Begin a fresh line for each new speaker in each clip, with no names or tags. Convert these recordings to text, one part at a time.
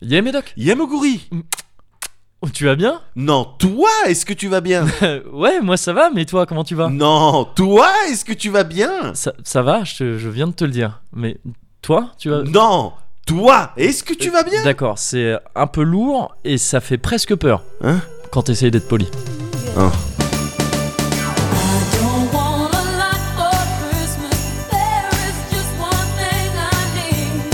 Yé Médoc
Yamaguri
Oh, Tu vas bien
Non, toi, est-ce que tu vas bien
Ouais, moi ça va, mais toi, comment tu vas
Non, toi, est-ce que tu vas bien
ça, ça va, je, te- je viens de te le dire. Mais toi, tu vas.
Non, toi, est-ce que tu vas bien
D'accord, c'est un peu lourd et ça fait presque peur.
Hein
Quand t'essayes d'être poli.
Oh.
Don't want a lot for Christmas. There is just one thing I need.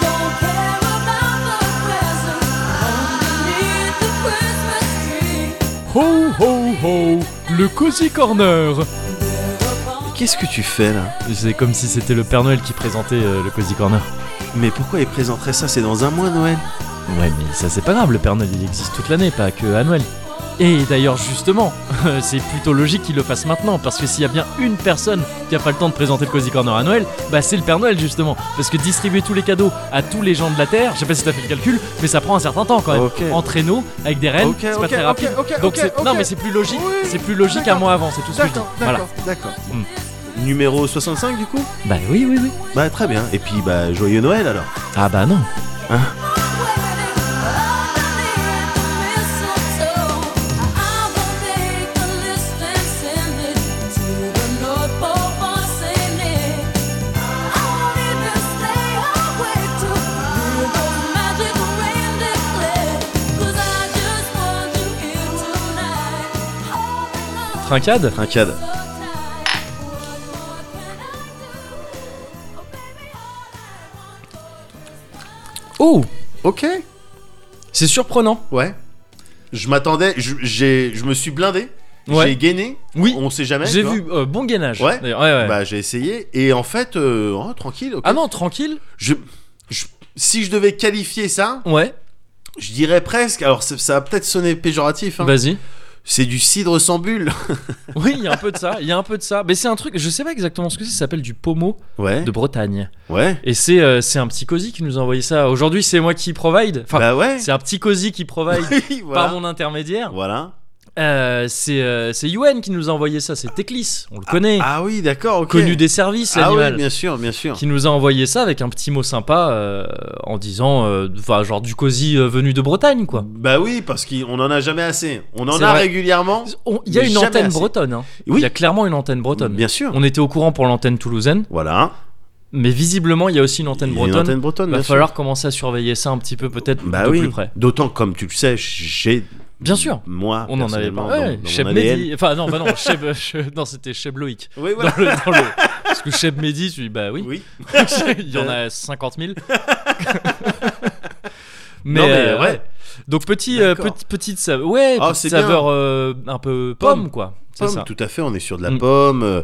Don't care about the presents. Only need the Christmas tree.
Ho ho ho Le Cozy Corner
Qu'est-ce que tu fais là
C'est comme si c'était le Père Noël qui présentait euh, le Cozy Corner.
Mais pourquoi il présenterait ça C'est dans un mois Noël
Ouais, mais ça c'est pas grave, le Père Noël il existe toute l'année, pas que à Noël. Et d'ailleurs, justement, c'est plutôt logique qu'il le fasse maintenant, parce que s'il y a bien une personne qui a pas le temps de présenter le Cozy Corner à Noël, bah c'est le Père Noël justement. Parce que distribuer tous les cadeaux à tous les gens de la Terre, je sais pas si t'as fait le calcul, mais ça prend un certain temps quand même.
Ok.
En traîneau, avec des rennes,
Ok,
c'est pas
ok,
très rapide.
ok, ok,
Donc
ok,
c'est... Non,
ok.
mais c'est plus logique,
Oui,
c'est plus logique un
d'accord.
mois avant, c'est tout ce que je dis.
D'accord,
Voilà.
d'accord, d'accord. Numéro 65 du coup
Bah oui, oui, oui.
Bah très bien. Et puis bah joyeux Noël alors.
Ah bah non.
All I need is mistletoe. I will take the list and send it to the North Pole for Saint Nick. I won't even stay awake to hear those magic rain declare. 'Cause I just want you here tonight, holding on.
Trincade
Trincade.
Oh
Ok.
C'est surprenant.
Ouais. Je m'attendais, je, j'ai- je me suis blindé,
Ouais.
j'ai gainé.
Oui.
On sait jamais.
J'ai
tu vois.
vu euh, bon gainage.
Ouais.
D'ailleurs, ouais, ouais.
Bah j'ai essayé et en fait euh, oh, tranquille. ok.
Ah non, tranquille
Je, je- si je devais qualifier ça,
Ouais,
je dirais presque. Alors ça, ça va peut-être sonner péjoratif. hein.
vas-y.
C'est du cidre sans bulle.
Oui, il y a un peu de ça, il y a un peu de ça. Mais c'est un truc, je sais pas exactement ce que c'est, ça s'appelle du pommeau
Ouais.
de Bretagne.
Ouais.
Et c'est euh, c'est un petit cosy qui nous a envoyé ça. Aujourd'hui, c'est moi qui provide. Enfin,
bah ouais.
c'est un petit cosy qui provide
Oui,
par
voilà.
mon intermédiaire.
Voilà.
Euh, c'est euh, c'est Yuen qui nous a envoyé ça, c'est Teclis, on le connaît.
Ah oui, d'accord. ok.
Connu des services,
Ah oui,
l'animal.
bien sûr, bien sûr.
qui nous a envoyé ça avec un petit mot sympa euh, en disant, euh, enfin, genre du cosy euh, venu de Bretagne, quoi.
Bah oui, parce qu'on en a jamais assez. On en
C'est
a
vrai.
régulièrement.
On- Il y a
Mais
une
jamais
antenne
assez.
bretonne. hein.
Oui.
Il y a clairement une antenne bretonne.
Bien sûr.
On était au courant pour l'antenne toulousaine,
Voilà.
mais visiblement il y a aussi une antenne
Il y a une
bretonne.
antenne bretonne,
Il va
bien sûr.
falloir commencer à surveiller ça un petit peu peut-être
Bah
de
oui.
plus près.
D'autant que, comme tu le sais, j'ai.
Bien sûr.
Moi,
On en avait
Ah, personnellement,
parlé.
dans-
Ouais,
dans
Cheb
mon ADN.
Mehdi- Enfin non, bah non, Cheb, euh, Che- non c'était Cheb Loïc.
Oui,
Dans
voilà.
le, dans le- Parce que Cheb Mehdi, tu dis bah oui.
Oui.
il y en a 50 000.
Non, mais,
euh,
ouais.
Donc petit, euh,
D'accord.
petit- petite saveur, ouais,
Ah,
petite
c'est bien.
saveur euh, un peu pomme,
Pomme.
quoi. C'est
Pomme,
ça.
tout à fait. On est sur de la
Mm.
pomme. euh,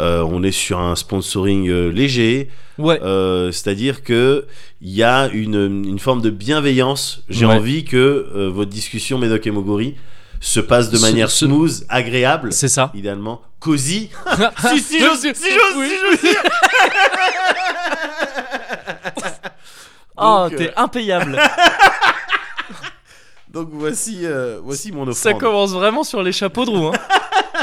euh, on est sur un sponsoring euh, léger.
Ouais.
Euh, c'est-à-dire que il y a une, une forme de bienveillance. J'ai
Ouais.
envie que euh, votre discussion Médoc et Mogori se passe de
Ce-
manière
ce-
smooth, agréable,
C'est ça.
idéalement cosy. si si j'ose, si j'ose,
Oui.
si j'ose dire.
Ah,
Donc, euh,
t'es impayable.
Donc voici euh, voici mon offrande.
Ça commence vraiment sur les chapeaux de roue, hein,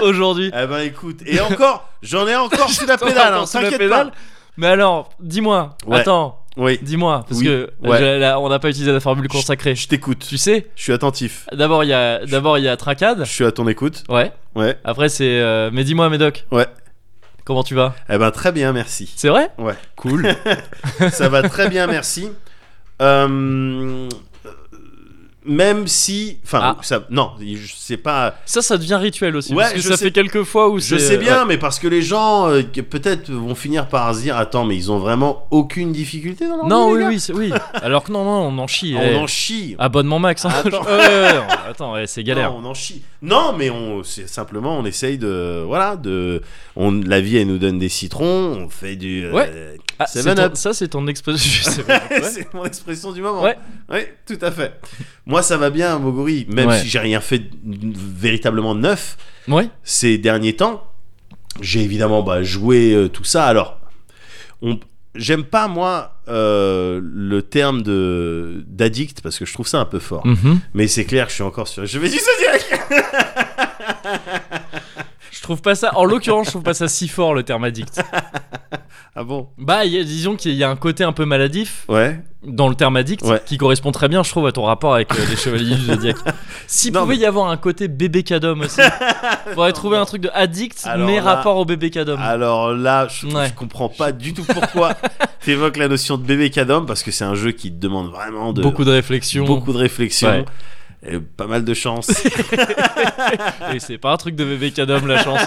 aujourd'hui.
Eh ben écoute, et encore, j'en ai encore sous la pédale, hein,
Encore sous la
t'inquiète
pédale.
pas.
Mais alors, dis-moi,
Ouais.
attends,
Oui,
dis-moi, parce
Oui,
que
ouais.
je- là, on n'a pas utilisé la formule consacrée.
je t'écoute.
Tu sais,
Je suis attentif.
d'abord il y a, d'abord il y a Trincade.
Je suis à ton écoute.
Ouais.
Ouais.
Après c'est, euh, mais dis-moi, Médoc.
Ouais.
Comment tu vas
Eh ben très bien, merci.
C'est vrai
Ouais.
Cool.
Ça va très bien, merci. Euh, euh, même si, enfin,
Ah.
ça, non, je sais pas.
ça, ça devient rituel aussi.
Ouais,
parce que
je
ça
sais-
fait quelques fois où
Je
c'est-
sais bien,
ouais.
mais parce que les gens euh, que peut-être vont finir par se dire, attends, mais ils ont vraiment aucune difficulté dans leur
Non,
vie,
oui,
les
oui, c'est- oui. Alors que non, non, on en chie.
gars
eh.
On en chie.
Abonnement max. hein.
Attends.
Ouais, ouais, ouais, on- attends, ouais, c'est galère.
Non, on en chie. Non, mais on, c'est simplement, on essaye de, voilà, de, on, la vie, elle nous donne des citrons, on fait du. euh,
Ah,
Seven
c'est ton-
Up.
Ça, c'est ton exposition.
c'est mon expression du moment.
Ouais.
Oui, tout à fait. Moi, ça va bien, Moguri, même
Ouais.
si j'ai rien fait de- véritablement de neuf.
Ouais.
ces derniers temps, j'ai évidemment bah, joué euh, tout ça. Alors, on... j'aime pas, moi, euh, le terme de d'addict parce que je trouve ça un peu fort.
Mhm.
Mais c'est clair que je suis encore sur. Je vais dire ça direct
Je trouve pas ça. En l'occurrence, je trouve pas ça si fort le terme addict.
Ah bon
Bah, il y a- disons qu'il y a un côté un peu maladif
Ouais.
dans le terme addict
Ouais.
qui correspond très bien, je trouve, à ton rapport avec euh, les chevaliers du Zodiac. S'il
Non,
pouvait
mais-
y avoir un côté bébé cadom aussi, faudrait trouver un truc de addict
Alors
mais
là-
rapport au bébé cadom.
Alors là, je, je
Mm. Ouais.
comprends pas du tout pourquoi t'évoques la notion de bébé cadom parce que c'est un jeu qui te demande vraiment de
Beaucoup de réflexion.
beaucoup de réflexion
Ouais.
et pas mal de chance.
Et c'est pas un truc de bébé cadom la chance.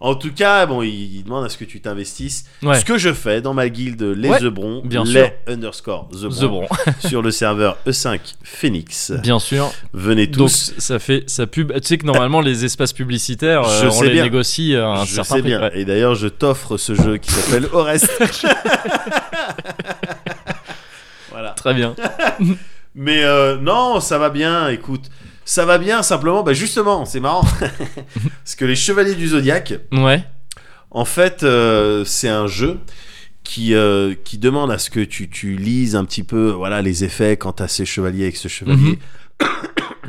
en tout cas, bon, il, il demande à ce que tu t'investisses.
Ouais.
Ce que je fais dans ma guilde les
Ouais,
Zebrons,
bien
les
sûr.
underscore
The Bron,
Zebrons, sur le serveur E5 Phoenix.
bien sûr.
Venez tous.
Donc ça fait sa pub. Tu sais que normalement les espaces publicitaires, euh,
Je
on
sais
les
bien.
négocie euh, à un
je
certain
sais
prix.
bien.
ouais.
Et d'ailleurs, je t'offre ce jeu qui s'appelle Orest. voilà.
Très bien.
Mais euh, non, ça va bien, écoute. Ça va bien, simplement, bah justement, c'est marrant. Parce que les Chevaliers du Zodiaque,
Ouais.
en fait, euh, c'est un jeu qui, euh, qui demande à ce que tu, tu lises un petit peu voilà, les effets quand t'as ces chevaliers avec ce chevalier.
Mhm.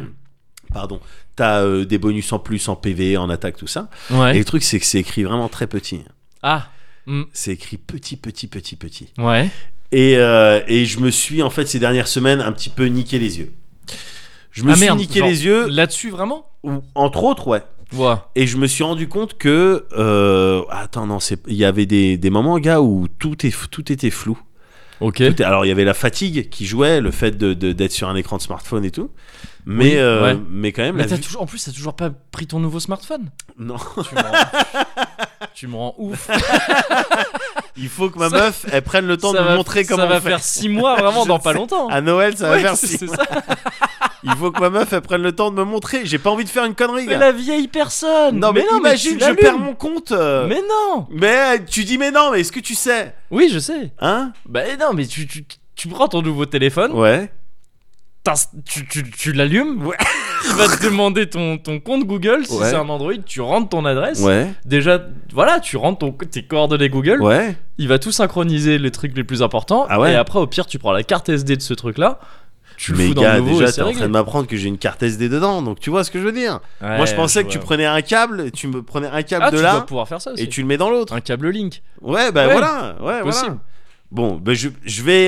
Pardon. T'as euh, des bonus en plus en PV, en attaque, tout ça.
Ouais.
Et le truc, c'est que c'est écrit vraiment très petit.
Ah. Mm.
C'est écrit petit, petit, petit, petit.
Ouais.
Et, euh, et je me suis, en fait, ces dernières semaines, un petit peu niqué les yeux. Je me
Ah,
suis
merde,
niqué
genre-
les yeux,
Là-dessus vraiment
ou- entre autres, ouais.
Ouais.
Et je me suis rendu compte que. euh, attends, non, c'est- il y avait des, des moments, gars, où tout, est, tout était flou.
Ok.
Tout est- alors, il y avait la fatigue qui jouait, le fait de- de- d'être sur un écran de smartphone et tout. Mais,
Oui,
euh,
ouais.
mais quand même,
Mais
la
t'as
vie-
toujours, en plus, t'as toujours pas pris ton nouveau smartphone.
Non.
Tu me rends, tu me rends ouf.
Il faut que ma
Ça-
meuf, elle prenne le temps
ça
de
va,
me montrer
ça
comment
va
on fait.
faire 6 mois vraiment
Je
dans pas
sais.
longtemps.
À Noël, ça
Ouais,
va faire
c'est-
six
c'est
mois.
ça.
Il faut que ma meuf, elle prenne le temps de me montrer. J'ai pas envie de faire une connerie,
Mais
gars.
la vieille personne.
Non mais,
non,
imagine,
mais tu
je
l'allumes.
perds mon compte. euh, Mais...
Mais non.
euh, tu dis mais non, mais est-ce que tu sais
Oui, je sais.
Hein
Bah non, mais tu, tu, tu prends ton nouveau téléphone,
Ouais.
t'ins- tu, tu, tu l'allumes,
Ouais.
il va te demander ton, ton compte Google, si
Ouais.
c'est un Android, tu rentres ton adresse.
Ouais.
Déjà, voilà, tu rentres ton, tes coordonnées Google,
Ouais.
il va tout synchroniser les trucs les plus importants,
Ah ouais
et après au pire tu prends la carte SD de ce truc-là, tu le
mais
fous dans
gars,
le nouveau et
déjà
c'est
t'es en
réglé.
train de m'apprendre que j'ai une carte SD dedans, donc tu vois ce que je veux dire. Moi je
Ouais,
pensais que tu
vois.
prenais un câble, tu me prenais un câble
Ah,
de
tu
là
dois pouvoir faire ça aussi.
et tu le mets dans l'autre.
Un câble link.
Ouais, bah
Ouais,
voilà, ouais, voilà.
possible.
Bon, bah, je, je vais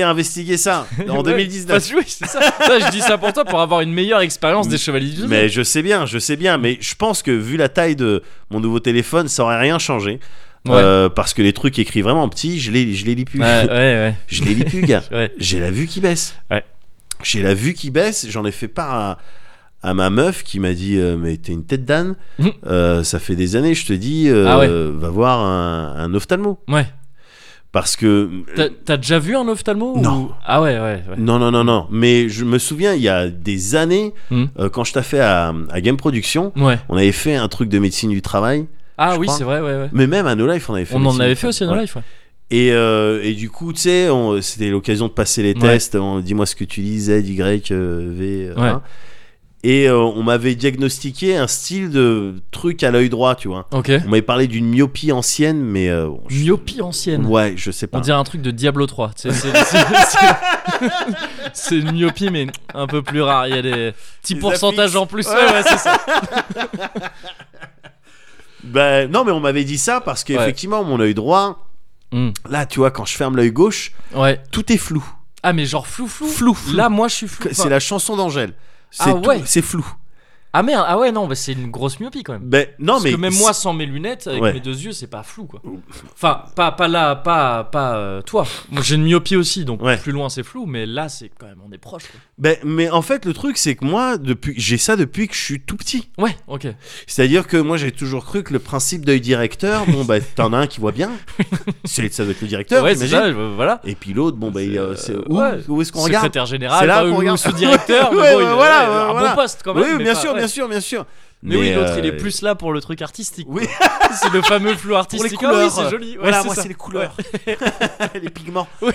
investiguer ça en
Ouais.
2019.
Parce que oui, c'est ça. Ça, je dis ça pour toi pour avoir une meilleure expérience des Chevaliers du Zodiaque.
Mais je sais bien, je sais bien, mais je pense que vu la taille de mon nouveau téléphone, ça aurait rien changé.
Ouais.
Euh, parce que les trucs écrits vraiment petits, je les, je les lis plus.
Ouais, ouais,
je les lis plus, gars.
ouais. ouais.
J'ai la vue qui baisse.
Ouais.
J'ai la vue qui baisse. J'en ai fait part à, à ma meuf qui m'a dit euh, Mais t'es une tête d'âne.
Mhm.
Euh, ça fait des années, je te dis, euh,
Ah ouais.
va voir un, un ophtalmo.
Ouais.
Parce que.
T'as- T'as déjà vu un ophtalmo ou-
Non.
Ah ouais, ouais, ouais.
Non, non, non, non. Mais je me souviens, il y a des années,
Mhm.
euh, quand je t'ai fait à, à Game Production,
Ouais.
on avait fait un truc de médecine du travail.
Ah
Je
oui,
crois.
c'est vrai, ouais, ouais.
Mais même à No Life, on avait fait.
On en
médecine
avait
du
fait aussi à
travail.
No
Ouais.
Life, ouais.
Et, euh, et du coup, tu sais, on- c'était l'occasion de passer les
Ouais.
tests. on- Dis-moi ce que tu lis, Z, Y, euh, V. euh,
Ouais.
hein. Et euh, on m'avait diagnostiqué un style de truc à l'œil droit, tu vois.
Ok.
On m'avait parlé d'une myopie ancienne, mais. euh, bon, je-
Myopie ancienne.
Ouais, je sais
On
pas.
dirait un truc de Diablo 3. tu sais, C'est c'est- c'est- c'est une myopie, mais un peu plus rare. Il y a des petits
Des
pourcentages
affixes.
en plus. Ouais,
Ouais.
ouais, c'est ça.
Ben, non, mais on m'avait dit ça parce qu'effectivement, mon œil droit,
Mm.
là, tu vois, quand je ferme l'œil gauche,
Ouais.
tout est flou.
Ah, mais genre flou, flou.
Flou, flou.
Là, moi, je suis flou.
C'est la chanson d'Angèle. C'est
Ah
tout-
ouais.
C'est flou.
Ah merde, ah ouais, non, bah, c'est une grosse myopie quand même.
Ben, non,
Parce
mais.
que même moi, sans mes lunettes, avec
Ouais.
mes deux yeux, c'est pas flou, quoi. Enfin, pas, pas là, pas, pas euh, toi. Moi, j'ai une myopie aussi, donc
Ouais.
plus loin, c'est flou, mais là, c'est quand même, on est proche, quoi.
Ben, mais en fait, le truc, c'est que moi, depuis, j'ai ça depuis que je suis tout petit.
Ouais, ok.
C'est-à-dire que moi j'ai toujours cru que le principe d'œil directeur, bon bah t'en as un qui voit bien, c'est ça doit être le directeur,
ouais, c'est
t'imagines
ça, euh, voilà.
Et puis l'autre, bon bah il, euh,
C'est,
c'est
euh,
où,
ouais.
où est-ce qu'on regarde
secrétaire général,
C'est là
bah,
qu'on
ou
regarde.
sous-directeur, mais
Ouais,
bon,
ouais,
il a-
voilà,
ouais,
ouais,
un
voilà.
bon poste quand
Oui,
même. mais
bien
pas-
sûr,
ouais.
bien sûr, bien sûr.
Mais, oui, l'autre,
euh,
il est plus là pour le truc artistique.
Oui,
c'est le fameux flou artistique. Ah oui,
couleurs.
c'est joli. Ouais,
voilà, moi
ça.
c'est les couleurs, les pigments.
Oui.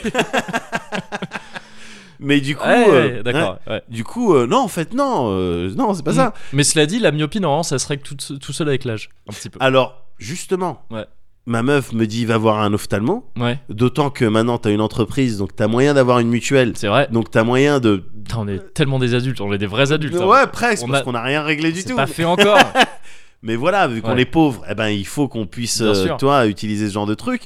Mais du coup,
Ouais,
euh,
ouais,
ouais.
d'accord. Mm. ouais.
Du coup, euh, non, en fait, non, euh, non, c'est pas ça.
Mais cela dit, la myopie, normalement, ça se règle tout, tout seul avec l'âge. Un petit peu.
Alors, justement,
Ouais.
ma meuf me dit va voir un ophtalmo,
Ouais,
d'autant que maintenant t'as une entreprise, donc t'as moyen d'avoir une mutuelle,
c'est vrai.
donc t'as moyen de
Putain, on est tellement des adultes, on est des vrais adultes. hein.
Ouais, presque,
On
parce
a-
qu'on n'a rien réglé du
c'est
tout.
pas fait encore.
Mais voilà, vu qu'on
Ouais.
est pauvre, eh ben, il faut qu'on puisse,
Bien
euh,
sûr.
toi, utiliser ce genre de truc.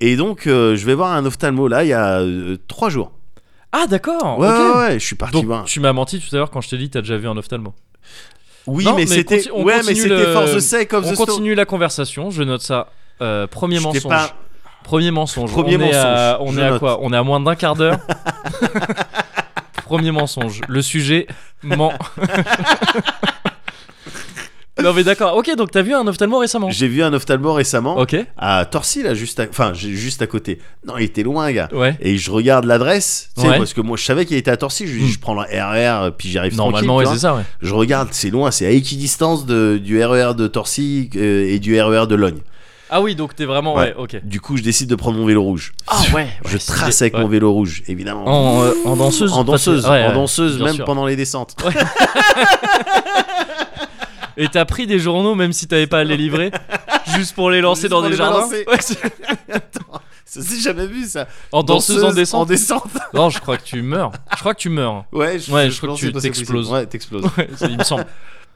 Et donc, euh, je vais voir un ophtalmo là, il y a euh, trois jours.
Ah, d'accord.
Ouais,
ok.
ouais, Ah, ouais, je suis parti
Donc,
voir.
tu m'as menti tout à l'heure quand je t'ai dit t'as déjà vu un ophtalmo.
Oui,
Non,
mais,
mais
c'était.
conti- on
Ouais, mais
continue
c'était
le-
Force Sec comme
On
the Stone.
continue la conversation. Je note ça. Euh, premier
J'étais
mensonge.
pas-
Premier mensonge.
Premier
on est à,
mensonge,
on
je
est à
note.
quoi On est à moins d'un quart d'heure. Premier mensonge. Le sujet ment. non mais d'accord. Ok, donc t'as vu un ophtalmo récemment
J'ai vu un ophtalmo récemment
Ok.
à Torcy, là, juste à... Enfin, j'ai- juste à côté. Non, il était loin, gars.
Ouais.
Et je regarde l'adresse, tu sais,
Ouais.
parce que moi je savais qu'il était à Torcy, je lui dis
Mm.
je prends le RER, puis j'arrive
Normalement,
tranquille.
ouais,
tu vois.
c'est ça, ouais.
Je regarde, c'est loin, c'est à équidistance de, du RER de Torcy euh, et du RER de Logne.
Ah oui, donc t'es vraiment, ouais,
Ouais.
ok.
Du coup, je décide de prendre mon vélo rouge.
Ah, ouais.
je trace avec mon vélo rouge, évidemment.
En, euh, en danseuse
En
parce que-
danseuse,
ouais,
en
ouais,
danseuse,
bien
même
sûr.
pendant les descentes.
Et t'as pris des journaux même si t'avais pas à les livrer, juste pour les lancer
Juste
dans
pour
des
les
jardins.
balancer.
Ouais, c'est-
Attends, ça c'est jamais vu ça.
en danseuse, en descente.
En descente.
Non, je crois que tu meurs. Je crois que tu meurs.
Ouais, je,
Ouais, je crois
pense
que tu
c'est possible.
t'exploses.
Ouais, t'exploses.
Ouais, ça, il me semble.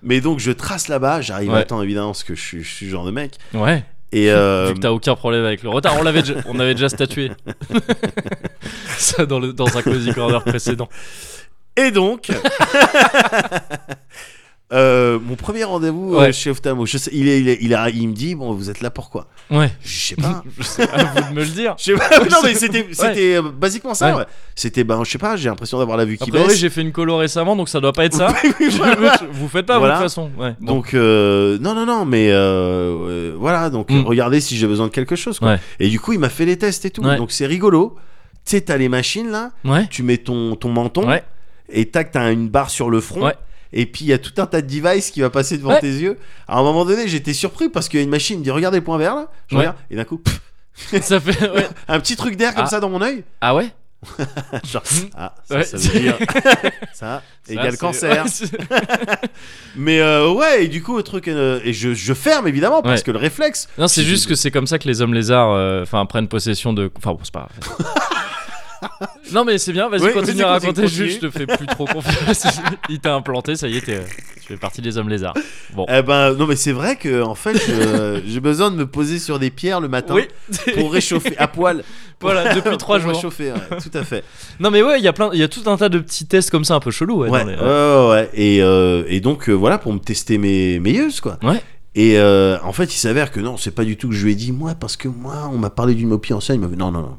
Mais donc je trace là-bas, j'arrive
Ouais.
à temps évidemment parce que je, suis- je suis ce genre de mec.
Ouais.
Et euh,
Vu que t'as aucun problème avec le retard, on l'avait, déjà- on avait déjà statué. ça dans le dans un cozy corner précédent.
et donc. euh, mon premier rendez-vous euh,
Ouais.
chez Oftamo, je sais- il, est, il, est- il, a- il me dit Bon, vous êtes là pourquoi
Ouais.
Je sais pas.
À vous de me le dire.
Je sais pas. Non, mais c'était c'était, euh, basiquement ça.
Ouais.
ouais. C'était, ben, je sais pas, j'ai l'impression d'avoir la vue
A
qui
priori,
baisse.
j'ai fait une colo récemment, donc ça doit pas être ça. Je- vous faites pas
Voilà.
votre façon. Ouais. Bon.
Donc euh, non non non mais euh, euh, voilà donc
Mm.
regardez si j'ai besoin de quelque chose quoi.
Ouais.
Et du coup il m'a fait les tests et tout
Ouais.
donc c'est rigolo. Tu sais t'as les machines là,
ouais.
tu mets ton ton menton
Ouais.
et tac t'as une barre sur le front.
Ouais.
Et puis il y a tout un tas de devices qui va passer devant
Ouais.
tes yeux. À un moment donné j'étais surpris parce qu'il y a une machine qui dit regardez le point vert là. Je
Ouais.
regarde et d'un coup pff,
Ça fait. ouais.
un petit truc d'air comme
Ah.
ça dans mon œil.
Ah ouais.
Genre, ah ça,
Ouais.
ça veut dire ça
Ça,
égale
c'est-
cancer.
ouais, c'est-
Mais euh, ouais et du coup le truc euh, et je, je ferme évidemment parce
Ouais.
que le réflexe.
Non, c'est
Si-
juste que c'est comme ça que les hommes lézards euh, enfin prennent possession de enfin bon, c'est pas Non mais c'est bien, vas-y
Oui,
continue
vas-y,
à raconter,
continue,
je, je te fais plus trop confiance. Il t'a implanté, ça y est, t'es- euh, tu fais partie des hommes lézards. Bon.
Eh ben non mais c'est vrai que en fait je- j'ai besoin de me poser sur des pierres le matin
oui.
pour réchauffer à poil.
voilà, depuis trois
Pour
jours.
réchauffer, ouais, tout à fait.
Non mais ouais, il y a plein il y a tout un tas de petits tests comme ça un peu chelous ouais.
Ouais,
dans les-
ouais, ouais, ouais. Et, euh, et donc euh, voilà pour me tester mes mes yeux quoi.
Ouais.
Et euh, en fait il s'avère que non c'est pas du tout que je lui ai dit moi parce que moi on m'a parlé d'une myopie ancienne. Il m'a fait, non non non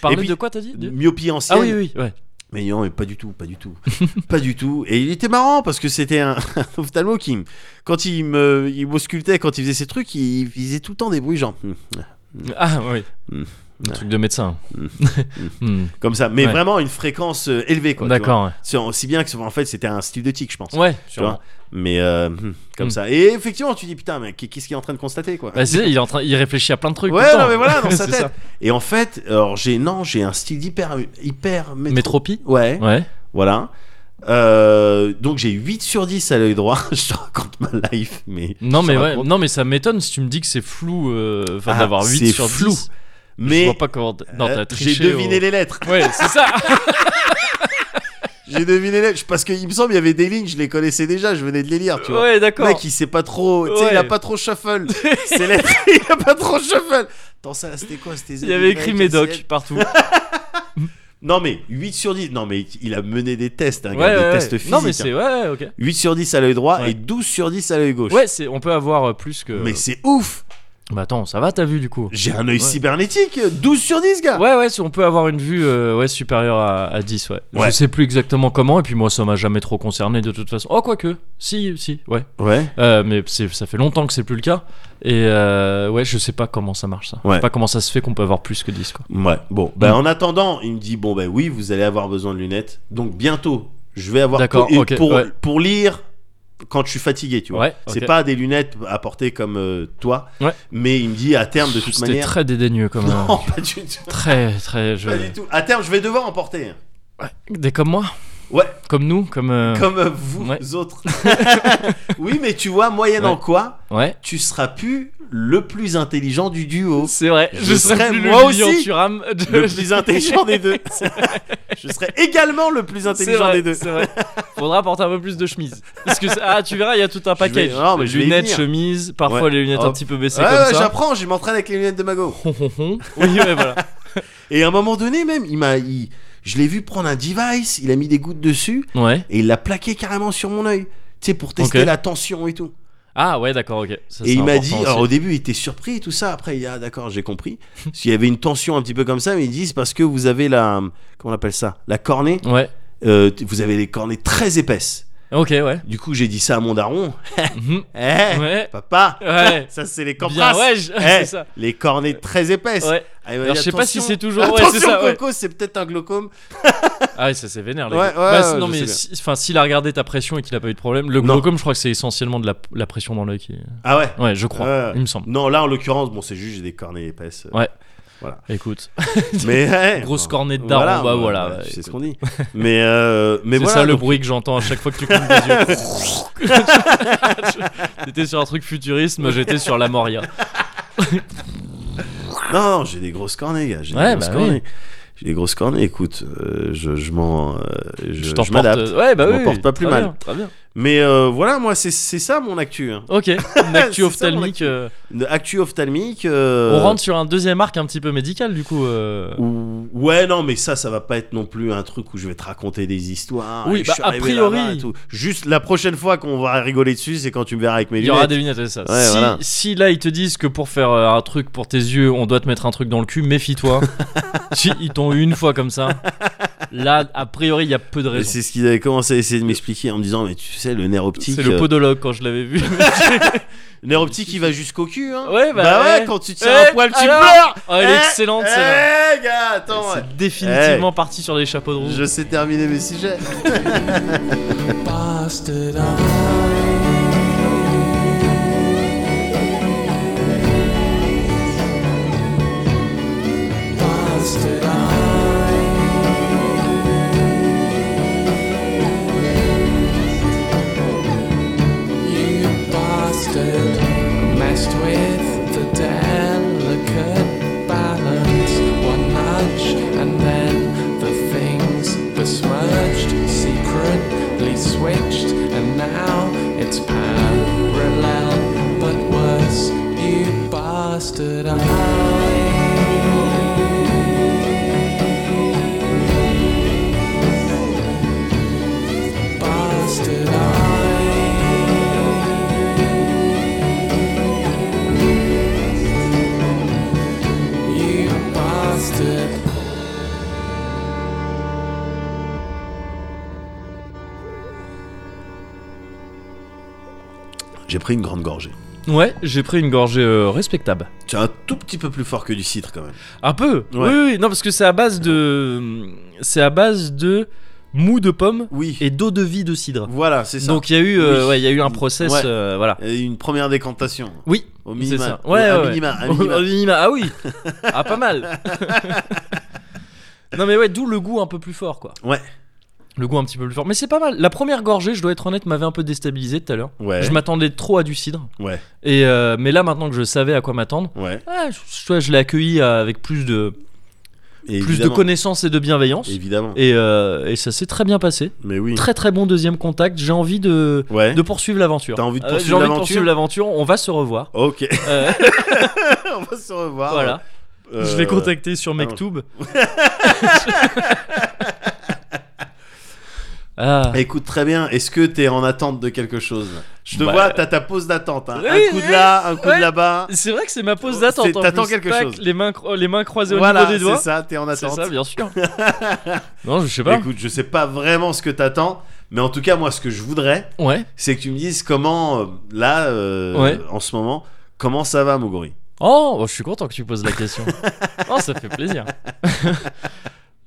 Parler
Et puis-
de quoi t'as dit de-
myopie ancienne.
Ah oui oui, ouais.
Mais non mais pas du tout pas du tout pas du tout. Et il était marrant parce que c'était un, un ophtalmo qui me- quand il me il m'auscultait quand il faisait ses trucs il, il faisait tout le temps des bruits genre Hmm.
Ah oui.
Mm.
Un truc de médecin. Mm.
comme ça mais
Ouais.
vraiment une fréquence euh, élevée quoi. tu vois.
D'accord.
C'est aussi bien que en fait c'était un style de tic, je pense.
Ouais. Ouais,
tu vois.
sûrement.
Mais euh, hmm, comme
Hmm.
ça. Et effectivement, tu dis putain, mais qu'est-ce qu'il est en train de constater quoi
Bah, c'est- il est en train il réfléchit à plein de trucs tout
Ouais,
le
non,
temps.
mais voilà, dans sa
C'est
tête.
ça.
Et en fait, alors j'ai non, j'ai un style hyper hyper métro.
Métropie
Ouais,
Ouais.
voilà. Euh, donc j'ai 8 sur 10 à l'œil droit. je te raconte ma life, mais
Non
je
mais
te
ouais,
raconte.
non mais ça m'étonne si tu me dis que c'est flou euh, enfin
Ah,
d'avoir 8
c'est
sur
flou.
10. je
Mais
vois pas comment t- non,
euh,
t'as
j'ai
triché.
deviné
au-
les lettres.
Ouais, c'est ça.
J'ai deviné les lettres parce qu'il me semble il y avait des lignes, je les connaissais déjà, je venais de les lire, tu vois.
ouais, d'accord.
Le mec, il sait pas trop. Tu sais, il a
Ouais.
pas trop shuffle. C'est lettres, il a pas trop shuffle. Attends, ça, là, c'était quoi C'était
Il y avait écrit médoc partout.
Non, mais 8 sur 10. Non, mais il a mené des tests, hein,
ouais,
gars,
ouais,
des
ouais.
tests physiques. hein.
Non mais c'est ouais, ouais, OK.
8 sur 10 à l'œil droit
Ouais.
et 12 sur 10 à l'œil gauche.
Ouais, c'est on peut avoir euh, plus que
Mais c'est ouf
Mais Bah, attends, ça va t'as vu du coup
J'ai un œil
Ouais.
cybernétique 12 sur 10, gars
Ouais ouais, c'est- on peut avoir une vue euh, ouais supérieure à, à 10 ouais. Je
Ouais.
sais plus exactement comment et puis moi ça m'a jamais trop concerné de toute façon. Oh quoique. Si si, ouais.
Ouais.
Euh, mais c'est- ça fait longtemps que c'est plus le cas et euh, ouais, je sais pas comment ça marche ça. Je
Ouais.
sais pas comment ça se fait qu'on peut avoir plus que 10 quoi.
Ouais, bon. Ben,
Mm.
en attendant, il me dit bon, ben oui, vous allez avoir besoin de lunettes. Donc, bientôt, je vais avoir.
D'accord,
pour, et
ok,
pour,
ouais.
pour lire quand je suis fatigué, tu vois.
Ouais,
C'est
ok.
pas des lunettes à porter comme euh, toi,
Ouais.
mais il me dit à terme de toute
C'était
manière.
très dédaigneux quand même.
Non, pas du tout.
Très, très. Je...
Pas du tout. À terme, je vais devoir en porter.
Ouais, Des comme moi
Ouais,
Comme nous, comme. euh,
comme euh, vous
ouais.
autres. oui, mais tu vois, moyennant
Ouais.
quoi,
Ouais.
tu seras plus le plus intelligent du duo.
C'est vrai. Je,
Je
serais,
serais
plus
moi
le lion
aussi
Thuram de-
Le plus intelligent des deux. Je serai également le plus
C'est
intelligent
vrai,
des deux.
C'est vrai. Faudra porter un peu plus de chemise. Parce que ça- ah, tu verras, il y a tout un package.
vais- non, mais je vais y
lunettes,
venir.
chemise, parfois
Ouais.
les lunettes un
Hop.
petit peu baissées
Ouais,
comme
ouais,
ça.
j'apprends, je m'entraîne avec les lunettes de Mago.
Hon, hon, hon. oui, ouais, voilà.
Et à un moment donné, même, il m'a, il- je l'ai vu prendre un device, il a mis des gouttes dessus
Ouais.
et il l'a plaqué carrément sur mon œil. Tu sais, pour tester
Ok.
la tension et tout.
Ah ouais, d'accord, ok. Ça,
et
c'est
il m'a
important
dit,
aussi.
alors au début, il était surpris et tout ça. Après, il a, ah, d'accord, j'ai compris. S'il y avait une tension un petit peu comme ça, mais il dit, c'est parce que vous avez la, comment on appelle ça, la cornée.
Ouais.
Euh, t- vous avez les cornées très épaisses.
Ok, ouais.
Du coup, j'ai dit ça à mon daron.
Mhm.
Eh,
Ouais.
papa,
Ouais.
ça c'est les
Bien,
cornasses.
ouais, je-
Eh,
c'est ça.
les cornées très épaisses.
Ouais.
Ah, il m'a
Alors,
dit,
je sais pas si
attention.
c'est toujours- ouais, c'est
Attention,
ça, ouais.
Coco, c'est peut-être un glaucome.
Ah ouais, ça c'est vénère. les
Ouais,
gars.
ouais,
Bah, c'est-
ouais,
non,
je
mais
sais bien.
si- enfin, s'il a regardé ta pression et qu'il a pas eu de problème, le
Non.
glaucome, je crois que c'est essentiellement de la, la pression dans l'œil qui.
Ah ouais.
Ouais, je crois.
Ouais.
Il me semble.
Non, là en l'occurrence, bon, c'est juste j'ai des cornées épaisses. euh,
Ouais.
Voilà.
Écoute,
Mais eh,
grosse
enfin,
cornée de daron, bah voilà. ouais,
c'est ce
écoute.
qu'on dit. Mais euh, mais
c'est
voilà.
ça le
donc-
bruit que j'entends à chaque fois que tu clignes des yeux. T'étais sur un truc futurisme, j'étais sur la Moria.
Non, non, j'ai des grosses cornées, gars. J'ai
Ouais,
des grosses
bah oui.
cornées. J'ai des grosses cornées. Écoute, euh, je je m'en euh, je,
Je t'en
je m'adapte.
Ouais, bah
Je
oui.
m'en porte pas plus
très
mal.
bien, très bien.
Mais euh, voilà, moi c'est c'est ça mon actu. hein.
Ok, une actu
C'est ça, mon
ophtalmique.
actu.
euh,
Une Actu ophtalmique. euh,
On rentre sur un deuxième arc un petit peu médical du coup. euh.
Ou- Ouais, non, mais ça, ça va pas être non plus un truc où je vais te raconter des histoires.
Oui,
et je
bah,
suis
a
arrivé
priori.
là-bas et tout. Juste la prochaine fois qu'on va rigoler dessus, c'est quand tu me verras avec mes
Il y
lunettes.
aura des lunettes, c'est ça.
Ouais,
si,
voilà.
si là ils te disent que pour faire euh, un truc pour tes yeux, on doit te mettre un truc dans le cul, méfie-toi. si ils t'ont eu une fois comme ça, là a priori il y a peu de
Et
raisons.
C'est ce qu'ils avaient commencé à essayer de m'expliquer en me disant, mais tu sais, le nerf optique.
C'est le
euh,
podologue quand je l'avais vu.
le nerf optique, il va jusqu'au cul. Hein.
Ouais, bah ouais.
ouais, quand tu te sers
Eh,
un poil, tu
alors
meurs
Oh, elle est
Eh,
excellente
Eh,
celle-là.
gars, attends. ouais.
C'est définitivement parti sur les chapeaux de roue.
Je sais terminer mes sujets.
passed it on. Passed it on. You bastard messed with the delicate balance one nudge and then the things besmirched secretly switched and now it's parallel but worse you bastard I bastard I You bastard.
J'ai pris une grande gorgée.
Ouais, j'ai pris une gorgée euh, respectable.
Tu es un tout petit peu plus fort que du citre quand même.
Un peu.
Ouais.
Oui, oui, non parce que c'est à base de, c'est à base de mou de pomme
Oui.
et d'eau de vie de cidre.
Voilà, c'est ça.
Donc il y a eu, euh,
Oui.
ouais, il y a eu un process,
Ouais.
euh, voilà.
Et une première décantation.
Oui,
Au
c'est
minimum.
ça. Ouais,
Au
ouais,
minima,
ouais.
au minima.
Au minima, Ah oui. Ah pas mal. non mais ouais, d'où le goût un peu plus fort quoi.
Ouais.
Le goût un petit peu plus fort. Mais c'est pas mal. La première gorgée, je dois être honnête, m'avait un peu déstabilisé tout à l'heure.
Ouais.
Je m'attendais trop à du cidre.
Ouais.
Et euh, mais là maintenant que je savais à quoi m'attendre,
Ouais.
ah, je, je- je l'ai accueilli euh, avec plus de
Et
plus de
évidemment.
connaissances et de bienveillance.
Évidemment.
Et, euh, et ça s'est très bien passé.
Mais oui.
Très très bon deuxième contact. J'ai envie de
Ouais.
de poursuivre l'aventure.
T'as envie de
Euh,
poursuivre
j'ai envie de
l'aventure
poursuivre l'aventure. On va se revoir.
Ok.
Euh,
On va se revoir.
voilà.
Ah, Euh,
Je l'ai contacté sur
pardon.
Mektoub. ah.
Écoute très bien, est-ce que t'es en attente de quelque chose là Je te
Bah,
vois, t'as ta pause d'attente. hein.
oui,
un coup
oui,
de là, un coup
ouais.
de là-bas.
C'est vrai que c'est ma pause d'attente.
Oh, C'est-
en
t'attends
plus.
quelque
Tac,
chose.
Les mains, cro- les mains croisées au
Voilà,
niveau des doigts.
c'est ça, t'es en
C'est
attente.
ça, bien sûr. non, je sais pas.
Écoute, je sais pas vraiment ce que t'attends, mais en tout cas, moi, ce que je voudrais,
Ouais.
c'est que tu me dises comment, euh, là, euh,
Ouais.
en ce moment, comment ça va, Mogori
Oh, bah, je suis content que tu poses la question. oh, ça fait plaisir.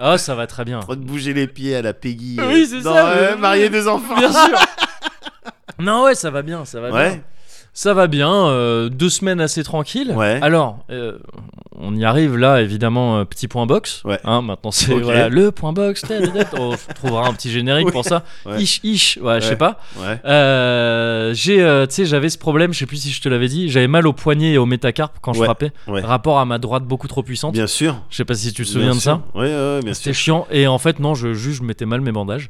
oh, ça va très bien.
Trop de bouger les pieds à la Peggy.
Oui,
euh,
c'est
dans,
ça,
euh,
mais-
marier deux enfants.
Bien sûr. Non, ouais, ça va bien, ça va bien.
Ouais,
Ça va bien, euh, deux semaines assez tranquilles.
Ouais.
Alors, euh, on y arrive là, évidemment, euh, petit point box.
Ouais.
Hein, maintenant, c'est
Ok.
voilà, le point box. t'es, t'es, t'es. on trouvera un petit générique
Oui.
pour ça.
Ouais.
Ish, ish, ouais, je sais
Ouais.
pas.
Ouais.
Euh, j'ai, euh, tu sais, j'avais ce problème, je sais plus si je te l'avais dit, j'avais mal au poignet et au métacarpe quand je
Ouais,
frappais,
ouais.
rapport à ma droite beaucoup trop puissante.
Bien sûr.
Je sais pas si tu te souviens de ça.
Oui, ouais, bien sûr.
C'était chiant et en fait non, je juge, je mettais mal mes bandages.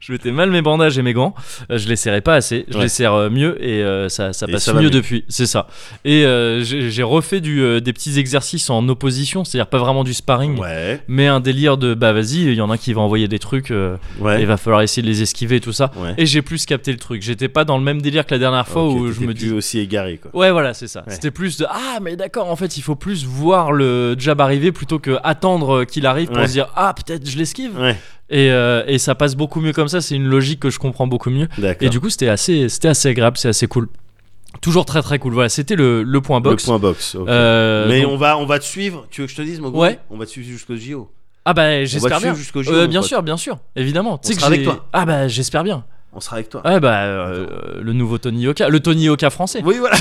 je mettais mal mes bandages et mes gants. Euh, Je les serrais pas assez. Je
Ouais.
les serre euh, mieux et euh, ça, ça
Et
passe
ça va
mieux
mieux.
depuis. C'est ça. Et euh, j'ai j'ai refait du, euh, des petits exercices en opposition, c'est-à-dire pas vraiment du sparring,
Ouais,
mais un délire de bah vas-y, il y en a un qui va envoyer des trucs, euh, et
ouais.
il va falloir essayer de les esquiver et tout ça.
ouais.
Et j'ai plus capté le truc. J'étais pas dans le même délire que la dernière fois
Ok,
où je
t'étais
me
plus
dis.
aussi égaré, quoi.
Ouais, voilà, c'est ça.
Ouais.
C'était plus de Ah, mais d'accord, en fait, il faut plus voir le jab arriver plutôt que attendre euh, qu'il arrive pour
Ouais.
se dire Ah, peut-être je l'esquive.
Ouais,
Et, euh, et ça passe beaucoup mieux comme ça. C'est une logique que je comprends beaucoup mieux.
d'accord.
Et du coup, c'était assez, c'était assez agréable, c'est assez cool. Toujours très très cool. Voilà, c'était le, le point box.
Le point box. ok.
Euh,
Mais
donc-
on va, on va te suivre. Tu veux que je te dise, mon gars
Ouais.
On va te suivre jusqu'au JO.
Ah, bah,
On va
j'espère
te
bien.
suivre jusqu'au JO.
Euh,
mon
bien
pote.
sûr, bien sûr, évidemment. Tu sais que
sera avec
j'ai-
toi.
Ah, bah, j'espère bien.
On sera avec toi.
Ah, bah, euh, le nouveau Tony Yoka, le Tony Yoka français.
Oui, voilà.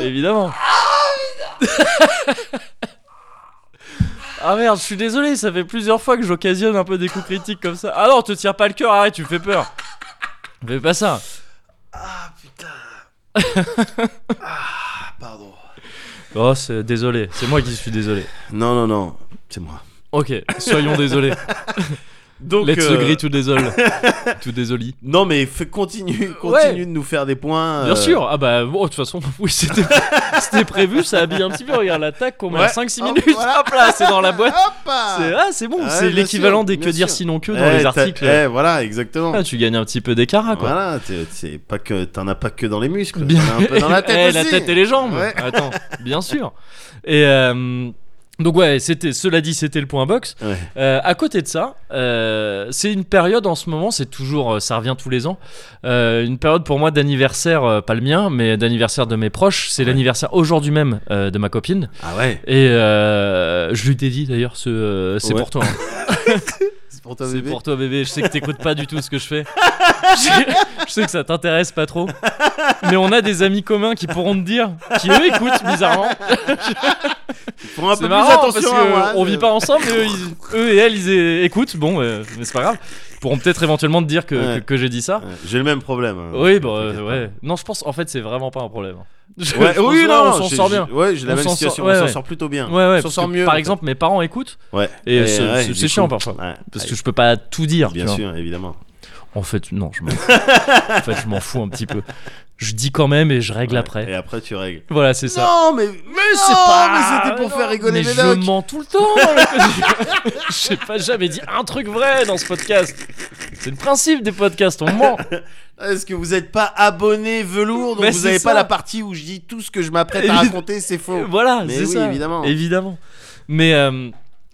Évidemment. Ah merde, je suis désolé, ça fait plusieurs fois que j'occasionne un peu des coups critiques comme ça. Ah non, te tire pas le cœur, arrête, tu me fais peur. Fais pas ça.
Ah putain. ah, pardon.
Oh, c'est désolé, c'est moi qui suis désolé.
Non, non, non. C'est moi.
Ok, soyons désolés.
Donc,
Let's
euh,
agree tout désole. Tout désolé.
Non, mais fais- continue, continue
Ouais.
de nous faire des points.
Bien
euh,
sûr, ah bah bon, de toute façon, oui, c'était c'était prévu, ça habille un petit peu. Regarde l'attaque qu'on met à
Ouais.
5-6
Hop,
minutes.
voilà.
Hop là, c'est dans la boîte.
Hop ah.
C'est ah, c'est bon,
Ouais,
c'est
bien
l'équivalent
sûr,
des que
bien
dire
sûr.
sinon que dans
Eh,
les
t'as-
articles.
eh, voilà, exactement.
Ah, tu gagnes un petit peu d'écart, quoi.
Voilà, t'es- t'es pas que t'en as pas que dans les muscles,
Bien.
t'en as un peu dans la
Eh,
tête aussi.
et les jambes.
Ouais.
Attends, bien sûr. Et euh, donc ouais, c'était. Cela dit, c'était le point box.
Ouais.
Euh, à côté de ça, euh, c'est une période en ce moment. C'est toujours, euh, ça revient tous les ans. euh, une période pour moi d'anniversaire, euh, pas le mien, mais d'anniversaire de mes proches. C'est
Ouais.
l'anniversaire aujourd'hui même euh, de ma copine.
Ah ouais.
Et euh, je lui dédie d'ailleurs ce. euh, c'est
Ouais.
pour toi. hein.
C'est pour toi
C'est
bébé.
pour toi, bébé. Je sais que t'écoutes pas du tout ce que je fais. Je, je sais que ça t'intéresse pas trop. Mais on a des amis communs qui pourront te dire, qui eux écoutent bizarrement.
Prends un peu
C'est
plus
marrant parce
attention à
que
moi, euh.
on
je-
vit pas ensemble, mais eux, ils- eux et elles, ils é- écoutent. Bon, euh, mais c'est pas grave. Ils pourront peut-être éventuellement te dire que,
Ouais.
que, que j'ai dit ça.
Ouais, J'ai le même problème. hein.
Oui, bah euh,
T'inquiète pas.
ouais. Non, je pense en fait c'est vraiment pas un problème. Je-
Ouais,
je pense,
oui,
ouais,
non,
on s'en
j'ai-
sort
j'ai-
bien.
Ouais, j'ai la
On
même
s'en
situation.
sort- ouais,
on
ouais.
s'en sort plutôt bien.
Ouais, ouais.
on s'en
parce
sort
que,
mieux.
Par exemple, mes parents écoutent
ouais.
et,
ouais,
c'est-
ouais,
c'est
du coup,
chiant parfois.
ouais,
Parce
ouais,
que je peux pas tout dire. tu
Bien
vois.
sûr, évidemment.
En fait, non, je m'en fous. en fait, je m'en fous un petit peu. Je dis quand même et je règle
Ouais,
après.
Et après, tu règles.
Voilà, c'est ça.
Non, mais mais
c'est pas-
Mais c'était pour
non,
faire rigoler
mais
les
Je
mecs.
mens tout le temps. Je sais pas jamais dit un truc vrai dans ce podcast. C'est le principe des podcasts, on ment.
Est-ce que vous n'êtes pas abonné velours Donc
Mais
vous
c'est
n'avez
ça.
pas la partie où je dis tout ce que je m'apprête à
Évi-
raconter, c'est faux.
Voilà,
Mais
c'est
oui,
ça.
évidemment.
Évidemment. Mais euh,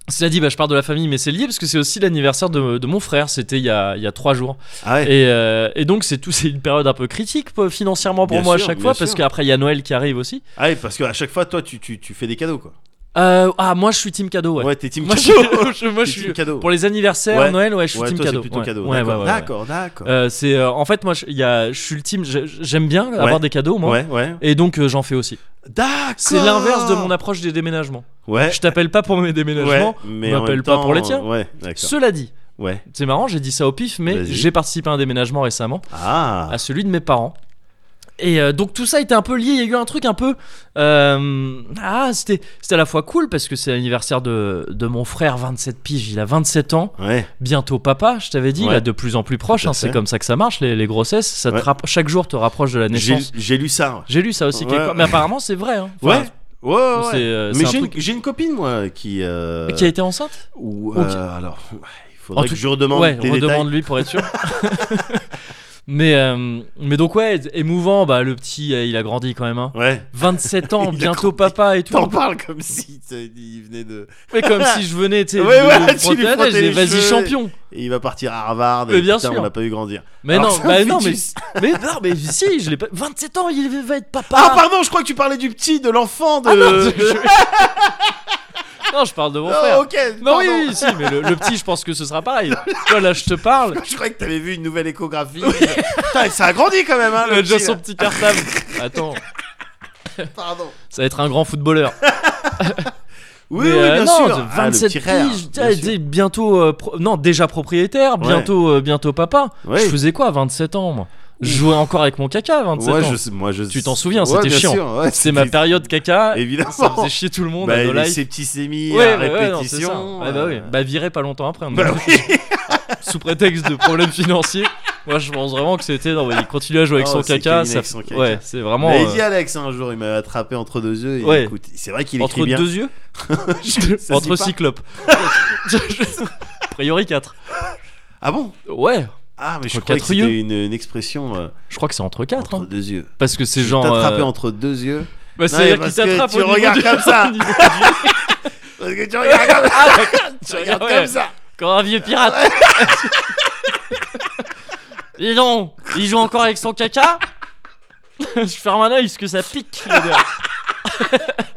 cela dit, bah, je pars de la famille, mais c'est lié parce que c'est aussi l'anniversaire de, de mon frère. C'était il y a, il y a trois jours.
Ah ouais.
Et, euh, et donc c'est tout, c'est une période un peu critique euh, financièrement pour
Bien
moi à
sûr,
chaque
bien
fois
sûr.
parce qu'après il y a Noël qui arrive aussi.
Ah ouais, parce qu'à chaque fois, toi, tu, tu, tu fais des cadeaux, quoi.
Euh, ah moi je suis team cadeau, ouais.
Ouais, t'es team
Moi, je,
cadeau.
je- moi, je
Team
suis
cadeau.
pour les anniversaires,
Ouais.
Noël, ouais, je suis
Ouais,
team
toi, c'est
cadeau.
plutôt
ouais.
cadeau.
Ouais, ouais,
d'accord,
ouais, ouais.
d'accord, d'accord.
Euh, c'est euh, en fait moi je, il y a, je suis le team je- je- j'aime bien avoir des cadeaux moi
ouais, ouais.
et donc euh, j'en fais aussi
D'accord.
c'est l'inverse de mon approche des déménagements
Ouais.
je t'appelle pas pour mes déménagements
ouais, mais
on
en
m'appelle
même
pas
temps,
pour les tiens.
Ouais, d'accord.
cela dit
Ouais.
c'est marrant j'ai dit ça au pif mais
Vas-y.
j'ai participé à un déménagement récemment
Ah.
à celui de mes parents et euh, donc tout ça était un peu lié il y a eu un truc un peu euh, ah c'était c'était à la fois cool parce que c'est l'anniversaire de, de mon frère 27 piges il a 27 ans
Ouais.
bientôt papa, je t'avais dit,
Ouais.
là de plus en plus proche,
Tout à
hein, c'est
fait.
comme ça que ça marche, les, les grossesses, ça te
Ouais.
rapp- chaque jour te rapproche de la
J'ai
naissance.
j'ai lu ça.
J'ai lu ça aussi,
Ouais.
quelque part. mais apparemment c'est vrai. hein.
Ouais.
Enfin,
Ouais. ouais, ouais.
c'est, euh, c'est
mais
un
j'ai une,
truc-
j'ai une copine moi qui. euh,
Qui a été enceinte
ou,
ou qui-
euh, alors. ouais, Il faudrait
En tout-
que je redemande
Ouais,
les détails.
redemande-lui pour être sûr. Mais, euh, mais donc, ouais, émouvant. Bah, le petit, euh, il a grandi quand même. hein.
Ouais.
27 ans,
Il a
bientôt
grandi.
papa et tout.
T'en parles comme si te- il venait de.
Mais comme si je venais, tu sais,
Ouais,
de-
ouais,
de
tu
frotter
lui
la
frottais
neige,
les
vas-y
cheveux.
champion.
Et il va partir à Harvard.
Mais
et
bien
putain,
sûr.
on l'a pas vu grandir.
Mais
Alors,
non,
c'est un
bah non, mais,
fœtus.
mais non, mais si, je l'ai pas. 27 ans, il va être papa.
Ah, pardon, je crois que tu parlais du petit, de l'enfant, de.
Ah non, je- non, je parle de mon
Euh, Non,
frère.
ok.
Non,
pardon.
oui, oui, si, mais le, le petit, je pense que ce sera pareil. Toi, là, je te parle.
Je croyais que t'avais vu une nouvelle échographie. Putain, ça a grandi quand même, hein,
Il
le
a déjà
petit,
son
là.
petit cartable. Attends,
Pardon.
ça va être un grand footballeur.
Oui,
Mais,
oui,
euh,
bien
non,
sûr.
de
Ah, le
27
petit frère,
piges,
bien
t'as
sûr.
été bientôt, euh, pro- non, déjà propriétaire,
Ouais.
bientôt, euh, bientôt papa.
Oui.
Je faisais quoi à 27 ans, moi Je jouais encore avec mon caca à 27
Ouais,
ans.
je sais- moi, je
Tu t'en souviens,
Ouais,
c'était
bien
chiant.
sûr, ouais,
C'est ma
c'était-
période caca.
Évidemment.
Ça faisait chier tout le monde
Bah,
à No
les
Life.
septicémies
Ouais,
à
bah ouais, non, c'est ça.
répétition.
Ouais, bah,
euh,
oui. bah viré pas longtemps après.
Bah
mais- Sous prétexte de problèmes financiers. Moi, je pense vraiment que c'était. Non, mais il continue à jouer avec
Oh,
son
c'est
caca.
Kevin
ça-
avec son caca.
Ouais, c'est vraiment.
J'avais
euh,
dit Alex un jour, il m'avait attrapé entre deux yeux. Et
Ouais.
écoute, c'est vrai qu'il écrit
entre
bien.
deux yeux
se
Entre
dit pas.
cyclopes. A priori 4.
Ah bon
Ouais,
Ah, mais je
Entre
croyais que
quatre yeux.
c'était une, une expression euh,
je crois que c'est entre 4.
entre deux yeux.
Parce que c'est
Je
genre.
T'attraper
euh,
entre deux yeux.
Bah,
Non, mais
c'est-à-dire
parce
qu'il
que
t'attrape
tu
au niveau
regardes
du-
comme ça.
au niveau-
Parce que tu regardes comme ça. tu regardes
Ouais.
comme ça.
Comme un vieux pirate. Dis donc, il joue encore avec son caca Je ferme un oeil parce que ça pique. les gars.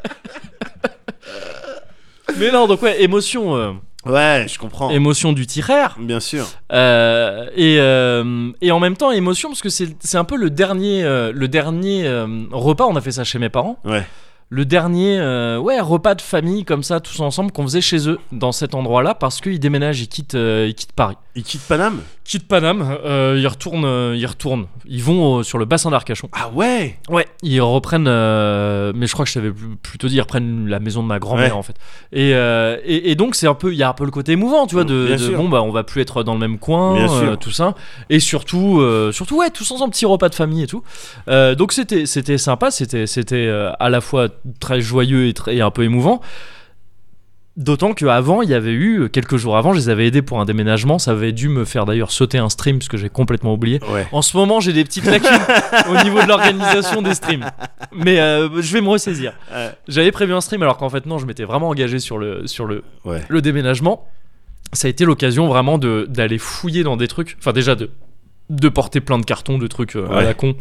Mais non, donc ouais, émotion, euh,
Ouais, je comprends.
émotion du tireur.
Bien sûr.
Euh, et, euh, et en même temps, émotion parce que c'est c'est un peu le dernier, euh, le dernier euh, repas. On a fait ça chez mes parents.
Ouais.
Le dernier euh, ouais, repas de famille comme ça, tous ensemble, qu'on faisait chez eux, dans cet endroit-là, parce qu'ils déménagent, ils quittent, euh, ils quittent Paris
Il quitte Paname
quitte Paname, euh, ils retournent, euh, ils retournent, ils vont au- sur le bassin d'Arcachon.
Ah ouais
Ouais, ils reprennent, euh, mais je crois que je t'avais pl- plutôt dit, ils reprennent la maison de ma grand-mère
Ouais.
en fait. Et, euh, et, et donc c'est un peu, il y a un peu le côté émouvant, tu vois, de,
Bien
de,
sûr.
bon bah on va plus être dans le même coin,
Bien
euh,
sûr.
tout ça, et surtout, euh, surtout ouais, tous ensemble, petit repas de famille et tout. Euh, donc c'était, c'était sympa, c'était, c'était euh, à la fois très joyeux et, très, et un peu émouvant. D'autant qu'avant, il y avait eu, quelques jours avant, je les avais aidés pour un déménagement. Ça avait dû me faire d'ailleurs sauter un stream, parce que j'ai complètement oublié.
Ouais.
En ce moment, j'ai des petites lacunes au niveau de l'organisation des streams. Mais euh, je vais me ressaisir.
Ouais.
J'avais prévu un stream, alors qu'en fait, non, je m'étais vraiment engagé sur le, sur le,
Ouais.
le déménagement. Ça a été l'occasion vraiment de- d'aller fouiller dans des trucs. Enfin, déjà, de, de porter plein de cartons, de trucs euh, à
Ouais.
la con.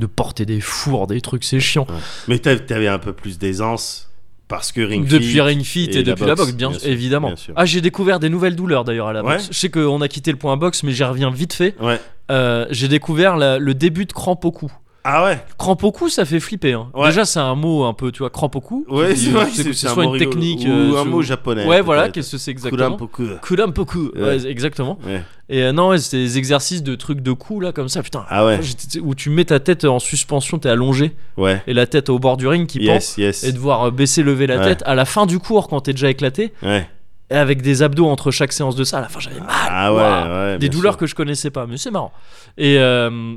De porter des fours, des trucs, c'est chiant.
Mais t'av- t'avais un peu plus d'aisance parce que Ring Fit-
Depuis Ring Fit et,
et la
depuis la boxe,
boxe,
bien,
bien sûr,
évidemment.
bien sûr.
Ah, j'ai découvert des nouvelles douleurs d'ailleurs à la
Ouais.
boxe. Je sais qu'on a quitté le point boxe, mais j'y reviens vite fait.
Ouais.
Euh, j'ai découvert la- le début de crampe au cou.
Ah ouais
Crampe au cou, ça fait flipper. hein.
Ouais.
Déjà, c'est un mot un peu, tu vois, crampe au cou.
Ouais,
Tu
c'est
dis,
vrai,
tu sais que c'est
un
soit
mot
une
rigolo.
technique.
Ou
euh,
un
tu-
mot japonais.
Ouais, voilà,
peut-être.
qu'est-ce que c'est
Kuram
exactement
Poku.
Kurampoku,
Ouais.
ouais, exactement.
Ouais.
Et euh, non, ouais, c'était des exercices de trucs de cou là, comme ça, putain.
Ah ouais,
J'étais- Où tu mets ta tête en suspension, t'es allongé,
ouais.
et la tête au bord du ring qui pense
Yes, yes.
et devoir euh, baisser, lever la
Ouais.
tête à la fin du cours quand t'es déjà éclaté,
Ouais.
et avec des abdos entre chaque séance de ça. À la fin, j'avais mal,
Ah ouais,
Ouah.
ouais.
des
bien
douleurs
sûr.
que je connaissais pas, mais c'est marrant. Et euh,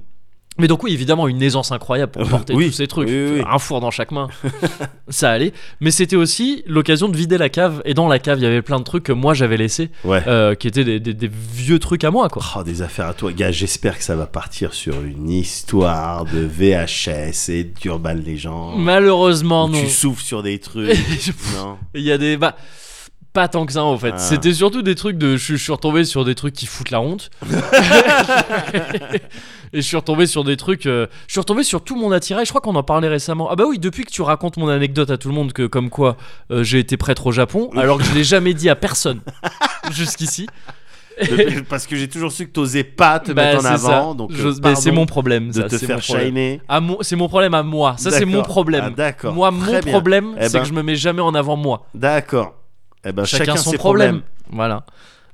mais donc oui, évidemment, une aisance incroyable pour porter
Euh, Oui,
tous ces trucs,
oui, oui.
un four dans chaque main, ça allait. Mais c'était aussi l'occasion de vider la cave, et dans la cave, il y avait plein de trucs que moi j'avais laissés,
Ouais.
euh, qui étaient des, des- des vieux trucs à moi, quoi.
Oh, des affaires à toi. Gars, j'espère que ça va partir sur une histoire de VHS et d'Urban Legend.
Malheureusement,
Où
non.
Oh. Tu souffles sur des trucs. non.
Il y a des. Bah, pas tant que ça en fait.
Ah.
C'était surtout des trucs de. Je je suis retombé sur des trucs qui foutent la honte. Et je suis retombé sur des trucs. euh, Je suis retombé sur tout mon attirail. Je crois qu'on en parlait récemment. Ah bah oui, depuis que tu racontes mon anecdote à tout le monde que comme quoi euh, j'ai été prêtre au Japon, alors que je l'ai jamais dit à personne jusqu'ici.
De- Parce que j'ai toujours su que t'osais pas te
Bah,
mettre en
c'est
avant.
ça.
Donc,
Je-
euh,
bah, c'est
pardon
mon problème.
de
ça,
te
c'est
faire
mon problème.
shiner.
À mon- C'est mon problème à moi. Ça c'est mon
D'accord.
problème.
Ah, D'accord.
moi
Très
mon
bien.
problème,
Eh
c'est
ben.
que je me mets jamais en avant moi.
D'accord. Eh ben,
chacun, son
ses
problème.
problèmes.
Voilà.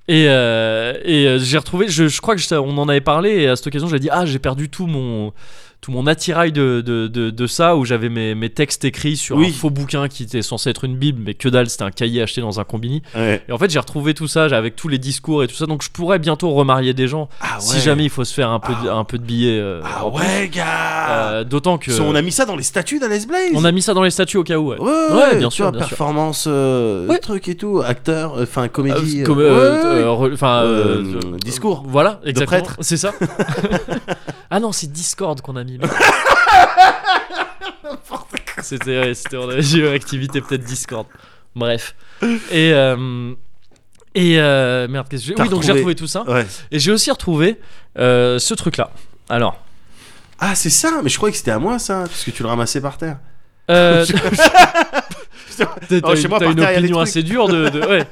Et, euh, et euh, j'ai retrouvé, je, je crois que je t'a- on en avait parlé et à cette occasion j'ai dit ah j'ai perdu tout mon tout mon attirail de, de, de, de ça où j'avais mes, mes textes écrits sur
Oui.
un faux bouquin qui était censé être une bible mais que dalle c'était un cahier acheté dans un combini
Ouais.
et en fait j'ai retrouvé tout ça j'ai- avec tous les discours et tout ça donc je pourrais bientôt remarier des gens
Ah ouais.
si jamais il faut se faire un peu de, un peu de billets euh,
Ah
en plus.
ouais, gars.
Euh, d'autant que
Ça, on a mis ça dans les statues d'Alice Blaze.
on a mis ça dans les statuts au cas où ouais.
Ouais,
Ouais,
ouais,
bien
tu
sûr,
vois,
bien sûr.
performance, euh,
Ouais.
truc et tout, acteur, enfin
Euh,
comédie.
comme,
euh,
euh,
ouais, ouais,
euh, re- enfin, euh,
Euh,
je-
discours
voilà exactement
prêtre.
c'est ça ah non c'est Discord qu'on a mis mais- c'était ouais, c'était on avait j'ai eu activité peut-être Discord bref et euh, et euh, merde qu'est-ce que j'ai
T'as
oui donc j'ai
retrouvé.
retrouvé tout ça
ouais.
et j'ai aussi retrouvé euh, ce truc là alors
Ah, c'est ça, mais je croyais que c'était à moi ça, parce que tu le ramassais par terre.
euh, T'as
Oh,
t'as
chez
une,
moi,
t'as
par
une
terre, il y a des
opinion
trucs.
assez dure de. de- ouais.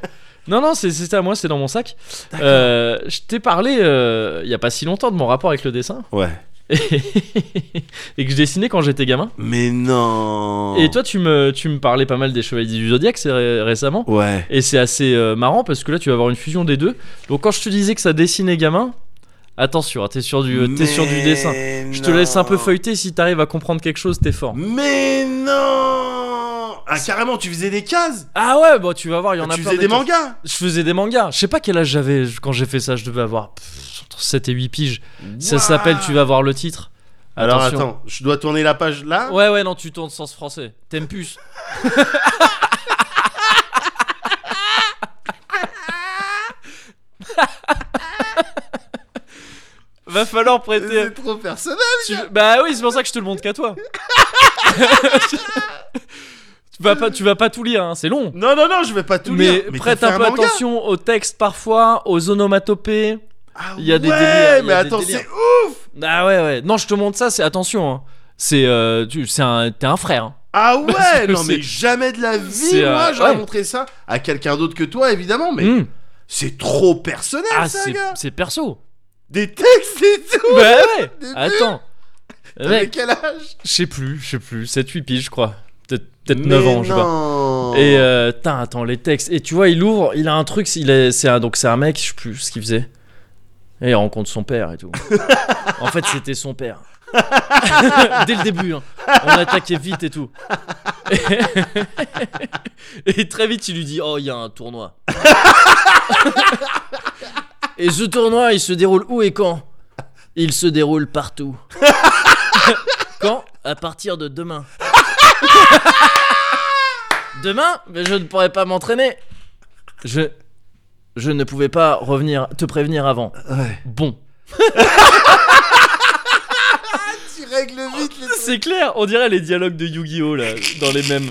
Non, non, c'est- c'était à moi, c'est dans mon sac. Euh, je t'ai parlé euh, il y a pas si longtemps de mon rapport avec le dessin.
Ouais.
Et, que je dessinais quand j'étais gamin.
Mais non.
Et toi, tu me, tu me parlais pas mal des Chevaliers du Zodiac c'est ré- récemment.
Ouais.
Et c'est assez euh, marrant parce que là, tu vas avoir une fusion des deux. Donc, quand je te disais que ça dessinait gamin, attention, hein, t'es sur, du- t'es sur du
Mais
dessin. Je te
non.
laisse un peu feuilleter. Si t'arrives à comprendre quelque chose, t'es fort.
Mais non. Ah carrément, tu faisais des cases.
Ah ouais, bon, tu vas voir, il y en a
tu
plein
faisais des
des trucs.
mangas.
je faisais des mangas. Je sais pas quel âge j'avais quand j'ai fait ça. Je devais avoir pff, entre 7 et 8 piges. Ça
Waouh.
s'appelle Tu vas voir le titre.
Alors
Attention.
attends, je dois tourner la page là.
Ouais, ouais, non, tu tournes sens français. T'aimes puce. Va falloir prêter.
C'est trop personnel.
Tu- Bah oui, c'est pour ça que je te le montre qu'à toi. tu, vas pas, tu vas pas tout lire, hein, c'est long.
Non non non, je vais pas tout
mais
lire. t'as
prête
fait
un peu
manga
attention au texte parfois, aux onomatopées.
Ah
Il y a des
ouais,
délires, il y a
mais
des
attends,
délires.
c'est ouf.
Ah ouais ouais. Non, je te montre ça, c'est attention. hein. C'est euh, tu c'est un t'es un frère. hein.
Ah ouais,
que
non mais
c'est-
jamais de la vie,
c'est, euh,
moi j'aurais
ouais.
montré ça à quelqu'un d'autre que toi évidemment, mais
Mm.
c'est trop personnel
Ah
ça
c'est
gars.
c'est perso.
Des textes et tout.
bah ouais.
Début.
Attends.
Mais
Mec,
quel âge
je sais plus, je sais plus, 7 8 piges je crois. Peut-être peut-être
Mais
9 ans, je sais pas.
non.
Et euh, tain, attends, les textes. Et tu vois, il ouvre, il a un truc, il est, c'est un, donc c'est un mec, je sais plus ce qu'il faisait. Et il rencontre son père et tout. en fait, c'était son père. Dès le début, hein. on attaquait vite et tout. et très vite, il lui dit Oh, il y a un tournoi. et ce tournoi, il se déroule où et quand Il se déroule partout. quand À partir de demain. Demain, mais je ne pourrais pas m'entraîner. Je. Je ne pouvais pas revenir te prévenir avant.
Ouais.
Bon. euh,
Tu règles vite les trucs.
C'est clair, on dirait les dialogues de Yu-Gi-Oh! là, dans les mêmes.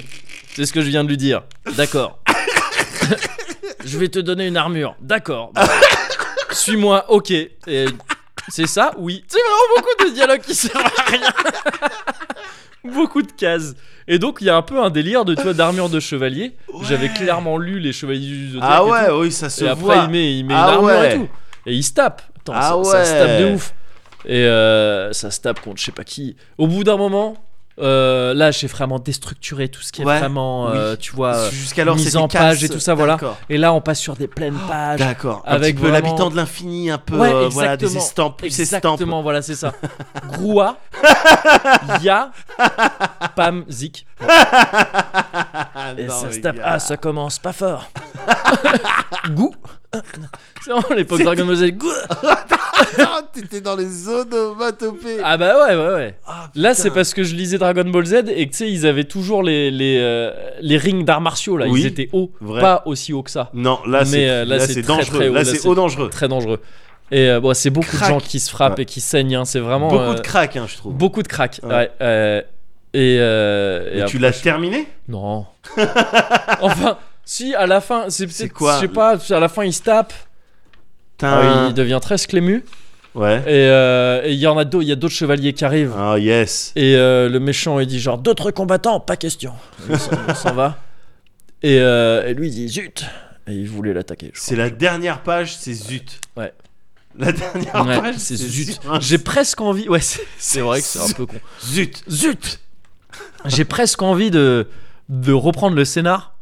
C'est ce que je viens de lui dire. D'accord. je vais te donner une armure. D'accord. Bon. Suis-moi, ok. Et C'est ça Oui. C'est vraiment beaucoup de dialogues qui servent à rien. beaucoup de cases. Et donc, il y a un peu un délire de toi d'armure de chevalier. J'avais
Ouais.
clairement lu les chevaliers du Zodiac
Ah
et tout.
ouais, oui, ça se
Et après,
voit.
il met, il met
Ah
une armure
ouais.
et tout. Et il se tape. Attends,
Ah
ça, ça se tape de
ouais.
ouf. Et euh, ça se tape contre je sais pas qui. Au bout d'un moment, euh, là, j'ai vraiment déstructuré tout ce qui est
Ouais,
vraiment,
oui.
euh, tu vois. euh,
Jusqu'alors,
mise
c'était
en page
casse.
et tout ça, voilà.
D'accord.
Et là, on passe sur des pleines
Oh,
pages.
D'accord. Un
Avec
petit peu
vraiment-
l'habitant de l'infini, un peu
Ouais,
euh, voilà des
exactement.
estampes, plus estampes.
Exactement, voilà, c'est ça. Groua, Ya, Pam, Zik.
Ah,
Et
non,
ça
les
se tape.
gars.
Ah, ça commence pas fort. Goût. C'est vraiment l'époque Dragon Ball Z. Goût.
Ah, T'étais dans les onomatopées.
Ah bah ouais, ouais, ouais.
Ah,
Là,
putain.
c'est parce que je lisais Dragon Ball Z et que tu sais, ils avaient toujours les, les, euh, les rings d'arts martiaux là.
Oui,
ils étaient hauts,
vrai.
pas aussi hauts que ça.
Non, là
Mais,
c'est
euh, là,
là,
c'est
c'est
très,
dangereux.
très haut,
là
là,
c'est
c'est-
haut dangereux.
Très dangereux. Et euh, bon, c'est beaucoup
Crac.
de gens qui se frappent
Ouais.
et qui saignent. hein, C'est vraiment.
Beaucoup
euh,
de crack, hein, je trouve.
beaucoup de crack.
Ouais.
ouais, euh, et. euh, et
Mais tu
après-
l'as terminé
Non. enfin, si, à la fin, c'est
C'est
peut-être.
quoi, Ah
Je sais pas, à la fin, il se tape.
Putain.
il devient très sclému.
Ouais.
Et euh, et il y en a d'autres, il y a d'autres chevaliers qui arrivent.
Ah yes.
Et euh, le méchant, il dit genre d'autres combattants, pas question. Il s'en- il s'en va. Et, euh, et lui, il dit zut. Et il voulait l'attaquer. je
C'est
crois.
la dernière page, c'est zut.
Ouais.
La dernière
Ouais,
page,
c'est zut.
hein,
J'ai presque envie. Ouais, c'est
c'est
vrai que c'est un peu con.
zut.
Zut. J'ai presque envie de de reprendre le scénar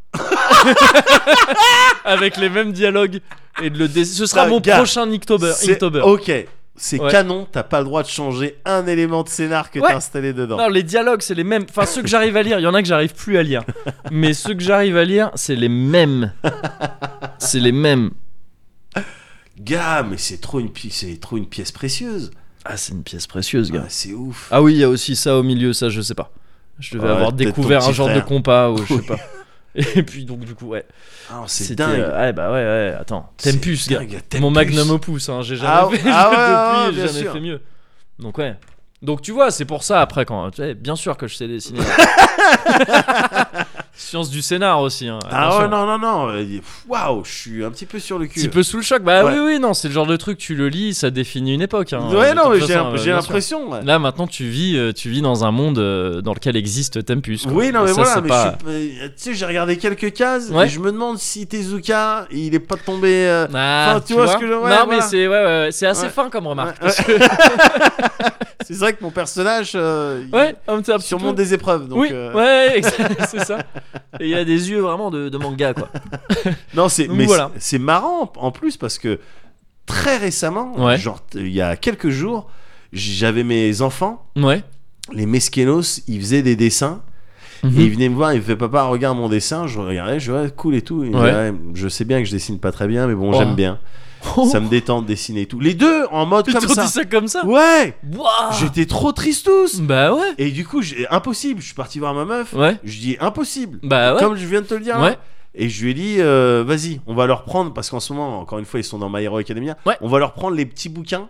avec les mêmes dialogues et de le. dé- Ce sera
Ça,
mon Ah,
gars,
prochain Inktober.
C'est-
Inktober.
Ok. c'est
Ouais.
canon, t'as pas le droit de changer un élément de scénar que
Ouais.
t'as installé dedans.
Non, les dialogues, c'est les mêmes. Enfin, ceux que j'arrive à lire, il y en a que j'arrive plus à lire. Mais ceux que j'arrive à lire, c'est les mêmes. C'est les mêmes.
Gars, mais c'est trop, une pi- c'est trop une pièce précieuse.
Ah, c'est une pièce précieuse, gars.
Ah, c'est ouf.
Ah oui, il y a aussi ça au milieu, ça, je sais pas. Je devais
Ouais,
avoir
peut-être
découvert
ton
un
petit
genre de
frère.
compas ou je sais
Oui.
pas. Et puis, donc, du coup, ouais.
Ah, non, c'est
C'était,
dingue.
euh, ouais, bah ouais, ouais, attends.
C'est
Tempus, gars.
dingue,
Mon
Tempus.
magnum opus, hein, j'ai jamais
Ah,
fait
ah ouais,
depuis,
ouais,
j'ai
bien
jamais
sûr.
fait mieux. Donc ouais. Donc tu vois, c'est pour ça après quand tu sais, bien sûr que je sais dessiner. Science du scénar aussi hein.
Ah
attention.
ouais, non, non, non. euh, Waouh, je suis un petit peu sur le
Petit
cul.
peu sous le choc. Bah
Ouais.
oui oui, non, c'est le genre de truc tu le lis, ça définit une époque hein.
ouais,
De
non,
toute
mais
façon,
j'ai
euh, bien
j'ai
sûr.
l'impression. ouais.
Là maintenant tu vis euh, tu vis dans un monde euh, dans lequel existe Tempus. quoi.
Oui, non,
Et
mais
ça,
voilà,
c'est
mais
pas-
je suis- euh, tu sais, j'ai regardé quelques cases
Ouais.
et je me demande si Tezuka, il est pas tombé. euh,
Ah,
Enfin, tu vois ce que je- ouais,
Non mais
voilà.
c'est ouais, ouais, ouais, c'est assez
Ouais.
fin comme remarque.
Ouais,
parce que-
C'est vrai que mon personnage, euh, il
Ouais, un petit- un petit
surmonte
peu.
des épreuves. Donc,
oui,
euh,
ouais, exa- c'est ça. Et il a des yeux vraiment de, de manga, quoi.
Non, c'est
Donc
mais
voilà.
c'est- c'est marrant en plus parce que très récemment,
Ouais.
genre t- il y a quelques jours, j'avais mes enfants,
Ouais.
les Mesquenos, ils faisaient des dessins
Mhm.
et ils venaient me voir, ils me faisaient papa regarde mon dessin, je regardais, je vois cool et tout. Ils me
Ouais.
disaient, Ouais, je sais bien que je dessine pas très bien, mais bon
Oh.
j'aime bien, ça me détend de dessiner et tout. Les deux en mode
Putain,
comme ça.
dit ça comme ça
Ouais,
Wouah
j'étais trop tristous.
Bah ouais.
Et du coup, j'ai- impossible, je suis parti voir ma meuf.
Ouais.
Je dis impossible.
Bah ouais.
Comme je viens de te le dire. là.
Ouais.
Et je lui ai dit, euh, vas-y, on va leur prendre, parce qu'en ce moment, encore une fois, ils sont dans My Hero Academia.
Ouais.
On va leur prendre les petits bouquins.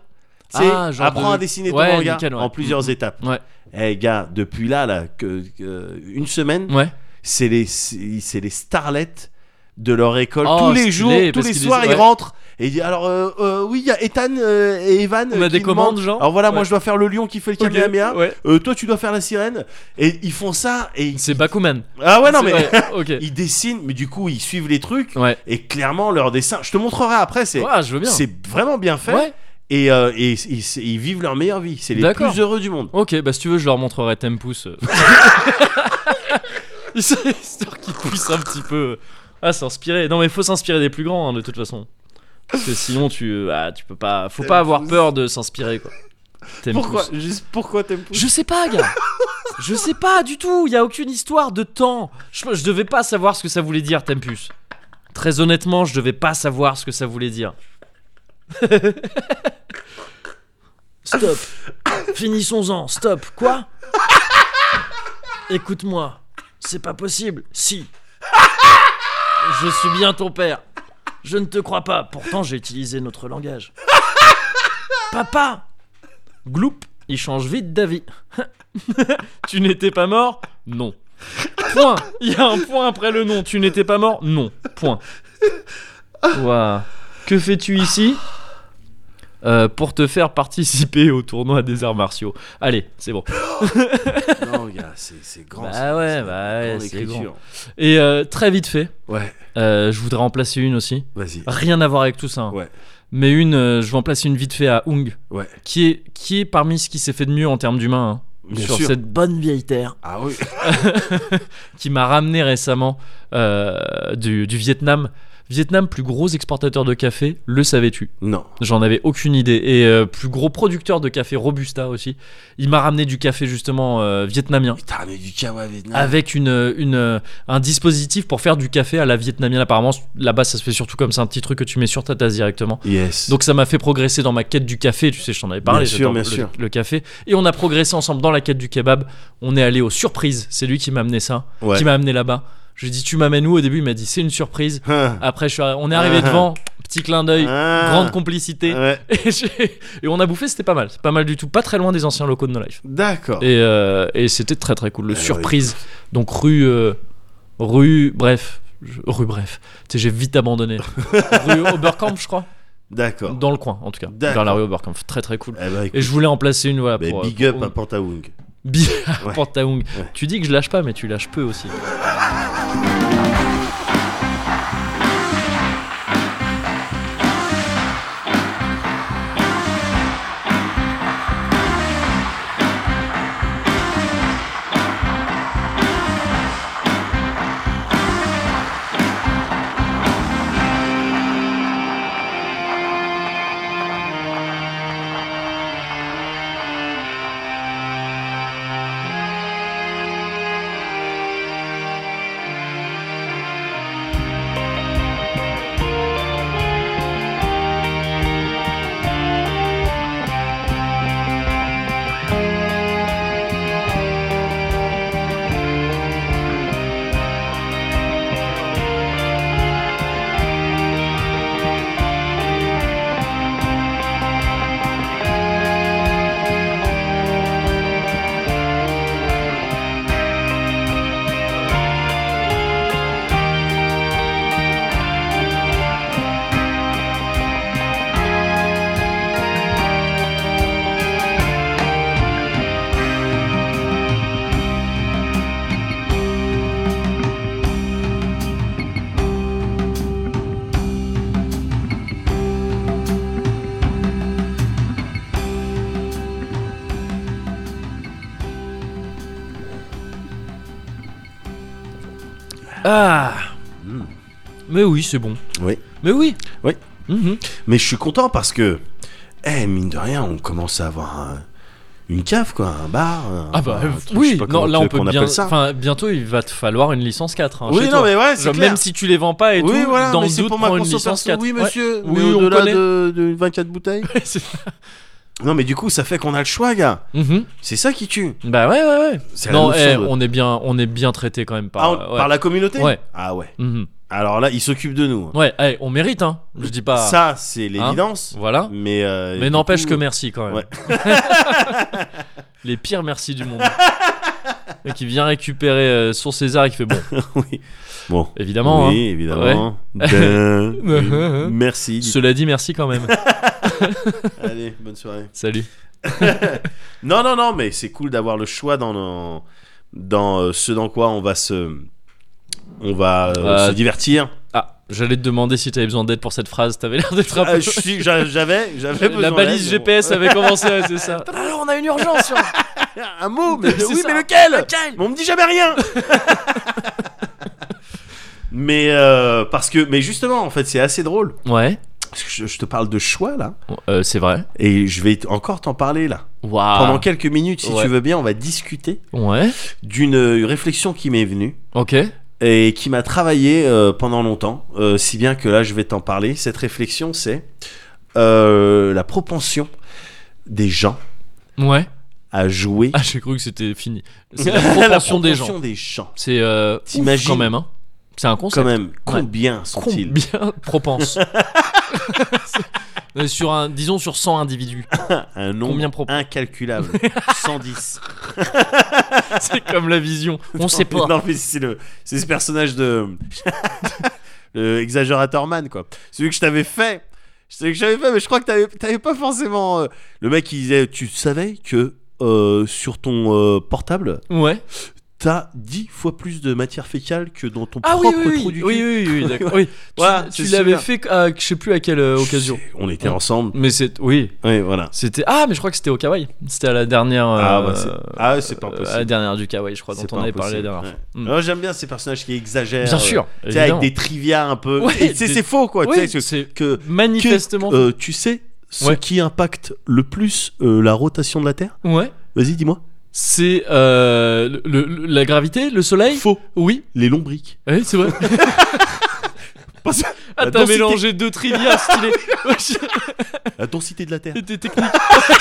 Tu
Ah,
sais,
genre
apprends
de-
à dessiner ton
Ouais,
manga
nickel, ouais. Mm,
en plusieurs étapes.
Ouais.
Eh gars, depuis là, là que, que- une semaine,
Ouais.
c'est les, c'est c'est les starlettes de leur école.
Oh,
tous
stylé,
les jours, tous
parce
les
qu'ils
soirs,
les-
ils
ouais.
rentrent. Et ils disent, alors, euh, euh, oui, il y a Ethan euh, et Evan.
On
euh,
a des
qui
commandes,
demandent.
genre
Alors voilà, moi,
Ouais.
je dois faire le lion qui fait le
Ok,
Kamehameha.
ouais.
Euh, toi, tu dois faire la sirène. Et ils font ça. Et ils-
C'est Bakuman.
Ah ouais, non,
C'est-
mais.
ouais, Ok.
Ils dessinent, mais du coup, ils suivent les trucs.
Ouais.
Et clairement, leur dessin, je te montrerai après, c'est
Ouais, je veux bien.
c'est vraiment bien fait.
Ouais.
Et, euh, et ils, ils- ils vivent leur meilleure vie. C'est les
D'accord.
plus heureux du monde.
Ok, bah si tu veux, je leur montrerai Tempus. euh. Histoire qu'ils puissent un petit peu. Ah, s'inspirer. Non, mais faut s'inspirer des plus grands, hein, de toute façon. Parce que sinon, tu, ah, tu peux pas. Faut pas avoir
Tempus.
peur de s'inspirer, quoi. Tempus.
Pourquoi Juste pourquoi t'aimes
Je sais pas, gars. Je sais pas du tout. Il y a aucune histoire de temps. Je, je devais pas savoir ce que ça voulait dire, Tempus. Très honnêtement, je devais pas savoir ce que ça voulait dire. Stop. Finissons-en. Stop. Quoi Écoute-moi. C'est pas possible. Si. Je suis bien ton père. Je ne te crois pas. Pourtant, j'ai utilisé notre langage. Papa Gloup, il change vite d'avis. tu n'étais pas mort Non. Point Il y a un point après le nom. Tu n'étais pas mort Non. Point. Ouah. Que fais-tu ici Euh, Pour te faire participer au tournoi des arts martiaux. Allez, c'est bon.
Non, gars, c'est c'est grand.
Bah
ça.
ouais,
C'est une
bah ouais,
grande
c'est
écriture.
Et euh, très vite fait,
Ouais,
euh, je voudrais en placer une aussi.
vas-y.
Rien à voir avec tout ça. hein.
Ouais.
Mais une, euh, je vais en placer une vite fait à Ung,
Ouais,
qui est, qui est parmi ce qui s'est fait de mieux en termes d'humains. hein,
bien
sur
sûr.
cette bonne vieille terre.
Ah oui.
qui m'a ramené récemment euh, du, du Vietnam. Vietnam, plus gros exportateur de café, le savais-tu
Non.
J'en avais aucune idée. Et euh, plus gros producteur de café Robusta aussi. Il m'a ramené du café justement euh, vietnamien.
Mais T'as ramené du kawa Vietnam.
Avec une, une, un dispositif pour faire du café à la vietnamienne. Apparemment, là-bas, ça se fait surtout comme ça, un petit truc que tu mets sur ta tasse directement.
Yes.
Donc ça m'a fait progresser dans ma quête du café, tu sais, je t'en avais parlé,
Bien sûr,
j'adore
bien
le,
sûr.
le café. Et on a progressé ensemble dans la quête du kebab. On est allé aux surprises, c'est lui qui m'a amené ça,
Ouais.
qui m'a amené là-bas. Je lui ai dit, tu m'amènes où Au début, il m'a dit, c'est une surprise.
Hein.
Après, je suis arri- on est arrivé
Ah.
devant, petit clin d'œil,
Ah.
grande complicité.
Ouais.
Et, j'ai- et on a bouffé, c'était pas mal, c'est pas mal du tout, pas très loin des anciens locaux de No Life.
D'accord.
Et, euh, et c'était très très cool, le
Ah ouais.
surprise. Donc rue, euh, rue, bref, je- rue bref. Tu sais, j'ai vite abandonné. rue Oberkampf, je crois.
D'accord.
Dans le coin, en tout cas.
D'accord.
Vers la rue Oberkampf. Très très cool.
Eh ben, écoute,
Et je voulais en placer une, voilà.
ben,
Pour,
big
pour-
up à Pantawung.
Big
Ouais.
pour Taung.
Ouais.
Tu dis que je lâche pas, mais tu lâches peu aussi. Ah
Mm.
Mais oui, c'est bon.
Oui.
Mais oui
Oui. Ah
Mhm.
Mais je suis content parce que, eh, mine de rien, on commence à avoir un- une cave, quoi, un bar. un-
Ah bah
un
euh,
truc, je sais
oui,
pas
non,
comment
là on
tu-
peut
qu'on
bien.
appelle ça.
Enfin, bientôt il va te falloir une licence 4. hein,
oui,
chez
non,
toi.
mais ouais, c'est
Genre,
clair.
même si tu les vends pas et
oui,
tout,
voilà,
dans
mais
le
c'est
doute,
pour ma
prends une
conso
licence
perso.
4.
Oui,
Ouais.
monsieur,
Oui,
mais
on
au-delà
connaît.
de, de 24 bouteilles. Non, mais du coup, ça fait qu'on a le choix, gars.
Mhm.
C'est ça qui tue.
Bah ouais, ouais, ouais.
C'est la
Non,
notion
eh,
de-
on est bien, on est bien traité quand même par.
Ah, on-
euh, ouais.
par la communauté
Ouais.
Ah ouais.
Mhm.
Alors là, ils s'occupent de nous.
Ouais, eh, on mérite, hein. Je dis pas.
Ça, c'est l'évidence.
Voilà.
Mais, euh,
Mais
du
n'empêche
coup,
que merci quand même.
Ouais.
Les pires merci du monde. Et qui vient récupérer euh, son César et qui fait bon,
oui. Bon.
évidemment.
oui, évidemment. Ben, oui. Merci.
hein. Cela dit, merci quand même.
Allez, bonne soirée.
Salut.
Non, non, non, mais c'est cool d'avoir le choix dans, nos- dans euh, ce dans quoi on va se, on va euh,
Euh,
se divertir.
Ah, j'allais te demander si t'avais besoin d'aide pour cette phrase. T'avais l'air d'être un peu.
Euh, je suis- j'a- j'avais, j'avais besoin
La balise
d'aide, mais
GPS avait commencé, ouais, c'est ça. Alors on a une urgence.
bon. Un mot, mais
C'est
oui,
ça.
mais lequel Mais on me dit jamais rien. mais euh, parce que, mais justement, en fait, c'est assez drôle.
Ouais,
Parce que je, je te parle de choix là,
euh, c'est vrai.
et je vais t- encore t'en parler là. Pendant
Waouh.
quelques minutes, si
Ah. Ouais.
tu veux bien, on va discuter
Ouais.
d'une euh, réflexion qui m'est venue.
Ok.
et qui m'a travaillé euh, pendant longtemps, euh, si bien que là je vais t'en parler. Cette réflexion, c'est euh, la propension des gens
Ouais.
à jouer
Ah, j'ai cru que c'était fini. C'est la propension des gens.
propension des gens.
C'est euh, ouf,
T'imagines
quand même, hein. C'est un
Quand
concept.
même, combien sont-ils
Combien propense Euh, Sur un, disons sur 100 individus.
Un nombre
Combien propen-
incalculable. 110.
C'est comme la vision. On sait pas.
Non, mais c'est le, c'est ce personnage de. le exagérateur man, quoi. Celui que je t'avais fait. Celui que j'avais fait, mais je crois que t'avais, t'avais pas forcément. euh, Le mec, il disait Tu savais que euh, sur ton euh, portable,
Ouais.
t'as 10 fois plus de matière fécale que dans ton
Ah oui,
propre
oui,
trou
oui,
du
oui,
cul.
oui, oui, d'accord. Oui. Tu-
Voilà,
tu
c'est
l'avais
celui-là.
fait, à, je sais plus à quelle euh, occasion.
Je sais, On était
Ouais.
ensemble.
Mais c'est, oui,
Oui, voilà.
c'était. Ah, mais je crois que c'était au Kawaii. C'était à la dernière.
ah,
euh,
bah, c'est... ah, c'est pas
euh,
impossible.
à la dernière du Kawaii, je crois, dont
C'est
on
pas
avait parlé la
impossible.
dernière. fois.
Ouais.
Mm.
Alors, j'aime bien ces personnages qui exagèrent.
Bien
euh,
sûr.
Tu sais, avec
évidemment.
des trivia un peu.
Ouais,
Et tu sais,
des-
c'est faux, quoi.
Oui,
tu sais,
c'est
que, que-
manifestement.
euh, tu sais ce
Ouais.
qui impacte le plus euh, la rotation de la Terre
Ouais.
Vas-y, dis-moi.
C'est euh, le- le- la gravité, le soleil.
Faux.
Oui.
Les lombriques.
Oui, c'est vrai.
Parce que
Ah,
La
t'as
densité.
mélangé deux trivia stylés. Ouais,
la densité de la Terre.
C'était technique.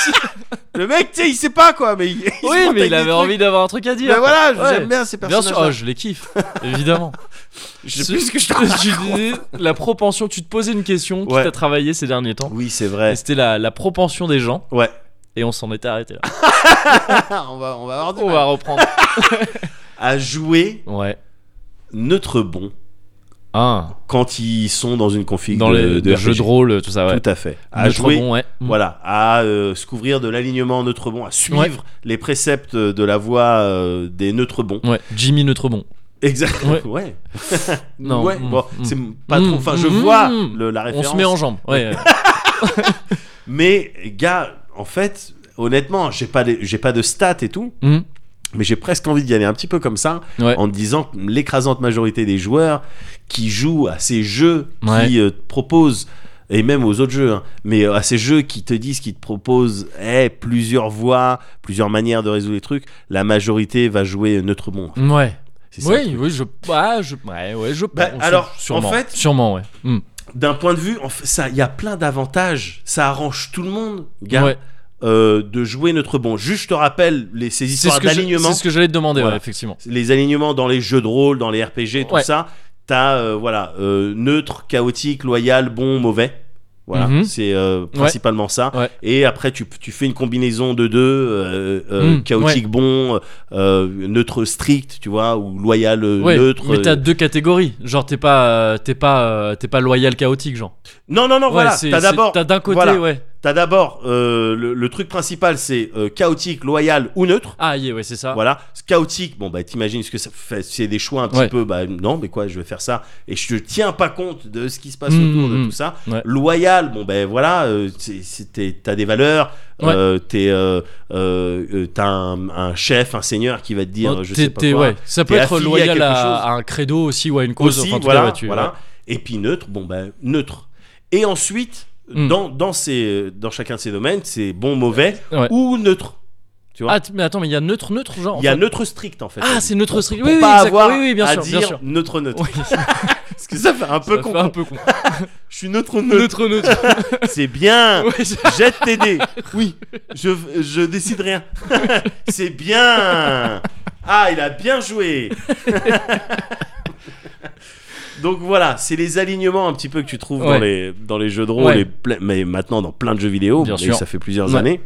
Le mec, tu sais, il sait pas, quoi. Mais il, il se
Oui,
monte
mais
avec
il
des
avait
trucs.
envie d'avoir un truc à dire.
Mais voilà,
Ouais.
j'aime bien ces
Bien
personnages.
sûr, oh, je les kiffe, évidemment.
Je sais plus ce que je te
Tu disais la propension, tu te posais une question qui
Ouais.
t'a travaillé ces derniers temps.
Oui, c'est vrai.
Et C'était la, la propension des gens
Ouais.
et on s'en était arrêté là.
Ah, on va, on va avoir du
On
mal.
va reprendre.
À jouer
Ouais.
neutre bon
Ah,
quand ils sont dans une config
dans
de,
les
de
de jeux
RPG.
de rôle, tout ça, ouais.
Tout à fait. À
Neutre
jouer.
bon, ouais. Mm.
Voilà, à euh, se couvrir de l'alignement neutre bon, à suivre
Ouais.
les préceptes de la voie euh, des neutres bons.
Ouais, Jimmy Neutre bon.
Exactement.
Mm. Ouais.
Ouais.
Non,
Ouais,
mm,
bon,
mm.
c'est pas
Mm,
trop. Enfin, je
mm,
vois
mm.
le- la
On
référence.
se met en jambes. Ouais. ouais.
Mais gars, en fait, honnêtement, j'ai pas, les- j'ai pas de stats et tout.
Mhm.
Mais j'ai presque envie d'y aller un petit peu comme ça,
Ouais.
en te disant que l'écrasante majorité des joueurs qui jouent à ces jeux
Ouais.
qui euh, te proposent, et même aux autres jeux, hein, mais euh, à ces jeux qui te disent, qui te proposent eh, plusieurs voies, plusieurs manières de résoudre les trucs, la majorité va jouer neutre bon.
Mm. Ouais.
C'est ça.
Oui, oui, je, ah, je, ouais, ouais, je.
Bah,
pense,
alors,
sûrement,
en fait-
sûrement, ouais. Mm.
D'un point de vue, en fait, ça, il y a plein d'avantages. Ça arrange tout le monde, gars,
Ouais.
euh, de jouer neutre bon. Juste, je te rappelle les, ces
C'est ce
histoires
que je-
d'alignement.
c'est ce que j'allais te demander,
Voilà.
ouais, effectivement.
les alignements dans les jeux de rôle, dans les RPG, tout
Ouais.
ça, t'as euh, voilà euh, neutre, chaotique, loyal, bon, mauvais. Voilà,
Mhm.
c'est euh, principalement ça.
Ouais.
Et après, tu, tu fais une combinaison de deux, euh, euh,
Mm,
chaotique bon, euh, neutre strict, tu vois, ou loyal euh,
Ouais,
neutre.
mais t'as
euh,
deux catégories. Genre t'es pas, euh, t'es pas, euh, t'es pas loyal chaotique, genre.
Non, non, non,
Ouais,
voilà,
c'est-
t'as
c'est-
d'abord.
d'un côté,
voilà.
ouais.
T'as d'abord euh, le, le truc principal, c'est euh, chaotique, loyal ou neutre.
Ah, yeah, ouais, c'est ça.
Voilà, chaotique, bon bah t'imagines ce que ça fait, c'est des choix un petit
Ouais.
peu, bah non mais quoi, je vais faire ça, et je tiens pas compte de ce qui se passe
Mmh,
autour de
mmh.
tout ça.
Ouais.
Loyal, bon ben voilà, euh, c'est- c'est- t'es- t'as des valeurs,
Ouais.
euh, t'es, euh, euh, euh, t'as un, un chef, un seigneur qui va te dire,
Ouais,
je
Oh, t'es-
sais pas
t'es-
quoi.
ouais, ça peut
T'es
être
affilié à
loyal
quelque
à,
chose.
à un credo aussi ou à une cause.
aussi,
enfin, en tout cas,
voilà,
ouais, tu-
voilà.
ouais.
Et puis neutre, bon ben neutre. Et ensuite,
Mm.
dans, dans, ces, dans chacun de ces domaines, c'est bon, mauvais
Ouais.
ou neutre. Tu vois
Ah, t- mais attends, mais il y a neutre, neutre, genre.
Il y a
enfin-
neutre strict en fait.
Ah, c'est neutre strict.
Pour
Oui, oui,
pas
exact.
avoir
oui, oui, bien
à
sûr,
dire
bien sûr.
neutre neutre.
Oui, ça
Parce que ça fait un peu
fait
con.
un peu con.
Je suis neutre
Neutre,
neutre.
neutre.
C'est bien.
Ouais, c'est-
Jette tes dés. Oui, je, je décide rien. c'est bien. Ah, il a bien joué. Donc voilà, c'est les alignements un petit peu que tu trouves dans,
Ouais.
les, dans les jeux de rôle,
Ouais.
et ple- mais maintenant dans plein de jeux vidéo,
Bien
et
sûr.
ça fait plusieurs
Ouais.
années.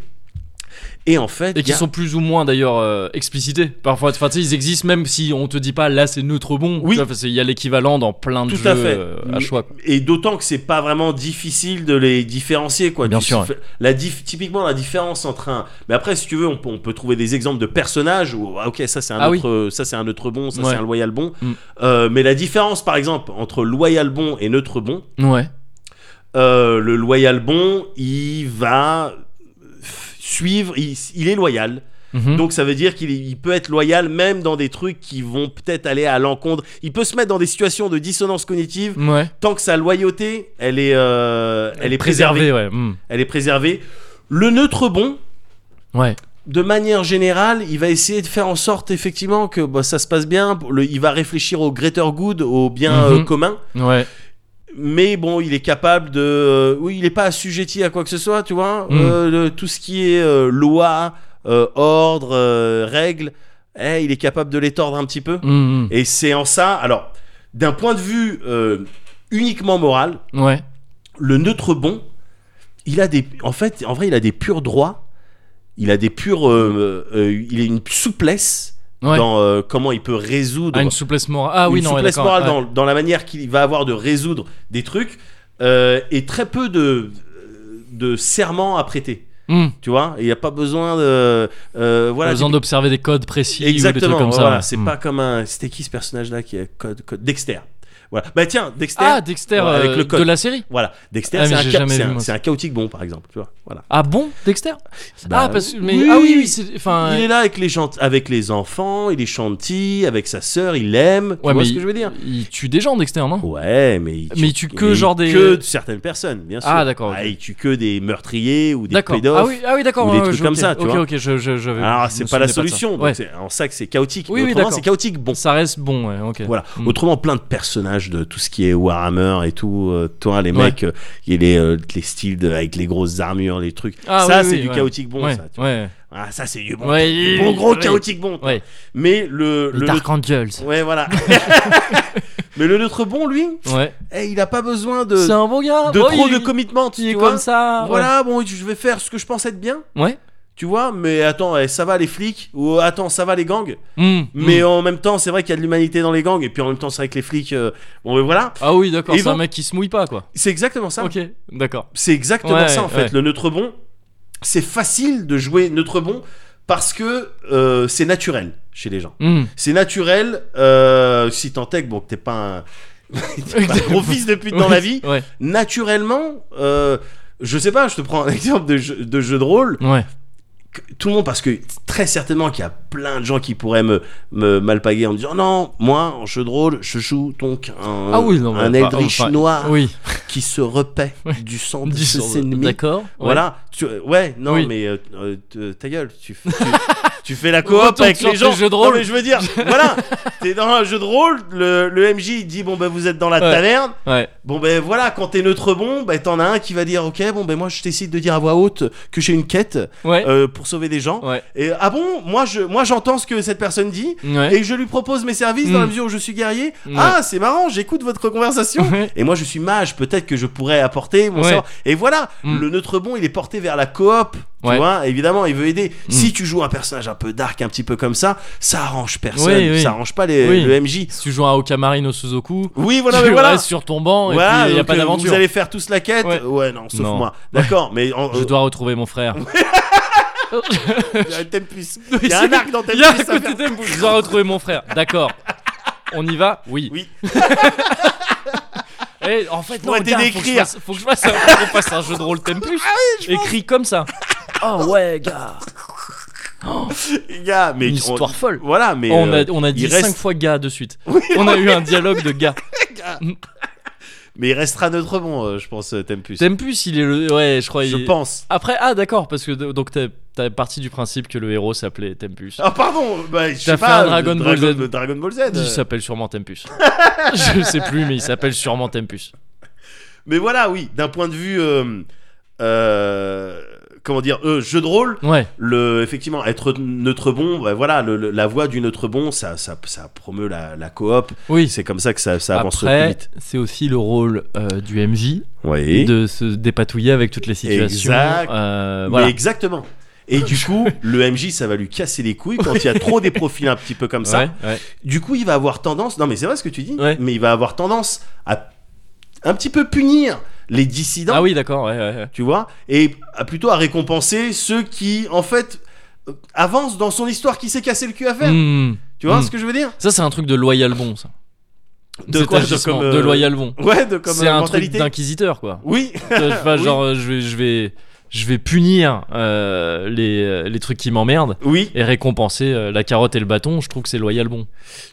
Et en fait,
Et qui
y a-
sont plus ou moins d'ailleurs euh, explicités. Parfois, enfin, tu sais, ils existent même si on te dit pas là c'est neutre bon. Tu
Oui.
vois, parce qu'il y a l'équivalent dans plein de
Tout
jeux
à fait.
euh,
Mais-
à choix. quoi.
et d'autant que c'est pas vraiment difficile de les différencier quoi
Bien
Tu-
sûr, ouais.
la dif- typiquement la différence entre un mais après si tu veux on peut, on peut trouver des exemples de personnages où ah, ok ça c'est un
Ah oui.
autre ça c'est un neutre bon ça
Ouais.
c'est un loyal bon
Mm.
Euh, mais la différence par exemple entre loyal bon et neutre bon
Ouais.
euh, le loyal bon il va suivre il, il est loyal
Mhm.
donc ça veut dire qu'il il peut être loyal même dans des trucs qui vont peut-être aller à l'encontre il peut se mettre dans des situations de dissonance cognitive
ouais.
tant que sa loyauté, elle est, euh, elle est préservée.
ouais. mm.
Elle est préservée. Le neutre bon,
Ouais.
de manière générale, il va essayer de faire en sorte effectivement que bah, ça se passe bien. Le- il va réfléchir au greater good, au bien
Mhm.
euh, commun.
Ouais.
Mais bon, il est capable de. euh, oui, il n'est pas assujetti à quoi que ce soit, tu vois.
Mm.
Euh, le- tout ce qui est euh, loi, euh, ordre, euh, règles, eh, il est capable de les tordre un petit peu.
Mm,
Et c'est en ça. Alors, d'un point de vue euh, uniquement moral,
mm. Ouais.
le neutre bon, il a des, en fait, en vrai, il a des purs droits. Il a des purs, euh, euh, il a une souplesse
Ouais.
dans euh, comment il peut résoudre
Ah, une souplesse morale. Ah oui,
une
non, ouais,
souplesse
d'accord,
morale
ouais.
dans, dans la manière qu'il va avoir de résoudre des trucs euh, et très peu de de serments à prêter.
Mm.
Tu vois, il n'y a pas besoin de euh, voilà.
Pas besoin d'observer des codes précis ou des
Exactement,
trucs comme ça.
voilà,
ouais.
c'est
Mm.
pas comme un. C'était qui ce personnage-là qui est code, code Dexter. Voilà. Bah tiens, Dexter.
Ah, Dexter
Ouais, avec
euh,
le code.
de la série.
Voilà, Dexter,
Ah, mais
c'est un,
j'ai
cha-
jamais
c'est
vu,
un-
moi,
c'est un chaotique bon, par exemple. Tu vois, voilà.
Ah bon, Dexter
Bah,
Ah parce que mais
oui,
ah oui
oui.
oui, c'est enfin
Il est là avec les, gens, avec les enfants, il est gentil, avec sa sœur, il l'aime. Tu
ouais,
vois
mais
ce que
il-
je veux dire
Il tue des gens Dexter, non
Ouais, mais il tue,
Mais il tue que
il
genre des-
que de certaines personnes, bien sûr.
Ah, d'accord,
Ah,
ok.
il tue que des meurtriers ou des
D'accord.
pédophiles.
Ah oui, ah oui d'accord.
ou des
ouais,
trucs
ouais, je-
comme
ok.
ça, tu
Ok,
vois.
ok, je, je, je-
Alors,
je
c'est
me
pas la
souvenais de ça.
solution. donc
Ouais.
c'est- on sait que c'est chaotique.
Oui, oui,
Autrement,
d'accord.
c'est chaotique bon.
Ça reste bon, ouais, ok.
Voilà.
Mm.
Autrement, plein de personnages de tout ce qui est Warhammer et tout. euh, toi, les
Ouais.
mecs, euh, il y a les, euh, les styles de- avec les grosses armures, les trucs.
Ah,
ça,
oui,
c'est
oui,
du
ouais.
chaotique bon.
ouais,
Ça, tu vois.
ouais.
Ah, ça, c'est du bon.
Ouais,
Du
oui,
bon gros
oui.
chaotique bon.
Ouais.
Mais le.
Les
le
Dark Angels.
Ouais, voilà. Mais le neutre bon, lui,
Ouais.
eh, il a pas besoin de,
C'est un bon gars.
de
Bon,
trop
il-
de commitment.
Il
Tu
est
vois
comme ça. ouais.
Voilà, bon, je vais faire ce que je pense être bien.
Ouais.
Tu vois, mais attends, eh, ça va les flics Ou attends, ça va les gangs
Mm, mm.
Mais en même temps, c'est vrai qu'il y a de l'humanité dans les gangs, et puis en même temps, c'est vrai que les flics. euh, Bon, mais voilà,
Ah oui, d'accord.
Et
C'est un
donc-
mec qui se mouille pas, quoi.
c'est exactement ça.
Ok, d'accord.
C'est exactement
Ouais,
ça en fait.
ouais.
Le neutre bon, c'est facile de jouer neutre bon parce que euh, c'est naturel chez les gens.
Mm.
C'est naturel, euh, si tant est que bon, que t'es pas un, t'es pas un gros fils de pute dans la vie,
Ouais.
naturellement, euh, je sais pas, je te prends un exemple de jeu de, jeu de rôle,
Ouais.
que tout le monde, parce que très certainement qu'il y a plein de gens qui pourraient me, me malpaguer en me disant non, moi en jeu de rôle, je joue donc un,
Ah oui, non,
un
bah,
Eldritch
enfin,
noir
Oui.
qui se repaît
Ouais.
du sang de
Dix
ses
sur deux.
ennemis.
D'accord. ouais.
Voilà, tu- euh, ouais, non,
Oui.
mais euh, euh, te- ta gueule, tu, f- tu, tu fais la coop
Retourne
avec
sur
les gens.
tes jeux de rôle.
Non, mais je veux dire, voilà, t'es dans un jeu de rôle, le, le MJ il dit bon ben vous êtes dans la
Ouais.
taverne,
Ouais.
bon ben voilà, quand t'es neutre bon, ben t'en as un qui va dire ok, bon ben moi je décide de dire à voix haute que j'ai une quête
Ouais.
euh, pour sauver des gens.
Ouais.
Et ah bon, moi je, moi j'entends ce que cette personne dit.
Ouais.
Et je lui propose mes services dans la
Mm.
mesure où je suis guerrier.
Ouais.
Ah, c'est marrant, j'écoute votre conversation.
Ouais.
Et moi, je suis mage, peut-être que je pourrais apporter mon
Ouais.
sort. Et voilà,
Mm.
le neutre bon, il est porté vers la coop,
Ouais.
Tu vois, évidemment, il veut aider.
Mm.
Si tu joues un personnage un peu dark, un petit peu comme ça, ça arrange personne.
Oui, oui.
Ça arrange pas les,
Oui.
le MJ.
Si tu joues à Okamarino Suzoku,
Oui, voilà,
tu
mais voilà.
restes sur ton banc et
Voilà,
puis il n'y a
donc,
pas
euh,
d'aventure.
Vous allez faire tous la quête
Ouais.
Ouais, non, sauf
Non.
moi. D'accord, mais en-
Je dois retrouver mon frère.
il y a un Tempus. euh, Il y a un
c'est-
arc dans Tempus.
Il y a un
ça
côté
fait-
d'Embo- Je dois retrouver mon frère. D'accord. On y va Oui.
Oui.
Eh, en fait, non,
Pourrais
gars,
t'aider
faut
à
que, je
écrire.
fasse, faut que je fasse un, qu'on fasse un jeu de rôle Tempus.
Ah
écrit comme ça. Oh ouais, gars.
Les gars, mais
Une
on-
histoire folle.
Voilà, mais
on,
euh,
a, on a
il
dit
reste-
5 fois gars de suite. on a eu un dialogue de gars.
mais il restera notre bon, euh, je pense, euh, Tempus.
Tempus, il est le. Ouais, je crois.
Je
il-
pense.
Après, ah d'accord, parce que de- donc t'es t'es parti du principe que le héros s'appelait Tempus.
Ah pardon, bah, je
T'as
sais
fait
pas.
un
euh,
Dragon Ball Z.
euh, Dragon Ball Z. euh.
Il s'appelle sûrement Tempus. je sais plus, mais il s'appelle sûrement Tempus.
Mais voilà, oui, d'un point de vue, euh, euh, comment dire, euh, jeu de rôle,
Ouais.
le, effectivement, être neutre bon, bah, voilà, le- le- la voix du neutre bon, ça, ça, ça promeut la, la coop.
Oui.
C'est comme ça que ça, ça avance plus
Après,
vite.
c'est aussi le rôle euh, du MJ
Oui.
de euh, se dépatouiller avec toutes les situations.
Exact.
euh, voilà.
Mais exactement. Et du coup, le MJ, ça va lui casser les couilles quand il y a trop des profils un petit peu comme ça.
Ouais, ouais.
Du coup, il va avoir tendance, non mais c'est vrai ce que tu dis,
Ouais.
mais il va avoir tendance à un petit peu punir les dissidents.
Ah oui, d'accord. Ouais, ouais, ouais.
tu vois, et à- plutôt à récompenser ceux qui, en fait, euh, avancent dans son histoire qui s'est cassé le cul à faire.
Hmm.
Tu vois
Mm.
ce que je veux dire
Ça, c'est un truc de loyal bon, ça.
De
Cet
quoi, de
agissement,
comme, euh,
de loyal bon.
Ouais, de comme
C'est
euh,
un truc
mentalité.
d'inquisiteur, quoi.
oui,
Je sais pas,
Oui.
genre, euh, je vais, je vais, je vais punir euh, les, les trucs qui m'emmerdent
oui,
et récompenser euh, la carotte et le bâton. Je trouve que c'est loyal bon.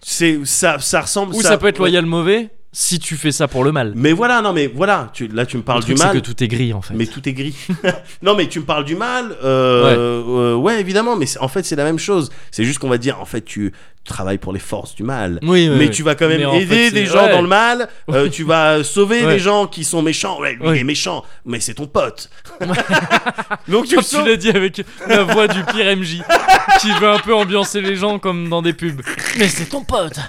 c'est ça, ça ressemble.
Ou ça, peut être loyal mauvais si tu fais ça pour le mal.
Mais voilà, non, mais voilà, tu, là tu me
Le
parles du
truc,
mal,
c'est que tout est gris en fait.
mais tout est gris. non, mais tu me parles du mal. euh,
Ouais.
euh, ouais, évidemment, mais c'est- en fait c'est la même chose. C'est juste qu'on va dire, en fait, tu travailles pour les forces du mal.
Oui, oui,
mais
oui.
tu vas quand
Mais
même
en fait,
aider
c'est-
des gens
ouais.
dans le mal, euh, tu vas sauver
Ouais.
des gens qui sont méchants. Ouais, lui
Ouais.
il est méchant, mais c'est ton pote. Donc tu
Comme
le
tu
sauves.
l'as dit avec la voix du pire MJ qui veut un peu ambiancer les gens comme dans des pubs. Mais c'est ton pote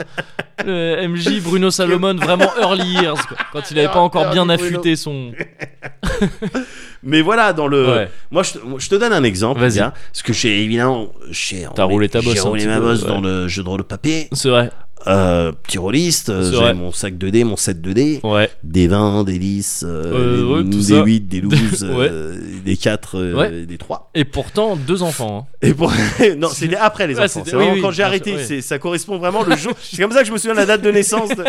Le MJ Bruno Salomon, vraiment early years, quoi, quand il avait pas encore bien
Ah, Early Bruno.
affûté son.
Mais voilà, dans le.
Ouais.
Moi, je, te- moi, je te donne un exemple.
Vas-y.
bien, Parce que j'ai évidemment. j'ai-
T'as roulé ta bosse hein,
J'ai
un
roulé
petit
ma
peu,
bosse
ouais.
dans le jeu de rôle papier.
C'est vrai,
Euh, petit rôliste. euh,
C'est
J'ai
vrai.
mon sac 2D, mon 7 2D.
ouais.
Des 20, des 10,
Euh, ouais, tout
des
ça.
8, des 12, euh, des 4, euh,
Ouais.
des 3.
Et pourtant, deux enfants. hein.
Et pour... non, c'était après les
Ah,
enfants.
c'était-
C'est
oui,
vraiment
oui,
quand j'ai
bien sûr,
arrêté.
oui.
c'est- Ça correspond vraiment le jour. C'est comme ça que je me souviens de la date de naissance. de-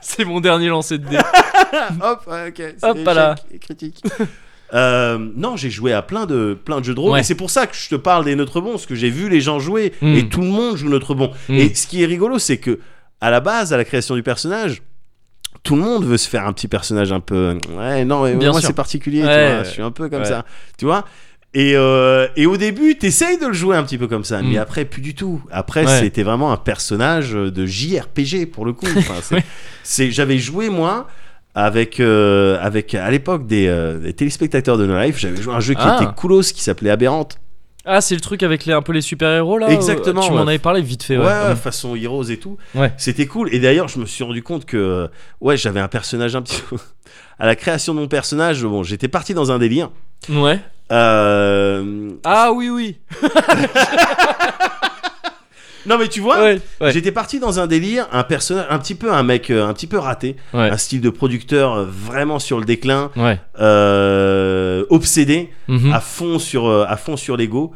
C'est mon dernier lancer de dés.
Hop, ouais, ok. c'est
Hop, pas là.
échec, Critique. Euh, non, j'ai joué à plein de, plein de jeux de rôle.
Ouais.
Et c'est pour ça que je te parle des Notre Bon, parce que j'ai vu les gens jouer.
Mm.
Et tout le monde joue Notre Bon.
Mm.
Et ce qui est rigolo, c'est que, à la base, à la création du personnage, tout le monde veut se faire un petit personnage un peu. Ouais, non, mais
Bien
moi,
sûr.
c'est particulier. tu
Ouais.
vois, je suis un peu comme
Ouais.
ça. Tu vois et, euh, et au début, t'essayes de le jouer un petit peu comme ça,
Mm.
mais après, plus du tout. Après,
Ouais.
c'était vraiment un personnage de JRPG pour le coup. Enfin, c'est- c'est- J'avais joué, moi, avec, euh, avec à l'époque des, euh, des téléspectateurs de No Life, j'avais joué à un jeu qui
Ah.
était coolos qui s'appelait Aberrante.
Ah, c'est le truc avec les, un peu les super-héros là euh,
Exactement,
Tu
ouais.
m'en avais parlé vite fait,
Ouais,
ouais.
ouais, façon Heroes et tout.
Ah Ouais.
C'était cool. Et d'ailleurs, je me suis rendu compte que euh, ouais, j'avais un personnage un petit peu. à la création de mon personnage, bon, j'étais parti dans un délire.
Mm. Ouais.
Euh,
Ah oui, oui.
Non, mais tu vois,
Ouais, ouais.
j'étais parti dans un délire, un personnage, un petit peu un mec, euh, un petit peu raté,
Ouais.
un style de producteur euh, vraiment sur le déclin,
Ouais.
euh, obsédé.
Mhm.
à fond sur euh, à fond sur l'ego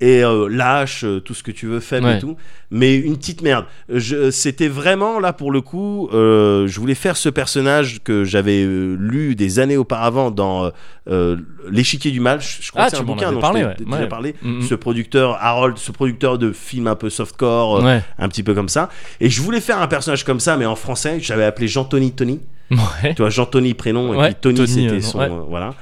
et euh, lâche euh, tout ce que tu veux faible
Ouais.
et tout mais une petite merde Je- c'était vraiment là pour le coup euh, je voulais faire ce personnage que j'avais euh, lu des années auparavant dans euh, euh, l'échiquier du mal je, je crois
Ah,
que c'est
tu
un
m'en
bouquin
avais
dont
parlé,
je t'ai
ouais.
déjà
Ouais.
parlé
Mhm.
ce producteur Harold ce producteur de films un peu softcore euh,
Ouais.
un petit peu comme ça et je voulais faire un personnage comme ça mais en français j'avais appelé Jean Tony Tony
Ouais.
tu vois Jean-Tony prénom
Ouais,
et puis Tony,
Tony,
c'était
euh,
son
ouais.
euh, voilà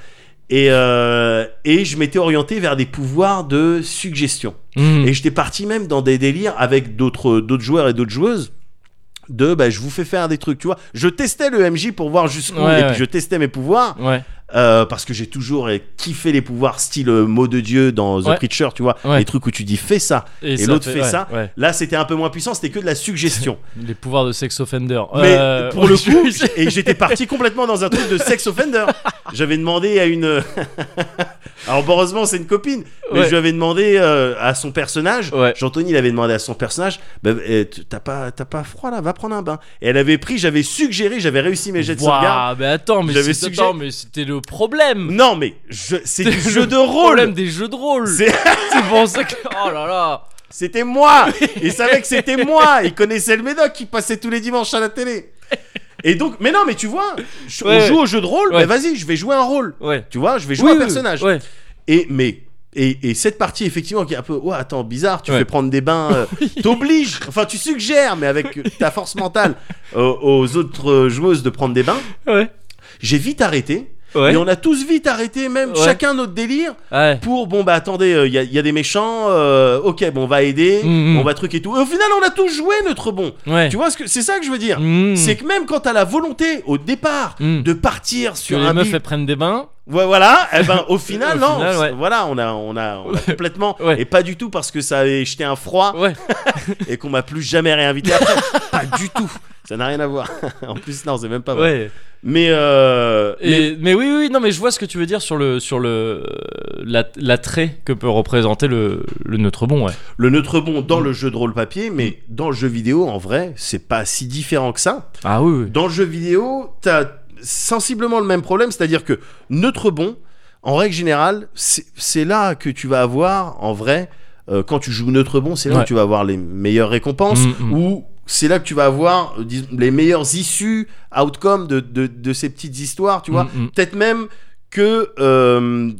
et, euh, et je m'étais orienté vers des pouvoirs de suggestion
Mhm.
et j'étais parti même dans des délires avec d'autres d'autres joueurs et d'autres joueuses de bah, je vous fais faire des trucs tu vois je testais le MJ pour voir jusqu'où
Ouais,
et
ouais.
puis je testais mes pouvoirs
Ouais.
euh, parce que j'ai toujours euh, kiffé les pouvoirs style euh, mot de dieu dans The
Ouais.
Preacher tu vois
Ouais.
les trucs où tu dis fais ça et
ça
l'autre fait ça.
ouais.
là c'était un peu moins puissant c'était que de la suggestion
Les pouvoirs de sex offender.
Mais
Euh,
pour le
je-
coup,
je-
et j'étais parti complètement dans un truc de sex offender. J'avais demandé à une Alors, bon, heureusement, c'est une copine. Mais
Ouais.
je lui avais demandé euh, à son personnage.
Ouais.
Jean-Tony, il avait demandé à son personnage bah, euh, t- T'as pas, t'as pas froid là, va prendre un bain. Et elle avait pris, j'avais suggéré, j'avais réussi mes jets de
Ouah,
sauvegarde.
mais attends, mais
J'avais
c'est-
suggéré-
attends, mais c'était le problème.
Non, mais je- c'est du
C'était
jeu
le
de rôle.
problème des jeux de rôle.
C'est-
C'est pour ça que. Oh là là.
C'était moi Il savait que c'était moi Il connaissait le médoc qui passait tous les dimanches à la télé Et donc, mais non, mais tu vois, je-
Ouais,
on joue
ouais.
au jeu de rôle,
Ouais.
mais vas-y, je vais jouer un rôle.
Ouais.
Tu vois, je vais jouer
Oui, oui,
un personnage.
Ouais.
Et mais et, et cette partie effectivement qui est un peu ouais attends bizarre tu
Ouais.
fais prendre des bains euh, t'obliges enfin tu suggères mais avec ta force mentale euh, aux autres joueuses de prendre des bains
Ouais.
j'ai vite arrêté
Ouais.
et on a tous vite arrêté même
Ouais.
chacun notre délire
Ouais.
pour bon bah attendez il y, a- y a des méchants euh, ok bon on va aider
Mhm.
on va truc et tout et au final on a tous joué notre bon
Ouais.
tu vois ce que c'est ça que je veux dire
Mhm.
c'est que même quand t'as la volonté au départ
Mhm.
de partir
que
sur
les
un
meufs
bip-
elles prennent des bains.
Ouais, voilà, eh ben, au final,
Au
non.
final, ouais.
Voilà, on a, on a, on a complètement.
Ouais.
Et pas du tout parce que ça avait jeté un froid
Ouais.
et qu'on m'a plus jamais réinvité après. pas du tout. Ça n'a rien à voir. en plus, non, c'est même pas vrai.
Ah Ouais.
Mais. Euh, mais-
Et, mais oui, oui, oui, non, mais je vois ce que tu veux dire sur le sur le euh, la- l'attrait que peut représenter le, le neutre bon, ouais.
Le neutre bon dans le jeu de rôle papier, mais dans le jeu vidéo, en vrai, c'est pas si différent que ça.
Ah oui, oui.
Dans le jeu vidéo, t'as sensiblement le même problème, c'est-à-dire que neutre bon, en règle générale, c'est c'est là que tu vas avoir, en vrai, euh, quand tu joues neutre bon, c'est là
Ouais.
que tu vas avoir les meilleures récompenses,
Mm, mm.
ou c'est là que tu vas avoir euh, dis- les meilleures issues, outcomes de, de- de ces petites histoires, tu vois.
Mm, mm.
Peut-être même que... euh,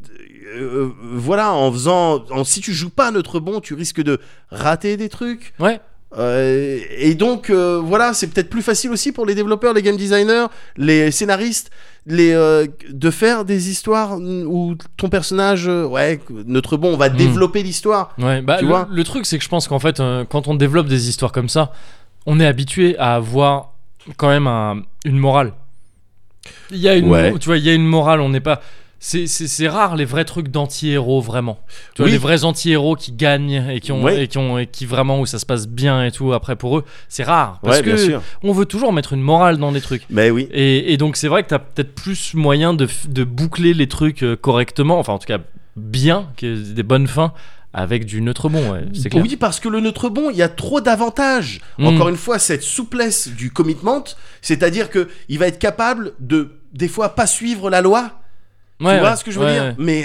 euh, voilà, en faisant, en- si tu joues pas neutre bon, tu risques de rater des trucs.
Ouais.
Euh, et donc euh, voilà, c'est peut-être plus facile aussi pour les développeurs, les game designers, les scénaristes, les euh, de faire des histoires où ton personnage, euh, ouais, notre bon, on va
Mm.
développer l'histoire.
Ouais, bah,
Tu
le,
vois
le truc, c'est que je pense qu'en fait, euh, quand on développe des histoires comme ça, on est habitué à avoir quand même un- une morale. Il y a une,
Ouais.
tu vois, il y a une morale. On n'est pas. C'est, c'est, c'est rare les vrais trucs d'anti-héros vraiment. Tu vois,
Oui.
les vrais anti-héros qui gagnent et qui ont
Ouais.
et qui ont et qui vraiment où ça se passe bien et tout après pour eux, c'est rare parce
Ouais,
que
bien sûr.
on veut toujours mettre une morale dans les trucs.
Mais oui.
Et, et donc c'est vrai que t'as peut-être plus moyen de, f- de boucler les trucs euh, correctement, enfin en tout cas bien, que des bonnes fins avec du neutre bon, ouais, c'est clair.
Oui, parce que le neutre bon, il y a trop d'avantages.
Mm.
Encore une fois, cette souplesse du commitment, c'est-à-dire que il va être capable de des fois pas suivre la loi.
Ouais,
tu vois
ouais,
ce que je veux
ouais,
dire
ouais.
Mais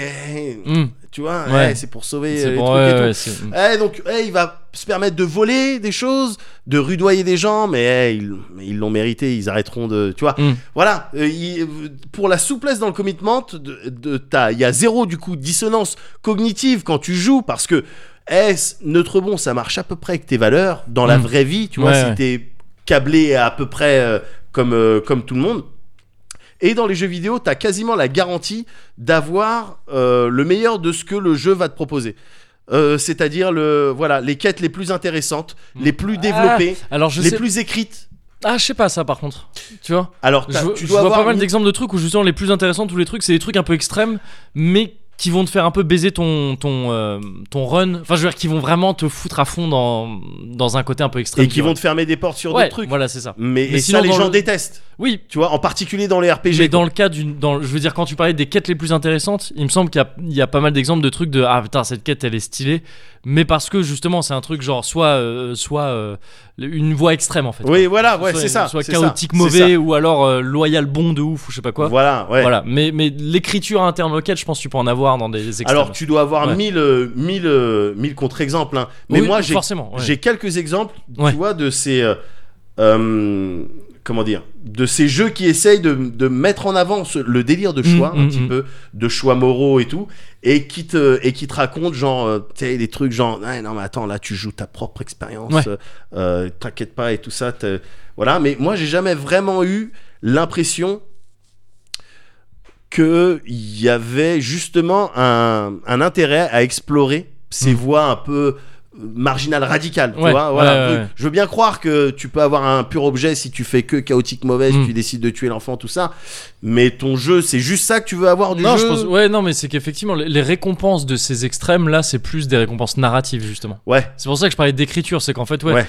eh,
Mm.
tu vois,
Ouais.
eh, c'est pour sauver euh,
C'est
les
bon,
trucs
ouais,
et tout.
ouais, c'est- mm.
Eh, donc, eh, il va se permettre de voler des choses, de rudoyer des gens, mais eh, ils mais ils l'ont mérité, ils arrêteront de. Tu vois,
Mm.
voilà. euh, il- pour la souplesse dans le commitment, de, de ta- il y a zéro du coup dissonance cognitive quand tu joues parce que, eh, c- neutre bon, ça marche à peu près avec tes valeurs dans la
Mm.
vraie vie, tu
Ouais,
vois, si
ouais.
t'es câblé à peu près euh, comme, euh, comme tout le monde. Et dans les jeux vidéo, t'as quasiment la garantie d'avoir euh, le meilleur de ce que le jeu va te proposer. Euh, c'est-à-dire le voilà les quêtes les plus intéressantes, les plus développées,
Alors Ah, je
les
sais,
plus écrites.
ah je sais pas ça par contre, tu vois.
Alors
Je,
t'as-
vois-
tu
je
dois
vois
avoir
pas mal
une-
d'exemples de trucs où justement les plus intéressants tous les trucs, c'est des trucs un peu extrêmes, mais qui vont te faire un peu baiser ton ton euh, ton run. Enfin je veux dire qui vont vraiment te foutre à fond dans dans un côté un peu extrême.
et qui vont te fermer des portes sur
ouais,
d'autres trucs.
Voilà c'est ça.
Mais,
Mais
et
sinon,
ça les
dans
gens
le-
détestent.
Oui,
Tu vois, en particulier dans les RPG.
Mais dans le cas d'une. Dans, je veux dire, quand tu parlais des quêtes les plus intéressantes, il me semble qu'il y a- il y, a pas mal d'exemples de trucs de Ah putain, cette quête elle est stylée. Mais parce que justement, c'est un truc genre soit. euh, soit euh, une voie extrême en fait.
oui,
quoi.
voilà, ouais,
soit,
c'est ça.
Soit
c'est
chaotique
ça, c'est
mauvais
ça.
ou alors euh, loyal bon de ouf ou je sais pas quoi. Voilà.
Voilà, ouais.
Mais, mais l'écriture interne aux quêtes, je pense que tu peux en avoir dans des extrêmes.
Alors tu dois avoir
Ouais.
mille, euh, mille, euh, mille contre-exemples. hein. Mais
Oui,
moi j'ai
Forcément. ouais.
J'ai quelques exemples,
Ouais.
tu vois, de ces. euh, euh, comment dire De ces jeux qui essayent de, de mettre en avant ce- le délire de
Mm,
choix, un
mm,
petit
mm.
peu, de choix moraux et tout, et qui te, et qui te racontent, genre, euh, tu sais, des trucs genre, Ouais, non, mais attends, là, tu joues ta propre expérience,
Ouais.
euh, euh, t'inquiète pas et tout ça. t'es- Voilà, mais moi, j'ai jamais vraiment eu l'impression qu'il y avait justement un, un intérêt à explorer ces voies un peu euh, marginales, radicales. tu
Hmm. Ouais,
vois, voilà,
ouais,
un
ouais.
peu- Je veux bien croire que tu peux avoir un pur objet si tu fais que chaotique mauvais, si
Mm.
tu décides de tuer l'enfant, tout ça. Mais ton jeu, c'est juste ça que tu veux avoir du
Non, je
jeu.
pense. Ouais, non, mais c'est qu'effectivement, les- les récompenses de ces extrêmes là, c'est plus des récompenses narratives justement.
Ouais,
C'est pour ça que je parlais d'écriture, c'est qu'en fait, ouais.
Ouais.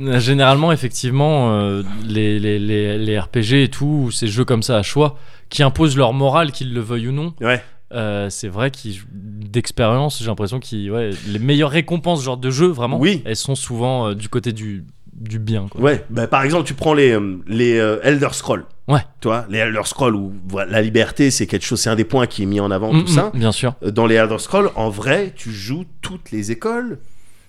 euh, Généralement, effectivement, euh, les, les, les, les RPG et tout, ou ces jeux comme ça à choix, qui imposent leur morale, qu'ils le veuillent ou non,
ouais.
euh, c'est vrai qu'ils d'expérience, j'ai l'impression que ouais, les meilleures récompenses genre de jeu, vraiment,
Oui.
elles sont souvent euh, du côté du, du bien. Quoi.
Ouais, bah, par exemple, tu prends les, euh, les euh, Elder Scrolls.
Ouais.
Tu vois, les Elder Scrolls où voilà, la liberté, c'est quelque chose, c'est un des points qui est mis en avant,
Mm,
tout ça.
mm, Bien sûr.
Euh, Dans les Elder Scrolls, en vrai, tu joues toutes les écoles.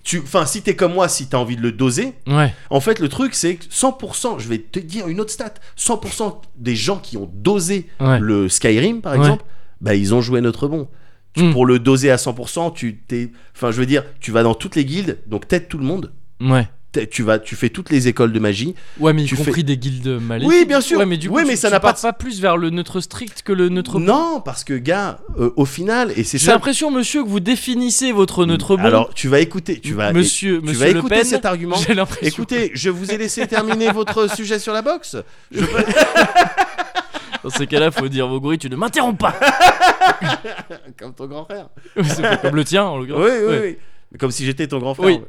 Tu, enfin, si t'es comme moi, si t'as envie de le doser,
Ouais.
en fait, le truc, c'est que 100%, je vais te dire une autre stat, 100% des gens qui ont dosé
Ouais.
le Skyrim, par
Ouais.
exemple, bah, ils ont joué notre bon. Tu-
Mm.
Pour le doser à 100%, tu t'es, enfin, je veux dire, tu vas dans toutes les guildes, donc t'aides tout le monde.
Ouais.
T'aides- Tu vas, tu fais toutes les écoles de magie.
Ouais, mais y
Tu
compris
fais-
des guildes maléfiques.
Oui, bien sûr.
Ouais, mais du coup,
Oui,
tu-
mais ça
tu
n'a pas
pars plus vers le neutre strict que le neutre.
Non, parce que gars, euh, au final, et c'est
J'ai
ça.
l'impression, monsieur, que vous définissez votre neutre bon.
Alors, tu vas écouter, tu vas,
monsieur,
tu
monsieur
vas
Le
écouter
Pen.
cet argument.
J'ai l'impression.
Écoutez, je vous ai laissé terminer votre sujet sur la boxe.
Dans ces cas-là, faut dire vos gorilles, tu ne m'interromps pas.
Comme ton grand frère.
C'est pas comme le tien, en
Oui,
l'occurrence.
oui,
Ouais.
oui. Comme si j'étais ton grand frère.
Oui.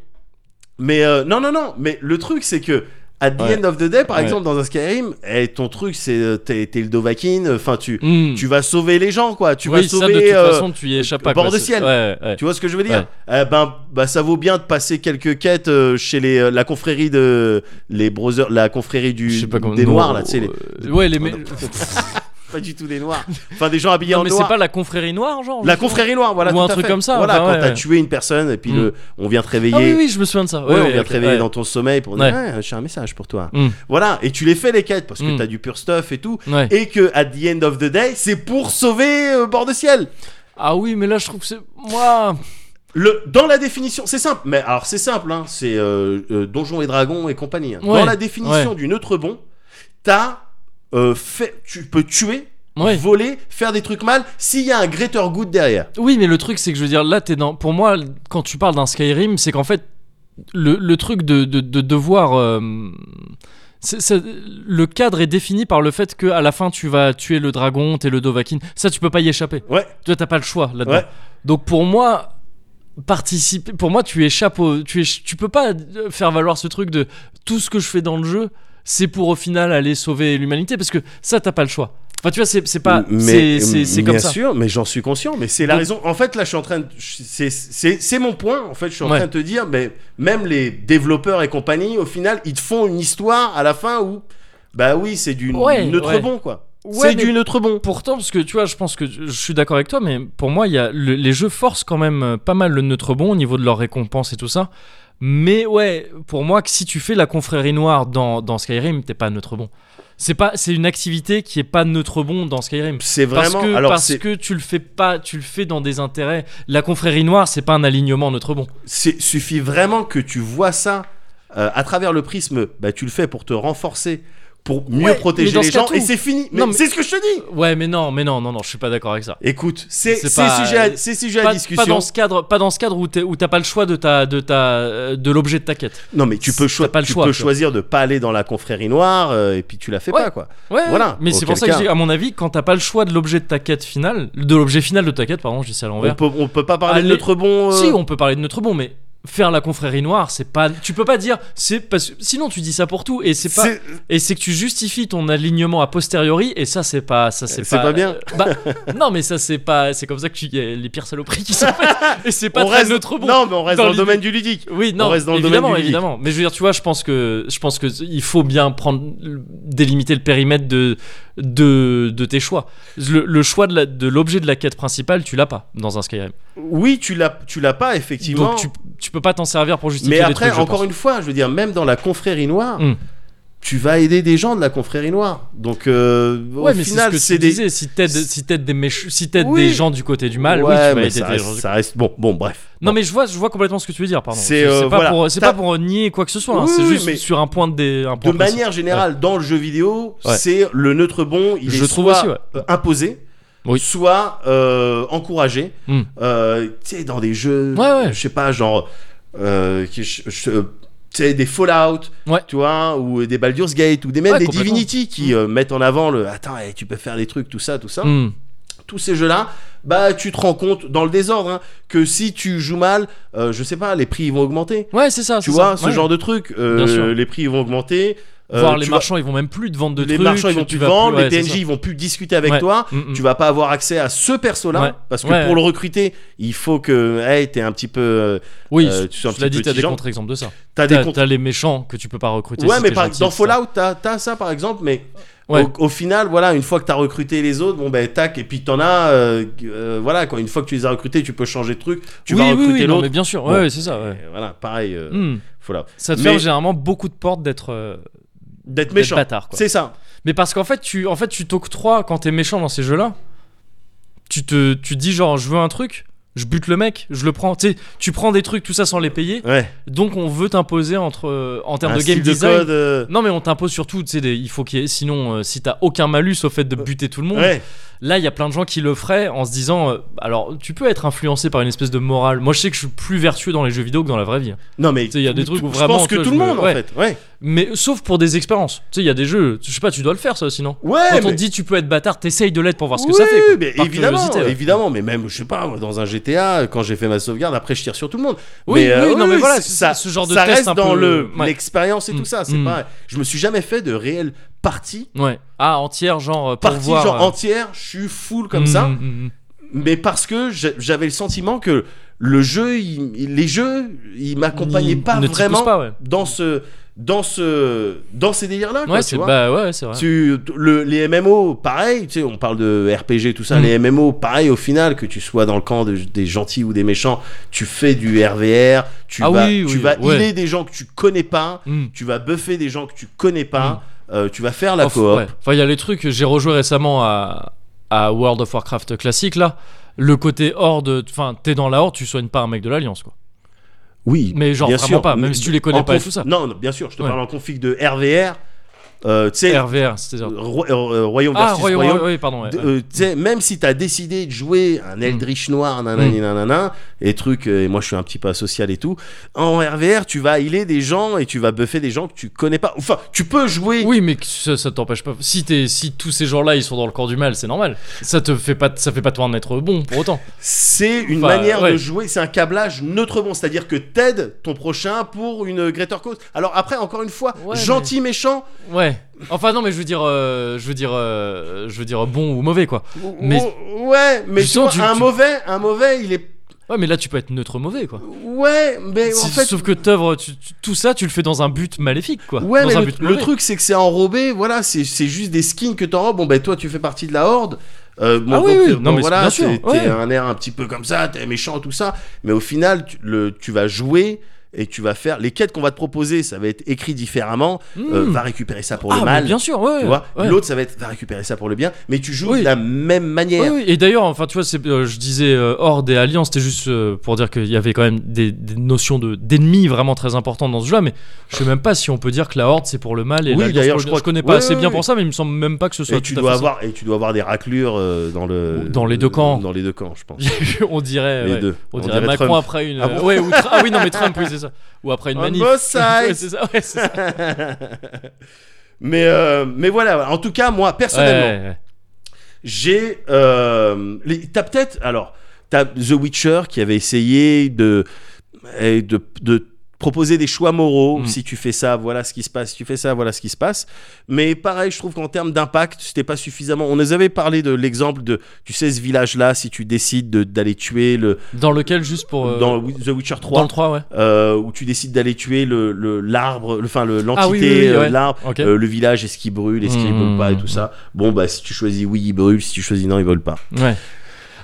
Mais euh, non, non, non. Mais le truc, c'est que. At the
Ouais.
end of the day, par
Ouais.
exemple, dans un Skyrim, eh, ton truc, c'est euh, t'es t'es le Dovahkiin, euh, enfin, tu,
Mm.
tu vas sauver les gens, quoi. Tu
oui,
vas
ça, de
sauver.
toute
euh,
façon, tu y échappes pas.
bord
quoi.
de
C'est-
ciel.
Ouais, ouais.
Tu vois ce que je veux dire Eh ben, bah, ça vaut bien de passer quelques quêtes euh, chez les, euh, la confrérie de les brothers, la confrérie du
Je sais pas comment-
des
non,
noirs là, tu sais, les-
euh, Ouais, les. mais-
non. pas du tout des noirs, enfin des gens habillés
Non,
en
mais
noir.
c'est pas la confrérie noire, genre
La
je sais pas.
confrérie noire, voilà.
Ou
tout
un
à
truc
fait.
comme ça,
Voilà,
enfin,
quand
ouais,
t'as
ouais.
tué une personne et puis
Mm.
le, on vient te réveiller.
Ah oui, oui, je me souviens de ça.
Ouais,
Ouais,
on
ouais,
vient
ok,
te réveiller
ouais.
dans ton sommeil pour
Ouais.
dire Ouais, j'ai un message pour toi.
Mm.
Voilà, et tu les fais les quêtes parce que
Mm.
t'as du pur stuff et tout.
Ouais.
Et que, at the end of the day, c'est pour sauver euh, Bord de Ciel.
Ah oui, mais là, je trouve que c'est. Moi.
Le, dans la définition, c'est simple, mais alors c'est simple, hein, c'est euh, euh, Donjons et Dragons et compagnie. hein.
Ouais,
dans la définition du neutre bon, t'as euh, fait, tu peux tuer,
Ouais.
voler, faire des trucs mal s'il y a un greater good derrière.
Oui, mais le truc, c'est que je veux dire, là, t'es dans. Pour moi, quand tu parles d'un Skyrim, c'est qu'en fait, le, le truc de, de, de devoir. euh, c'est- c'est- le cadre est défini par le fait que à la fin, tu vas tuer le dragon, t'es le Dovahkiin. Ça, tu peux pas y échapper.
Ouais,
Tu vois, t'as pas le choix là-dedans.
ouais.
Donc pour moi participer pour moi tu échappes au, tu éch- tu peux pas euh, faire valoir ce truc de tout ce que je fais dans le jeu c'est pour au final aller sauver l'humanité parce que ça t'as pas le choix enfin tu vois c'est c'est pas c'est- c'est c'est comme
bien
ça
sûr, mais j'en suis conscient, mais c'est la
Donc-
raison. En fait, là, je suis en train de, je- c'est- c'est c'est mon point. En fait, je suis en
Ouais.
train de te dire, mais même les développeurs et compagnie, au final, ils te font une histoire à la fin où, bah oui, c'est du
Ouais,
neutre
ouais.
bon quoi.
Ouais,
c'est
mais-
du neutre bon.
pourtant parce que tu vois je pense que je je suis d'accord avec toi mais pour moi il y a le- les jeux forcent quand même euh, pas mal le neutre bon au niveau de leurs récompenses et tout ça mais ouais pour moi que si tu fais la confrérie noire dans, dans Skyrim t'es pas neutre bon c'est pas c'est une activité qui est pas neutre bon dans Skyrim
C'est
Parce
vraiment.
que,
alors
parce
c'est-
que tu le fais pas, tu le fais dans des intérêts. La confrérie noire, c'est pas un alignement notre bon.
c'est suffit vraiment que tu vois ça euh, à travers le prisme bah tu le fais pour te renforcer pour mieux
Ouais, mais
protéger
dans
les
ce cas,
gens
tout.
et c'est fini mais,
Non, mais-
c'est ce que je te dis
Ouais, mais non, mais non, non, non, je suis pas d'accord avec ça.
écoute c'est
C'est
c'est
pas-
sujet à, c'est sujet à
Pas,
discussion
pas dans ce cadre, pas dans ce cadre où t'es- où t'as pas le choix de ta, de ta, euh, de l'objet de ta quête.
non mais tu peux choi-
t'as pas le
tu
choix,
peux
tu vois.
choisir de pas aller dans la confrérie noire euh, et puis tu la fais
Ouais.
pas quoi
Ouais.
Voilà,
Mais c'est pour
auquel
ça que
cas-
je dis, à mon avis, quand t'as pas le choix de l'objet de ta quête finale, de l'objet final de ta quête, pardon, je dis ça à
on
l'envers.
peut on peut pas parler de
Allez.
notre bon euh,
Si, on peut parler de notre bon, mais faire la confrérie noire, c'est pas, tu peux pas dire, c'est parce, sinon tu dis ça pour tout et c'est pas,
c'est-
Et c'est que tu justifies ton alignement a posteriori, et ça, c'est pas. ça C'est
C'est
pas,
pas bien.
euh, bah, non, mais ça, c'est pas. C'est comme ça que tu y a les pires saloperies qui sont faites. Et c'est pas
on
très
reste
neutre bon.
non mais on reste
Dans
dans, le
l'idée.
domaine du ludique
Oui,
on
non,
reste dans le domaine
évidemment,
du
évidemment. Mais je veux dire, tu vois, je pense que je pense que il faut bien prendre, délimiter le périmètre de de, de tes choix. Le, le choix de la- de l'objet de, la quête principale, tu l'as pas dans un Skyrim.
oui tu l'as tu l'as pas effectivement
Donc tu, tu peux pas t'en servir pour justifier
Mais
des
après,
trucs, je
encore
pense.
une fois, je veux dire, même dans la confrérie noire,
Mm.
tu vas aider des gens de la confrérie noire. Donc, euh,
Ouais,
au
mais c'est ce
final,
que
c'est
tu
des.
disais. Si t'aides, si t'aides des méchants, si t'aides
Oui.
des gens du côté du mal,
Ouais,
oui, tu vas
mais
aider
ça,
des
reste,
gens du
ça reste- Bon, bon, bref.
Non
Bon.
mais je vois, je vois complètement ce que tu veux dire, pardon.
C'est,
C'est
euh,
c'est pas,
voilà.
pour, c'est
T'as-
pas pour nier quoi que ce soit, hein.
Oui,
c'est
oui,
juste
mais-
sur un point des, un
De
point précis.
manière générale, dans le jeu vidéo,
Ouais.
c'est le neutre bon, il
Je
est
trouve
soit
aussi, ouais.
euh, imposé,
Oui.
soit euh, encouragé.
Mm.
Euh, tu sais, dans des jeux,
Ouais, ouais.
je sais pas, genre, euh, qui- je- je- euh, tu sais, des Fallout,
Ouais.
tu vois, ou des Baldur's Gate, ou des même
Ouais,
des
complètement.
Divinity qui euh, mettent en avant le, attends, eh, tu peux faire des trucs, tout ça, tout ça.
Hmm.
tous ces jeux-là, bah tu te rends compte dans le désordre hein, que si tu joues mal, euh, je sais pas, les prix ils vont augmenter.
Ouais, c'est ça.
Tu
Ah, c'est
vois,
ça.
ce
Ouais.
genre de truc, euh,
Bien sûr.
les prix ils vont augmenter. Euh,
Voir les
tu vas-
marchands, ils vont même plus te vendre de
les
trucs.
marchands ils vont
tu
plus te
vas
vendre,
ouais,
les
c'est
PNJ
ça.
ils vont plus discuter avec
Ouais.
toi.
Mm, mm.
Tu vas pas avoir accès à ce perso-là
Ouais.
parce que
Ouais.
pour le recruter, il faut que hey, t'es un petit peu, euh,
Oui,
euh, tu
tu
sois un
l'as
petit
dit,
peu
t'as des
tigeant.
contre-exemples de ça.
t'as des
T'as
comptes.
t'as les méchants que tu peux pas recruter.
Ouais,
si
mais
t'es
par-
gentil,
dans
ça.
Fallout, t'as as ça par exemple, mais
Ouais.
au, au final, voilà, une fois que t'as recruté les autres, bon ben tac, et puis t'en as, euh, euh, voilà, quoi, une fois que tu les as recrutés, tu peux changer de truc, tu
oui,
vas
oui,
recruter
oui, non,
l'autre.
mais bien sûr,
Bon.
ouais, ouais, c'est ça. ouais.
Et Voilà, pareil, euh,
Hmm.
Fallout.
Ça te
Mais-
ferme généralement beaucoup de portes d'être euh,
D'être
d'être
méchant,
bâtard. quoi.
c'est ça.
Mais parce qu'en fait, tu en fait, tu t'octroies quand t'es méchant dans ces jeux-là. Tu te tu dis genre, je veux un truc, je bute le mec, je le prends. Tu sais, tu prends des trucs, tout ça sans les payer.
Ouais.
Donc on veut t'imposer entre euh, en termes
Un
de game
style
design.
code, euh,
Non mais on t'impose surtout, tu sais, des- il faut qu'il y ait- sinon euh, si t'as aucun malus au fait de buter tout le monde,
ouais.
là il y a plein de gens qui le feraient en se disant, euh, alors tu peux être influencé par une espèce de morale. Moi je sais que je suis plus vertueux dans les jeux vidéo que dans la vraie vie.
Non mais
Tu sais, il y a des
tout-
trucs où
je
vraiment,
pense
tu
que
vois,
tout le
je me-
monde en
ouais.
fait, ouais,
Mais sauf pour des expériences. Tu sais, il y a des jeux, je sais pas, tu dois le faire ça sinon.
ouais.
Quand on
mais-
te dit tu peux être bâtard, t'essayes de l'être pour voir ce que
Oui,
ça fait. quoi,
mais
par
évidemment,
curiosité, ouais.
évidemment, mais même, je sais pas, moi, dans un GTA, quand j'ai fait ma sauvegarde, après je tire sur tout le monde.
Oui,
mais, euh,
oui, non, mais voilà,
c'est-
c'est-
ça,
ce genre de
ça
test
reste
un
dans
peu-
le
ouais.
l'expérience et
Mm.
tout ça. C'est
Mm.
pas, je me suis jamais fait de réelle partie,
Ouais. Ah, entière, genre, euh, pour
partie
voir,
genre
euh,
entière. Je suis full comme
mm,
ça,
mm, mm.
mais parce que j'a- j'avais le sentiment que le jeu, il- il- les jeux, ils m'accompagnaient
Ni-
pas
Mm. ne t'y pousse
vraiment
pas, ouais.
dans ce, dans ce, dans ces délires-là. quoi,
Ouais,
tu
c'est
vois.
bah, ouais, c'est vrai.
Tu- le- les MMO, pareil, tu sais, on parle de RPG, tout ça,
Mm.
les MMO, pareil, au final, que tu sois dans le camp de- des gentils ou des méchants, tu fais du RVR, tu
Ah
vas,
oui,
tu
oui,
vas
ouais.
healer des gens que tu connais pas,
Mm.
tu vas buffer des gens que tu connais pas, euh, tu vas faire la
Off-
coop.
ouais. Enfin, il y a les trucs, j'ai rejoué récemment à, à World of Warcraft classique là. Le côté horde, enfin, t'es dans la horde, tu soignes pas un mec de l'Alliance quoi.
Oui,
Mais genre,
bien
vraiment
sûr.
pas, même
Mais-
si tu les connais
en
pas et
conf-
tout ça.
Non, non, bien sûr, je te
Ouais.
parle en config de RVR, euh, tu sais,
RVR, c'est-à-dire.
Ro- euh, Royaume
Ah,
versus
Royaume,
Royaume.
oui, pardon. ouais. Mm.
De- euh, tu sais, même si t'as décidé de jouer un Eldritch noir, nanani, nanana, et truc, euh, et moi je suis un petit peu asocial et tout, en RVR, tu vas healer des gens et tu vas buffer des gens que tu connais pas. Enfin, tu peux jouer.
Oui, mais que ça, ça t'empêche pas. Si, t'es- si tous ces gens-là ils sont dans le corps du mal, c'est normal. Ça te fait pas, ça fait pas toi un être bon pour autant.
C'est une
Enfin,
manière
ouais.
de jouer, c'est un câblage neutre bon, c'est-à-dire que t'aides ton prochain pour une greater cause. Alors après, encore une fois,
Ouais,
gentil, méchant,
Ouais. Enfin non, mais je veux dire, euh, je veux dire, euh, je veux dire bon ou mauvais quoi. Mais-
ou- ouais, mais tu
Justement,
vois,
tu-
un
tu-
mauvais, un mauvais, il est.
Ouais, mais là tu peux être neutre mauvais quoi.
Ouais, mais en
Si-
fait,
Sauf que t'œuvres, tu- tu- tout ça, tu le fais dans un but maléfique, quoi.
Ouais,
dans
mais
un
le,
but
le
mauvais.
truc, c'est que c'est enrobé, voilà, c'est c'est juste des skins que t'enrobes. Bon, ben toi, tu fais partie de la horde. Euh, bon,
Ah oui,
donc,
oui,
euh,
non,
bon,
mais c'est-
voilà,
bien sûr,
t'es t'es
ouais.
un air un petit peu comme ça, t'es méchant, tout ça. Mais au final, tu, le, tu vas jouer et tu vas faire. Les quêtes qu'on va te proposer, ça va être écrit différemment.
Mmh.
Euh, va récupérer ça pour
ah,
le
mais
mal.
bien sûr, ouais.
tu vois,
ouais.
l'autre, ça va être va récupérer ça pour le bien. Mais tu joues
Oui.
de la même manière.
Oui, oui. Et d'ailleurs, enfin, tu vois, c'est, euh, je disais euh, Horde et Alliance, c'était juste euh, pour dire qu'il y avait quand même des, des notions de, d'ennemis vraiment très importantes dans ce jeu-là, mais je sais même pas si on peut dire que la Horde c'est pour le mal et
Oui,
l'Alliance pour
d'ailleurs,
le
je
bien.
crois
je connais
que-
pas
ouais,
assez
ouais,
bien
ouais.
pour ça, mais il me semble même pas que ce soit
Et tu,
tout à
dois
fait
avoir, et tu dois avoir des raclures euh, dans le
Dans les deux camps.
Dans les deux camps, je pense.
ça. on dirait,
les
ouais.
deux.
On, dirait, Macron
Trump.
après une.
Ah bon
ouais, ou Tra- ah oui, non, mais Trump, oui, c'est ça. Ou après une
On
manif.
both sides.
Ouais, c'est ça, ouais, c'est ça.
mais, euh, mais voilà, en tout cas, moi, personnellement,
Ouais, ouais.
j'ai. Euh, les- t'as peut-être. Alors, t'as The Witcher qui avait essayé de. et de, de proposer des choix moraux.
Mm.
Si tu fais ça, voilà ce qui se passe. Si tu fais ça, voilà ce qui se passe. Mais pareil, je trouve qu'en termes d'impact, c'était pas suffisamment. On nous avait parlé de l'exemple de. Tu sais, ce village-là, si tu décides de- d'aller tuer le.
Dans lequel, juste pour. euh,
dans The Witcher 3.
dans le 3, ouais.
euh, où tu décides d'aller tuer le le- l'arbre, le- enfin le- l'entité,
Ah oui, oui, oui,
euh,
ouais.
l'arbre,
Ok.
euh, le village, est-ce qu'il brûle, est-ce qu'il
Mmh.
brûle pas et tout ça. Bon, bah, si tu choisis oui, il brûle, si tu choisis non, il brûle pas.
Ouais.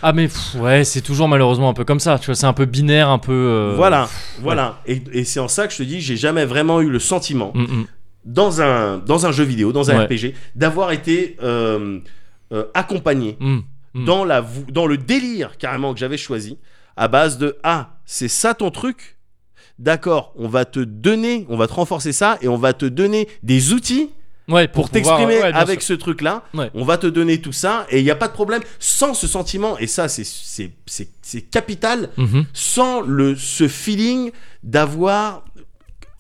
Ah mais pff, ouais, c'est toujours malheureusement un peu comme ça, tu vois, c'est un peu binaire, un peu... euh,
Voilà, voilà. Et, et c'est en ça que je te dis, j'ai jamais vraiment eu le sentiment,
mm, mm.
dans, un, dans un jeu vidéo, dans un
Ouais.
RPG, d'avoir été euh, euh, accompagné
Mm. Mm.
dans, la, vou- dans le délire carrément que j'avais choisi, à base de Ah, c'est ça ton truc D'accord, on va te donner, on va te renforcer ça et on va te donner des outils
Ouais, pouvoir-
pour, t'exprimer
ouais, bien
avec
sûr.
ce truc là
Ouais.
on va te donner tout ça et il n'y a pas de problème sans ce sentiment et ça c'est c'est- c'est- c'est capital
Mhm.
sans le ce feeling d'avoir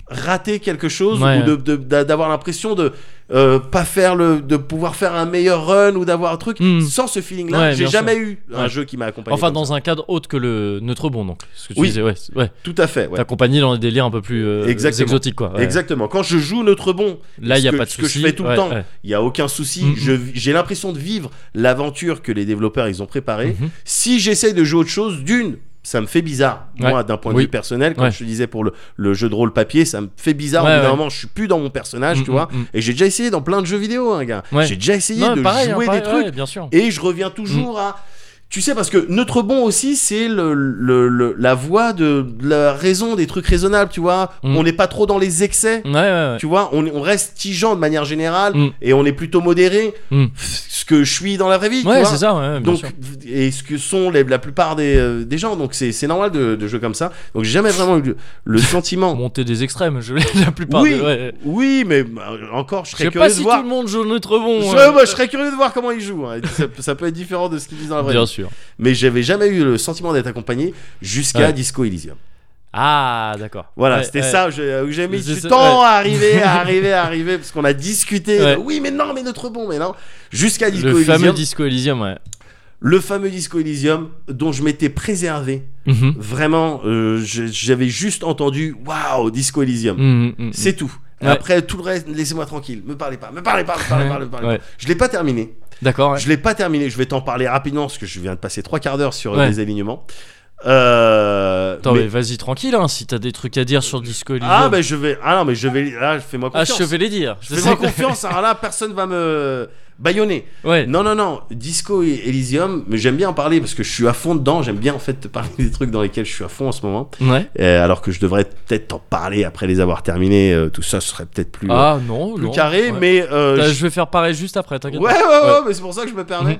raté quelque chose
Ouais,
ou de- de- d'a- d'avoir l'impression de euh, pas faire le de pouvoir faire un meilleur run ou d'avoir un truc
Mm.
sans ce feeling là
Ouais,
j'ai
bien
jamais eu un
Ouais.
jeu qui m'a accompagné
Enfin,
comme
dans
ça.
un cadre autre que le neutre bon, donc. Ce que tu
Oui.
disais, ouais. c'est- ouais.
tout à fait ouais.
T'accompagner dans des délires un peu plus euh,
Exactement.
exotiques, quoi. ouais.
exactement quand je joue notre bon
Là, il
Ce
n'y a
que-
pas de
ce que je
souci.
fais tout le
ouais,
temps.
ouais.
il y a aucun souci
Mm.
Je vis- j'ai l'impression de vivre l'aventure que les développeurs ils ont préparée
Mhm.
si j'essaye de jouer autre chose d'une ça me fait bizarre moi d'un point de
Oui.
vue personnel comme
Ouais.
je te disais pour le, le jeu de rôle papier ça me fait bizarre
Ouais,
au bout d'un
ouais.
moment je suis plus dans mon personnage tu
Mm,
vois
mm, mm.
et j'ai déjà essayé dans plein de jeux vidéo hein, gars
Ouais.
j'ai déjà essayé
Non,
de
pareil, hein,
jouer
pareil,
des trucs
ouais, Mm. bien sûr.
et je reviens toujours à tu sais parce que notre bon aussi c'est le, le- le- la voie de, de la raison des trucs raisonnables tu vois
Mm.
on n'est pas trop dans les excès
Ouais, ouais, ouais.
tu vois, on, on reste tigeant de manière générale
Mm.
et on est plutôt modéré.
Mm.
Ce que je suis dans la vraie vie, tu
Ouais,
vois.
c'est ça, ouais, ouais, bien
Donc,
sûr.
et ce que sont les- la plupart des, euh, des gens. Donc, c'est c'est normal de, de jouer comme ça. Donc, j'ai jamais vraiment eu le, le sentiment.
Monter des extrêmes, je la plupart.
Oui.
des- ouais.
oui, mais bah, encore, je
Je
serais
sais pas
curieux de
si
voir.
tout le monde joue neutre bon.
Je,
hein.
moi, je serais curieux de voir comment ils jouent. hein. Ça, ça peut être différent de ce qu'ils disent dans la vraie
Bien
vie.
sûr.
Mais j'avais jamais eu le sentiment d'être accompagné jusqu'à
Ouais.
Disco Elysium.
Ah, d'accord.
Voilà,
Ouais,
c'était
ouais.
ça. Je, j'ai mis
C'est
du
ça,
temps
ouais.
à arriver, à arriver, à arriver, parce qu'on a discuté. de,
Ouais.
oui, mais non, mais notre bon, mais non. Jusqu'à Disco
Le
Elysium,
fameux Disco Elysium, ouais.
le fameux Disco Elysium dont je m'étais préservé.
Mhm.
Vraiment, euh, je- j'avais juste entendu waouh Disco Elysium.
Mhm, mhm.
C'est tout.
Ouais.
Après tout le reste, laissez-moi tranquille. Me parlez pas, me parlez pas, me parlez pas, me parlez
Ouais.
pas. Je l'ai pas terminé.
D'accord, ouais.
hein, Je l'ai pas terminé. Je vais t'en parler rapidement parce que je viens de passer trois quarts d'heure sur euh,
Ouais.
les alignements. Euh,
Attends,
mais-
mais, vas-y tranquille, hein, si t'as des trucs à dire sur Disco Elysium.
Ah, bah je vais. Ah non, mais je vais. Là, fais-moi
Ah,
confiance.
je vais les dire.
Je fais-moi confiance, alors là, personne va me baïonner.
Ouais.
Non, non, non, Disco et Elysium, mais j'aime bien en parler parce que je suis à fond dedans, j'aime bien en fait te parler des trucs dans lesquels je suis à fond en ce moment,
Ouais.
Euh, alors que je devrais peut-être t'en parler après les avoir terminés, euh, tout ça ce serait peut-être plus,
Ah non,
plus
non.
carré,
ouais.
mais... euh,
T'as-
je-
je... vais faire pareil juste après,
Ouais,
t'inquiète.
ouais, ouais,
Ouais. Mhm.
mais c'est pour ça que je me
pas.
permets.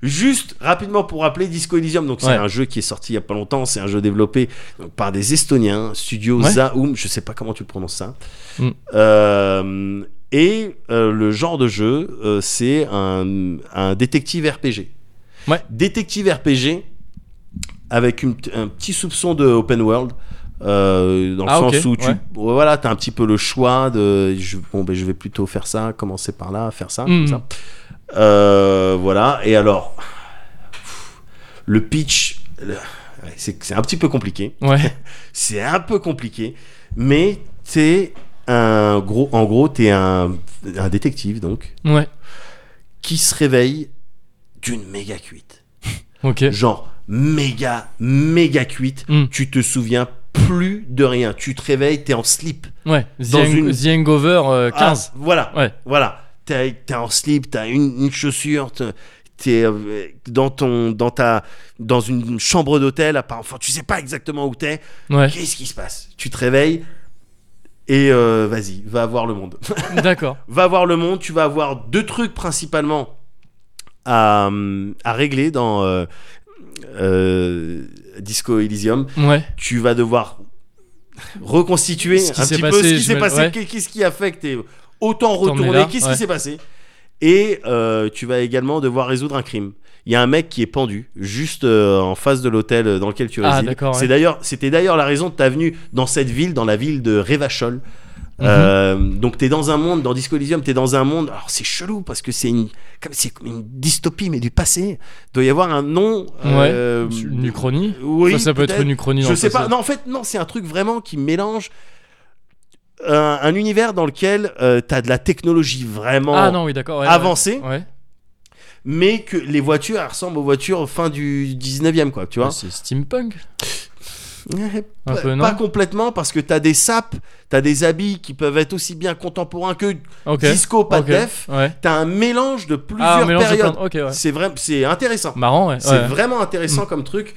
Juste rapidement pour rappeler Disco Elysium, donc c'est
Ouais.
un jeu qui est sorti il y a pas longtemps, c'est un jeu développé donc, par des Estoniens, studio
Ouais.
Zaum, je sais pas comment tu prononces ça.
Mm.
Euh, et euh, le genre de jeu, euh, c'est un, un détective RPG.
Ouais.
Détective RPG avec une p- un petit soupçon de open world. euh, dans le
Ah,
sens
ok,
où tu
ouais.
voilà t'as un petit peu le choix de je, bon ben je vais plutôt faire ça commencer par là faire ça comme
Mm.
ça euh, voilà, et alors, le pitch, le- ouais, c'est c'est un petit peu compliqué.
mhm. Ouais.
C'est un peu compliqué, mais t'es un gros, en gros, t'es un, un détective donc
Ouais.
qui se réveille d'une méga cuite,
Ok.
genre méga, méga cuite.
Mm.
Tu te souviens plus de rien. Tu te réveilles, t'es en slip.
Ouais. The,
Dans
Hang-
une-
The Hangover euh, 15.
Ah, voilà.
Ouais.
Voilà. T'es t'es en slip, t'as une, une chaussure, t'es- t'es euh, dans ton, dans ta, dans une chambre d'hôtel. à part- Enfin, tu sais pas exactement où t'es.
Ouais.
Qu'est-ce qui se passe Tu te réveilles et euh, vas-y, va voir le monde.
D'accord.
va voir le monde. Tu vas avoir deux trucs principalement à, euh, à régler dans euh, euh, Disco Elysium.
Ouais.
Tu vas devoir reconstituer
Ce qui
un
s'est
petit
passé,
peu ce
je
qui s'est
me-
passé,
ouais.
qu'est- qu'est-ce qui a fait que t'es
T'en
autant
es
retourné,
là,
qu'est-ce
ouais.
qui s'est passé. Et euh, tu vas également devoir résoudre un crime. Il y a un mec qui est pendu juste euh, en face de l'hôtel dans lequel tu
Ah,
résides.
d'accord, ouais.
C'est d'ailleurs, c'était d'ailleurs la raison de ta venue dans cette ville, dans la ville de Révachol.
Mhm.
Euh, donc t'es dans un monde, dans Disco Elysium, t'es dans un monde. Alors c'est chelou parce que c'est une, comme c'est comme une dystopie mais du passé. Doit y avoir un nom. euh,
ouais. Une uchronie.
Oui.
ça, ça peut être
peut-être.
une uchronie. dans
Je
le
sais
passé.
pas. Non, en fait, non, c'est un truc vraiment qui mélange un, un univers dans lequel euh, t'as de la technologie vraiment
Ah non, oui, d'accord. ouais, ouais.
avancée,
Ouais.
mais que les voitures elles ressemblent aux voitures fin du 19e, quoi, tu vois.
C'est steampunk.
Pas-
Un peu, non
pas complètement, parce que t'as des sapes, t'as des habits qui peuvent être aussi bien contemporains que
Ok.
disco, pas
Ok.
de def.
Ouais.
T'as un mélange de plusieurs
Ah, mélange de
périodes.
plein de- Ok, ouais.
C'est vrai, c'est intéressant.
Marrant, ouais.
C'est
ouais. Mm.
vraiment intéressant comme truc.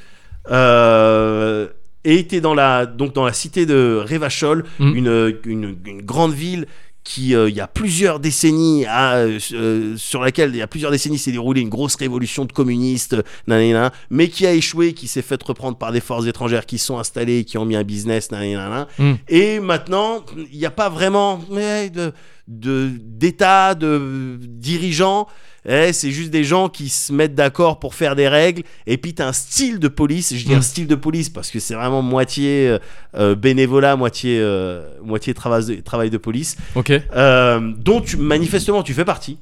Euh, et t'es dans la donc dans la cité de Révachol,
Mm.
une, une, une grande ville qui euh, il y a plusieurs décennies à, euh, sur laquelle il y a plusieurs décennies s'est déroulée une grosse révolution de communistes, nanana, mais qui a échoué, qui s'est fait reprendre par des forces étrangères qui sont installées, qui ont mis un business, nanana.
Mm.
Et maintenant il n'y a pas vraiment mais, de- de d'État, de dirigeants. Eh, c'est juste des gens qui se mettent d'accord pour faire des règles. Et puis t'as un style de police. Je dis
Mm.
un style de police parce que c'est vraiment moitié euh, euh, bénévolat, moitié euh, moitié travail travail de police
Ok.
euh, dont tu, manifestement tu fais partie.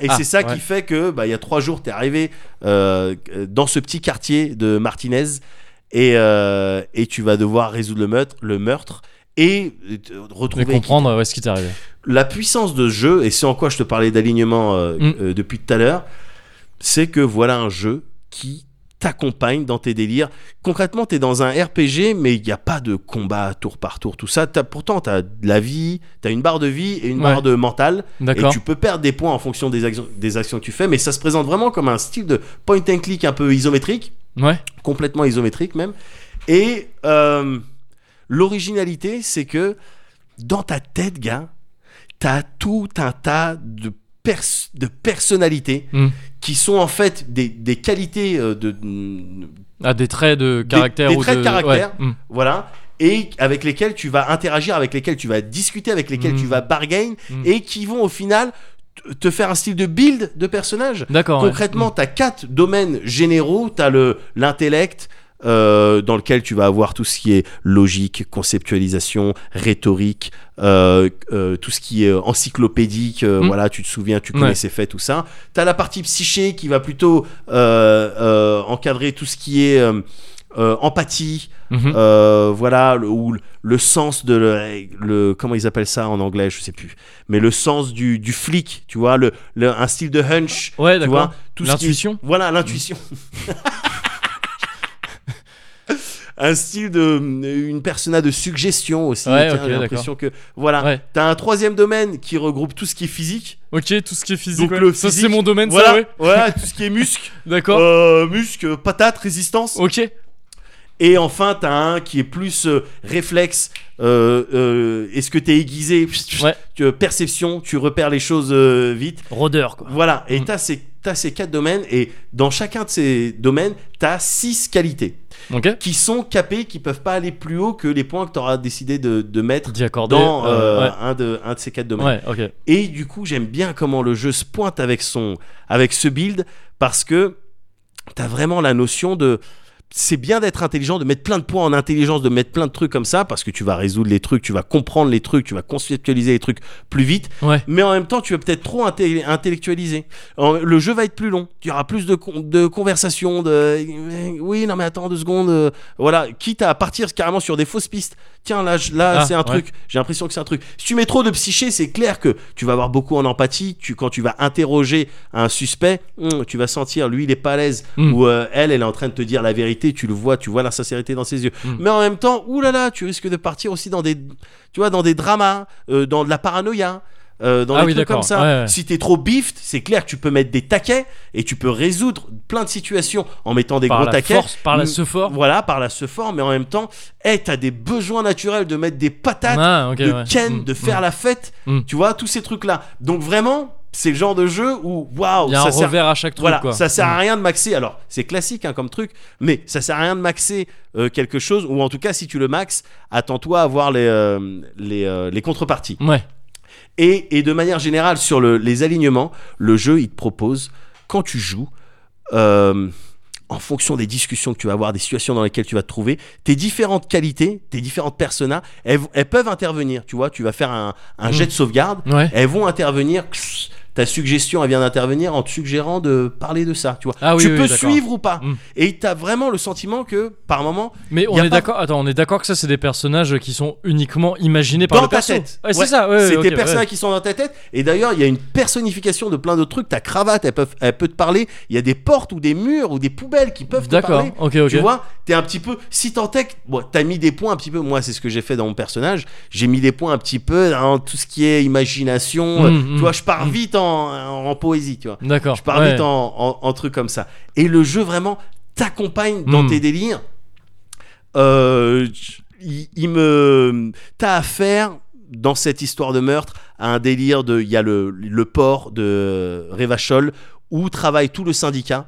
Et
Ah,
c'est ça
ouais.
qui fait que bah, il y a trois jours, tu es arrivé euh, dans ce petit quartier de Martinez et, euh, et tu vas devoir résoudre le meurtre, le meurtre et euh, te-
Je vais
retrouver
comprendre ouais, ce qui t'est arrivé.
la puissance de ce jeu. Et c'est en quoi je te parlais d'alignement euh,
Mm.
euh, depuis tout à l'heure. C'est que voilà un jeu qui t'accompagne dans tes délires. Concrètement, tu es dans un RPG, mais il n'y a pas de combat tour par tour, tout ça. T'as- pourtant, tu as de la vie, tu as une barre de vie et une
Ouais.
barre de mental. Et
D'accord.
tu peux perdre des points en fonction des, actions- des actions que tu fais, mais ça se présente vraiment comme un style de point and click un peu isométrique,
Ouais.
complètement isométrique même. Et euh, l'originalité, c'est que dans ta tête, gars, t'as tout un tas de, pers- de personnalités
Mm.
qui sont en fait des, des qualités euh, de,
Ah, des traits de
Des-
caractère
des
ou
traits de caractère.
ouais, hmm.
voilà et avec lesquels tu vas interagir, avec lesquels tu vas discuter, avec lesquels
Mm.
tu vas bargain
Mm.
et qui vont au final t- te faire un style de build de personnage.
D'accord. ouais.
Concrètement, tu as quatre domaines généraux. Tu as l'intellect, euh, dans lequel tu vas avoir tout ce qui est logique, conceptualisation, rhétorique, euh, euh, tout ce qui est euh, encyclopédique. euh,
Mm.
Voilà, tu te souviens, tu
Ouais.
connais ces faits, tout ça. Tu as la partie psyché qui va plutôt euh, euh, encadrer tout ce qui est euh, euh, empathie,
Hmm. Mhm.
euh, voilà, le, ou le, le sens de le, le- comment ils appellent ça en anglais, je sais plus, mais le sens du, du flic, tu vois, le, le- un style de hunch,
Ouais,
euh, tu
d'accord.
vois, tout ce qui-
L'intuition
voilà, l'intuition. un style de une persona de suggestion aussi.
Ouais,
tiens,
ok,
j'ai l'impression que voilà,
Ouais.
t'as un troisième domaine qui regroupe tout ce qui est physique.
Ok, tout ce qui est physique.
Donc
ouais.
le
Ça,
physique,
c'est mon domaine,
voilà,
ça, ouais.
voilà, tout ce qui est muscle,
D'accord.
euh, muscle, patate, résistance.
Ok.
Et enfin, t'as un qui est plus euh, réflexe. euh, euh, Est-ce que t'es aiguisé
Ouais.
Tu- euh, Perception, tu repères les choses euh, vite.
Rodeur, quoi.
Voilà, et
Mm.
t'as ces, t'as ces quatre domaines, et dans chacun de ces domaines, t'as six qualités
Ok.
qui sont capées, qui peuvent pas aller plus haut que les points que t'auras décidé de, de mettre
D'y accorder.
dans
euh,
euh, un, de, un de ces quatre domaines.
ouais. ouais, ok.
Et du coup, j'aime bien comment le jeu se pointe avec son, avec ce build, parce que t'as vraiment la notion de c'est bien d'être intelligent, de mettre plein de points en intelligence, de mettre plein de trucs comme ça, parce que tu vas résoudre les trucs, tu vas comprendre les trucs, tu vas conceptualiser les trucs plus vite.
Ouais.
Mais en même temps, tu vas peut-être trop inté- intellectualiser. En- Le jeu va être plus long. Il y aura plus de, con- de conversations, de oui, non mais attends deux secondes, euh, voilà. Quitte à partir carrément sur des fausses pistes. Tiens là, je- là
Ah,
c'est un
ouais.
truc. J'ai l'impression que c'est un truc. Si tu mets trop de psyché, c'est clair que tu vas avoir beaucoup en empathie. Tu quand tu vas interroger un suspect, hum, tu vas sentir lui il est pas à l'aise
Mm.
ou euh, elle elle est en train de te dire la vérité. Tu le vois, tu vois la sincérité dans ses yeux.
Mm.
Mais en même temps, oulala, tu risques de partir aussi dans des tu vois dans des dramas, euh, dans de la paranoïa. euh, dans
Ah
des
oui,
trucs comme
d'accord.
ça.
Ouais, ouais.
Si t'es trop bift, c'est clair que tu peux mettre des taquets et tu peux résoudre plein de situations en mettant des
Par
gros
la
taquets.
force, par la
Mm.
ce fort.
Voilà, par la se forme, mais en même temps, hey, t'as des besoins naturels de mettre des patates
Ah, ok.
de
ouais.
ken,
Mm,
de faire la fête,
Mm.
tu vois, tous ces trucs-là. Donc vraiment, c'est le genre de jeu où,
mm.
waouh,
Il y a un
ça sert,
revers à chaque truc,
voilà,
quoi.
ça sert à rien de maxer. Alors, c'est classique hein, comme truc, mais ça sert à rien de maxer euh, quelque chose, ou en tout cas, si tu le maxes, attends-toi à avoir les, euh, les, euh, les contreparties.
Mm. Ouais.
Et, et de manière générale, sur le- les alignements, le jeu, il te propose, quand tu joues, euh, en fonction des discussions que tu vas avoir, des situations dans lesquelles tu vas te trouver, tes différentes qualités, tes différentes personas, elles, elles peuvent intervenir. Tu vois, tu vas faire un, un
Mhm.
jet de sauvegarde,
Ouais.
elles vont intervenir. Kss, Ta suggestion, elle vient d'intervenir en te suggérant de parler de ça. Tu vois,
Ah oui,
tu
oui,
peux
oui, d'accord.
suivre ou pas.
Mhm.
Et tu as vraiment le sentiment que, par moment,
Mais on
Y a
est
pas-
d'accord. Attends, on est d'accord que ça c'est des personnages qui sont uniquement imaginés par
dans
le
ta
perso.
tête.
Ouais,
Ouais.
c'est ça. Ouais,
c'est
ouais,
tes
ok,
personnages
ouais.
qui sont dans ta tête. Et d'ailleurs, il y a une personnification de plein de trucs. Ta cravate, elle peut, elle peut te parler. Il y a des portes ou des murs ou des poubelles qui peuvent te
D'accord.
parler.
Ok, ok.
Tu vois, t'es un petit peu. Si t'en tech, bon, t'as mis des points un petit peu. Moi, c'est ce que j'ai fait dans mon personnage. J'ai mis des points un petit peu dans tout ce qui est imagination.
Mm,
tu
mm.
vois, je pars vite en, en poésie, tu vois.
D'accord.
Je pars
ouais.
vite en, en, en trucs comme ça. Et le jeu vraiment t'accompagne dans
Mm.
tes délires. Euh, j- il, il me. T'as affaire dans cette histoire de meurtre à un délire de. Il y a le, le port de Révachol où travaille tout le syndicat.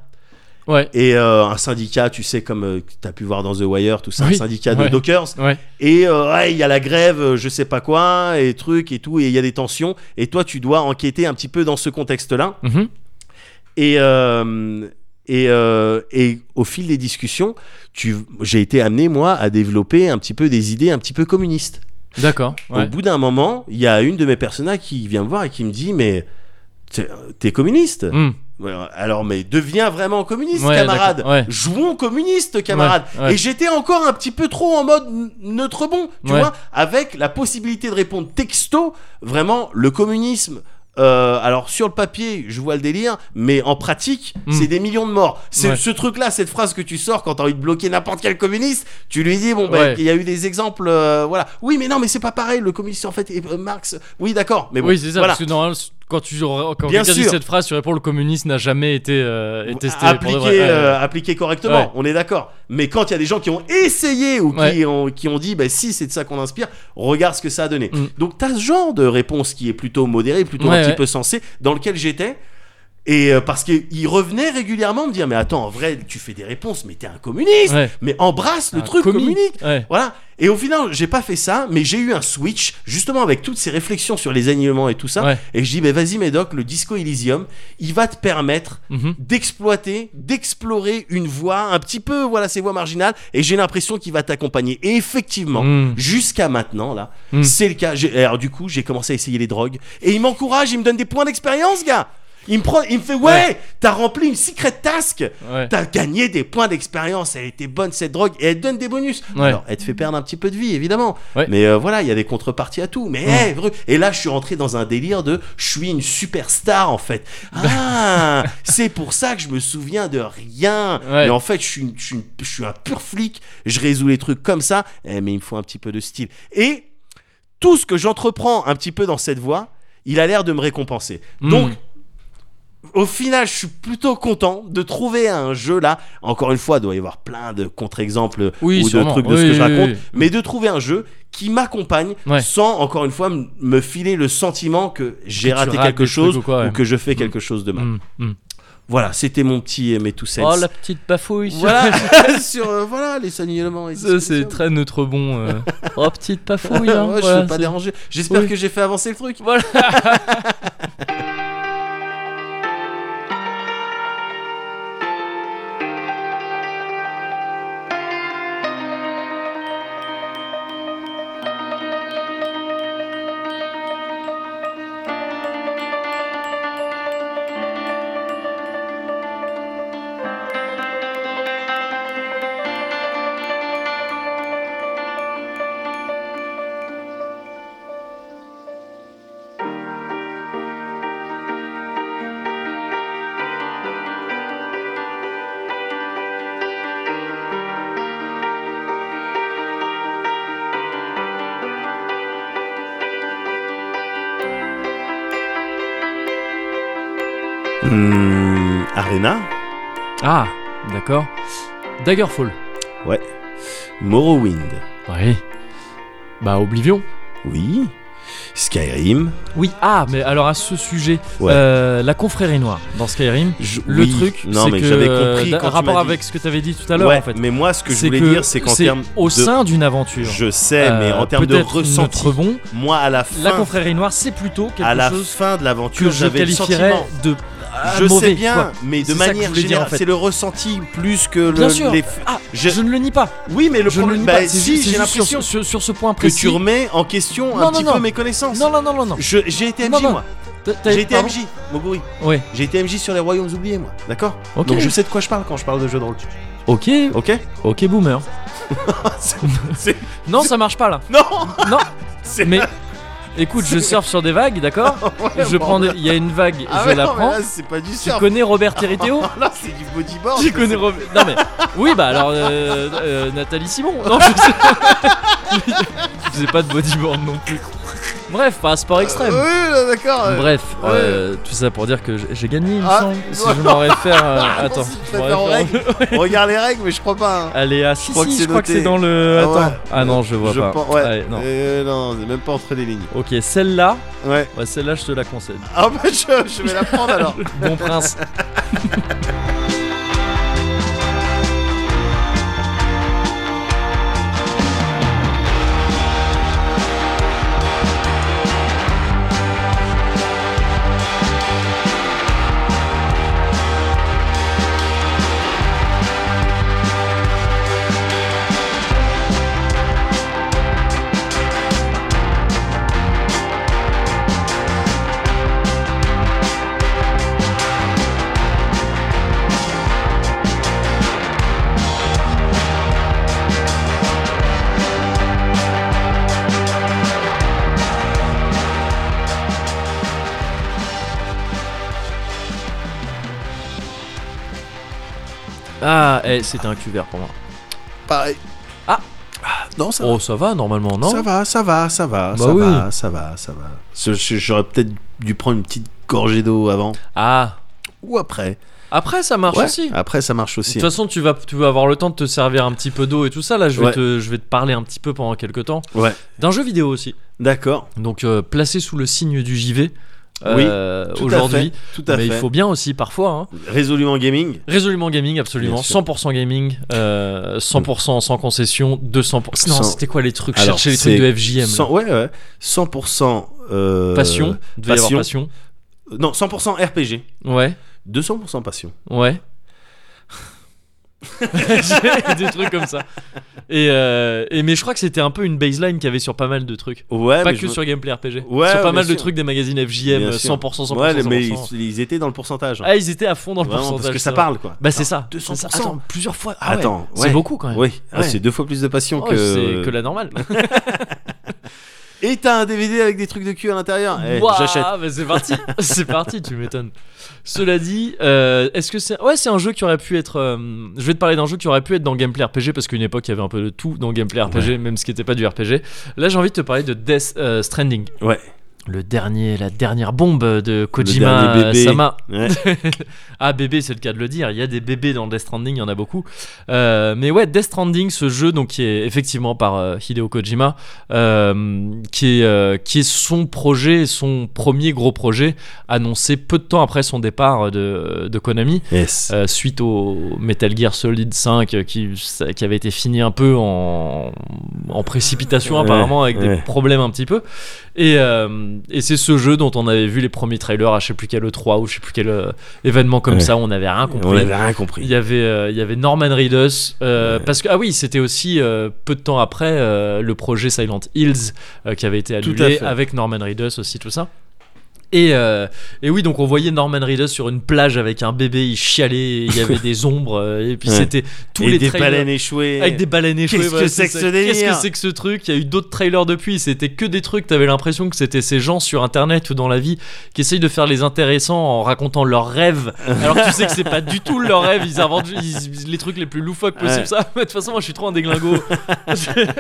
Ouais.
et euh, un syndicat, tu sais, comme euh, tu as pu voir dans The Wire, tout ça,
Oui,
un syndicat de
ouais.
dockers.
Ouais.
Et euh, ouais, il y a la grève, euh, je sais pas quoi, et truc et tout, et il y a des tensions. Et toi, tu dois enquêter un petit peu dans ce contexte-là.
Mhm.
Et, euh, et, euh, et au fil des discussions, tu, j'ai été amené, moi, à développer un petit peu des idées un petit peu communistes.
D'accord.
Au
Ouais.
bout d'un moment, il y a une de mes personnages qui vient me voir et qui me dit Mais t'es, t'es communiste
Hmm.
Ouais, Alors, mais deviens vraiment communiste,
Ouais,
camarade
d'accord, ouais.
Jouons communiste, camarade
Ouais, ouais.
Et j'étais encore un petit peu trop en mode n- neutre bon, tu
Ouais.
vois, avec la possibilité de répondre texto, vraiment, le communisme. euh, alors sur le papier, je vois le délire, mais en pratique,
Mm.
c'est des millions de morts. C'est
Ouais.
ce truc-là, cette phrase que tu sors quand t'as envie de bloquer n'importe quel communiste, tu lui dis bon ben
Ouais.
il y a eu des exemples, euh, voilà. Oui, mais non, mais c'est pas pareil. Le communiste en fait, et, euh, Marx. Oui, d'accord, mais bon,
Oui, c'est ça,
voilà.
parce que normalement, quand tu quand
Bien
quelqu'un dit
sûr.
cette phrase, tu réponds le communiste n'a jamais été, euh, été testé. pour de
appliqué,
vrai. Ouais,
euh, appliqué correctement,
Ouais.
on est d'accord. Mais quand il y a des gens qui ont essayé ou qui,
Ouais.
ont, qui ont dit, bah, si c'est de ça qu'on inspire, regarde ce que ça a donné.
Mm.
Donc tu as ce genre de réponse qui est plutôt modérée, plutôt un
Ouais,
petit
ouais.
peu sensée, dans lequel j'étais. Et euh, parce qu'il revenait régulièrement me dire, mais attends, en vrai, tu fais des réponses, mais t'es un communiste,
Ouais.
mais embrasse euh, le
Un
truc
commis.
communique.
Ouais.
Voilà. Et au final, j'ai pas fait ça, mais j'ai eu un switch, justement avec toutes ces réflexions sur les alignements et tout ça.
Ouais.
Et je dis, mais vas-y, Médoc, le Disco Elysium, il va te permettre
Mhm.
d'exploiter, d'explorer une voie, un petit peu, voilà, ces voies marginales, et j'ai l'impression qu'il va t'accompagner. Et effectivement,
Mm.
jusqu'à maintenant, là,
Mm.
c'est le cas. J'ai- Alors, du coup, j'ai commencé à essayer les drogues, et il m'encourage, il me donne des points d'expérience, gars! Il me, prend, il me fait, ouais,
Ouais.
t'as rempli une secret task!
Ouais.
T'as gagné des points d'expérience, elle était bonne cette drogue et elle te donne des bonus.
Ouais.
Alors, elle te fait perdre un petit peu de vie, évidemment.
Ouais.
Mais euh, voilà, il y a des contreparties à tout. Mais
Ouais.
hey, vru- et là, je suis rentré dans un délire de je suis une superstar en fait. Ah, c'est pour ça que je me souviens de rien.
Ouais.
Mais en fait, je suis, une- je suis une- je suis un pur flic. Je résous les trucs comme ça. Eh, mais il me faut un petit peu de style. Et tout ce que j'entreprends un petit peu dans cette voie, il a l'air de me récompenser.
Mm.
Donc, au final, je suis plutôt content de trouver un jeu là. Encore une fois, il doit y avoir plein de contre-exemples
Oui,
ou de
sûrement.
trucs de ce
Oui,
que je
oui,
raconte,
oui.
mais de trouver un jeu qui m'accompagne
Ouais.
sans, encore une fois, m- me filer le sentiment que j'ai
tu
raté
rates
quelque
des
chose
trucs ou quoi, ouais.
que je fais quelque chose de mal.
Mm. Mm.
Voilà, c'était mon petit euh, mes tout
Oh la petite bafouille. sur-
Voilà, sur euh, voilà les signalements. et
Ça,
tout
c'est
ça.
très neutre bon. euh. Oh petite bafouille.
Ouais,
hein,
ouais, je
voilà,
veux pas
c'est-
déranger. J'espère
Oui.
que j'ai fait avancer le truc.
Voilà.
Hmm, Arena,
Ah, d'accord. Daggerfall.
Morrowind,
Oui. Bah Oblivion.
oui. Skyrim,
Oui. Ah, mais alors à ce sujet,
Ouais.
euh, la confrérie noire dans Skyrim.
Je-
Le
oui,
truc,
non
c'est
mais
que,
j'avais
euh,
compris
d'un-
quand tu
rapport
m'as dit.
avec ce que tu avais dit tout à l'heure
Ouais,
en fait.
Mais moi, ce que je
C'est
voulais dire, c'est qu'en termes
au
de-
sein d'une aventure.
je sais, mais
euh,
en termes de
peut-être
ressenti,
notre bon,
moi à la
la
fin,
confrérie noire, c'est plutôt quelque
à la
chose
fin de
que
l'aventure,
je
j'avais le
qualifierais
sentiment.
de ah,
je
mauvais,
sais bien,
quoi.
mais de
C'est ça que je
manière
voulais dire,
générale,
en fait.
c'est le ressenti plus que
Bien
le.
sûr.
les-
Ah,
je-
je... ne le nie pas.
Oui, mais le
je ne le
problème,
nie
bah,
pas. C'est
si
juste- c'est
j'ai
juste sur,
l'impression
sur, sur ce point
que
précis.
tu remets en question
Non,
un
non,
petit
non.
peu mes connaissances.
Non, non, non, non, non.
Je- J'ai été
Non,
MJ
non.
moi.
T'as- t'as-
J'ai été
pardon
MJ, Moguri.
Ouais.
J'ai été MJ sur les royaumes oubliés moi. D'accord.
Ok.
Donc je sais de quoi je parle quand je parle de jeux de rôle.
Ok.
Ok.
Ok, boomer.
C'est- c'est-
Non, ça marche pas là.
Non.
Non.
C'est-
Mais écoute, je surfe sur des vagues, d'accord Je prends. des- Il y a une vague,
Ah
je
ouais,
la
non, mais Ah,
prends.
là, c'est pas du
Tu
surf.
connais Robert Territeo
Là, c'est du bodyboard.
Tu connais Robert. Non mais. Oui, bah alors. euh, euh, Nathalie Simon. Non, je sais. je faisais pas de bodyboard non plus. Bref, pas un sport
Oui,
extrême.
là, d'accord. euh.
Bref,
Ouais.
euh, tout ça pour dire que j'ai- j'ai gagné, il me
Ah,
semble.
ouais.
Si je m'aurais fait. euh,
Ah, non,
attends.
si tu
je
fais
m'aurais
faire en
fait un-
règle. Regarde les règles, mais je crois pas. hein.
Allez, ah si,
crois que
si,
c'est
je crois que
noté.
c'est dans le.
Ah ouais.
Attends. Ah non, je vois pas.
pense- ouais.
Allez, non.
Euh, non, c'est même pas entre les lignes.
Ok, celle-là,
Ouais.
ouais, celle-là, je te la conseille.
Ah bah, je, je vais la prendre alors.
Bon prince. Ah, eh, c'était un cuvert pour moi.
Pareil.
Ah.
Non, ça
Oh, ça va normalement, non
Ça va, ça va, ça va,
Bah
ça
oui.
va, ça va, ça va. Ce- ce- J'aurais peut-être dû prendre une petite gorgée d'eau avant
Ah,
ou après.
après ça marche
Ouais, Ah,
aussi.
Après, ça marche
De
aussi.
toute façon, tu vas, tu vas avoir le temps de te servir un petit peu d'eau et tout ça. Là, je vais,
Ouais.
te, je vais te parler un petit peu pendant quelques temps
Ouais,
d'un jeu vidéo aussi.
d'accord.
Donc, euh, placé sous le signe du JV euh,
Tout à
aujourd'hui.
fait, tout à
Mais il
fait.
faut bien aussi parfois. hein.
Résolument gaming.
Résolument gaming, absolument.
Bien sûr.
100% gaming, euh, 100% sans concession, 200%. Non,
Cent-
c'était quoi les trucs
Alors,
Chercher les
c'est
trucs de FJM. là.
Cent- ouais, ouais. 100% euh,
passion, devait y avoir
passion.
passion.
euh, Non, 100% RPG.
Ouais,
200% passion.
ouais. J'ai des trucs comme ça. Et, euh, et mais je crois que c'était un peu une baseline qu'il y avait sur pas mal de trucs.
Ouais,
pas
mais
que
je me-
sur Gameplay RPG.
Ouais,
sur
bien
pas mal de
sûr.
trucs des magazines
Bien
FJM, 100%, 100%,
sûr.
100%.
Ouais, mais ils, ils étaient dans le pourcentage. hein.
Ah, ils étaient à fond dans le
Vraiment,
pourcentage.
parce que ça
c'est
parle quoi.
vrai. Bah, c'est ça.
200%.
C'est ça. Attends, plusieurs fois. Ah ouais.
Attends,
C'est
ouais. euh,
beaucoup quand même.
Oui, Ah,
Ouais.
c'est deux fois plus de passion
Oh,
que.
c'est que la normale.
Et t'as un DVD avec des trucs de cul à l'intérieur Eh,
Ouah,
J'achète.
bah, c'est parti. c'est parti, tu m'étonnes. Cela dit, euh, est-ce que c'est. Ouais, c'est un jeu qui aurait pu être. euh, Je vais te parler d'un jeu qui aurait pu être dans Gameplay RPG parce qu'une époque il y avait un peu de tout dans Gameplay RPG, même ce qui n'était pas du RPG. Là, j'ai envie de te parler de Death euh, Stranding.
Ouais.
Le dernier, la dernière bombe de
Le
Kojima
dernier bébé.
Sama.
Ouais.
ah, bébé, c'est le cas de le dire. Il y a des bébés dans Death Stranding, il y en a beaucoup. Euh, mais ouais, Death Stranding, ce jeu donc, qui est effectivement par euh, Hideo Kojima, euh, qui, est, euh, qui est son projet, son premier gros projet, annoncé peu de temps après son départ de, de Konami.
Yes.
Euh, suite au Metal Gear Solid 5 euh, qui, ça- qui avait été fini un peu en, en précipitation
Ouais,
apparemment avec des
ouais.
problèmes un petit peu et, euh, et c'est ce jeu dont on avait vu les premiers trailers à je sais plus quel E3 ou je sais plus quel euh, événement comme
Ouais.
ça on n'avait rien compris
On avait rien
il
compris.
y avait, euh, il y avait Norman Reedus. euh, Parce que, ah oui, c'était aussi euh, peu de temps après euh, le projet Silent Hills euh, qui avait été
Tout à
annulé
fait.
avec Norman Reedus aussi, tout ça. Et, euh, et oui, donc on voyait Norman Reedus sur une plage avec un bébé, il chialait, et il y avait des ombres, euh, et puis
Ouais.
c'était tous
Et
les
des
trailers-
baleines échouées.
Avec des baleines échouées.
Qu'est-ce
voilà,
que c'est que
ça.
ce
Qu'est-ce que
délire
c'est que ce truc Il y a eu d'autres trailers depuis. C'était que des trucs. T'avais l'impression que c'était ces gens sur internet ou dans la vie qui essayent de faire les intéressants en racontant leurs rêves. Alors que tu sais que c'est pas du tout leurs rêves. Ils inventent ils- les trucs les plus loufoques possibles.
Ouais.
Ça, mais de toute façon, moi je suis trop un déglingo.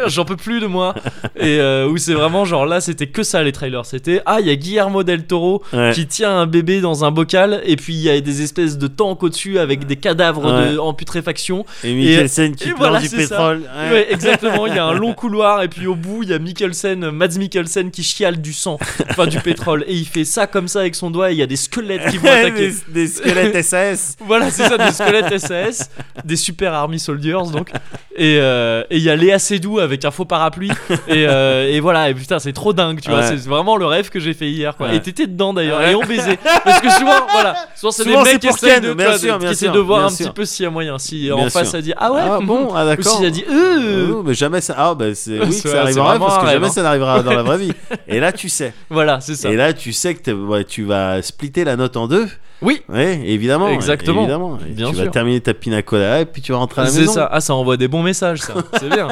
J'en peux plus de moi. Et euh, où c'est vraiment genre là, c'était que ça les trailers. C'était ah, il y a Guillermo del Toro
Ouais.
qui tient un bébé dans un bocal. Et puis il y a des espèces de tanks au-dessus avec des cadavres de,
Ouais.
en putréfaction.
Et Mikkelsen qui
et
plante
voilà,
du
c'est ça.
pétrole. Ouais.
Ouais, exactement. Il y a un long couloir et puis au bout, il y a Mikkelsen, Mads Mikkelsen qui chiale du sang, enfin du pétrole. Et il fait ça comme ça avec son doigt et il y a des squelettes qui vont
Ouais,
attaquer.
des, des squelettes SAS.
Voilà, c'est ça, des squelettes SAS, des super army soldiers donc. Et euh, et il y a Léa Seydoux avec un faux parapluie. Et, euh, et voilà, et putain, c'est trop dingue, tu vois.
Ouais.
C'est vraiment le rêve que j'ai fait hier, quoi.
Ouais.
Et t'étais dedans d'ailleurs, et on baisait. Parce que souvent, voilà, souvent c'est des
Souvent,
mecs
c'est
qui
pour
essayent
Ken,
de, tu
bien
vois, de-
sûr,
qui
bien
essaient de
sûr,
voir
bien
un
sûr.
petit peu s'il y a moyen. Si
Bien
en face,
sûr.
ça dit Ah ouais,
ah bon, ah
ou
d'accord.
s'il a dit euh,
Oh, mais jamais ça. Ah bah c'est oui,
C'est-
que ça
c'est
arrivera
vraiment
parce
un
que
rêve,
jamais
hein.
ça n'arrivera dans la vraie vie. Et là tu sais.
Voilà, c'est ça.
Et là tu sais que t'es- ouais, tu vas splitter la note en deux.
Oui.
Ouais, évidemment.
Exactement.
Évidemment. Et
Bien
tu
sûr.
vas terminer ta pina colada et puis tu vas rentrer à la
C'est
maison.
ça. Ah, ça envoie des bons messages, ça. C'est bien.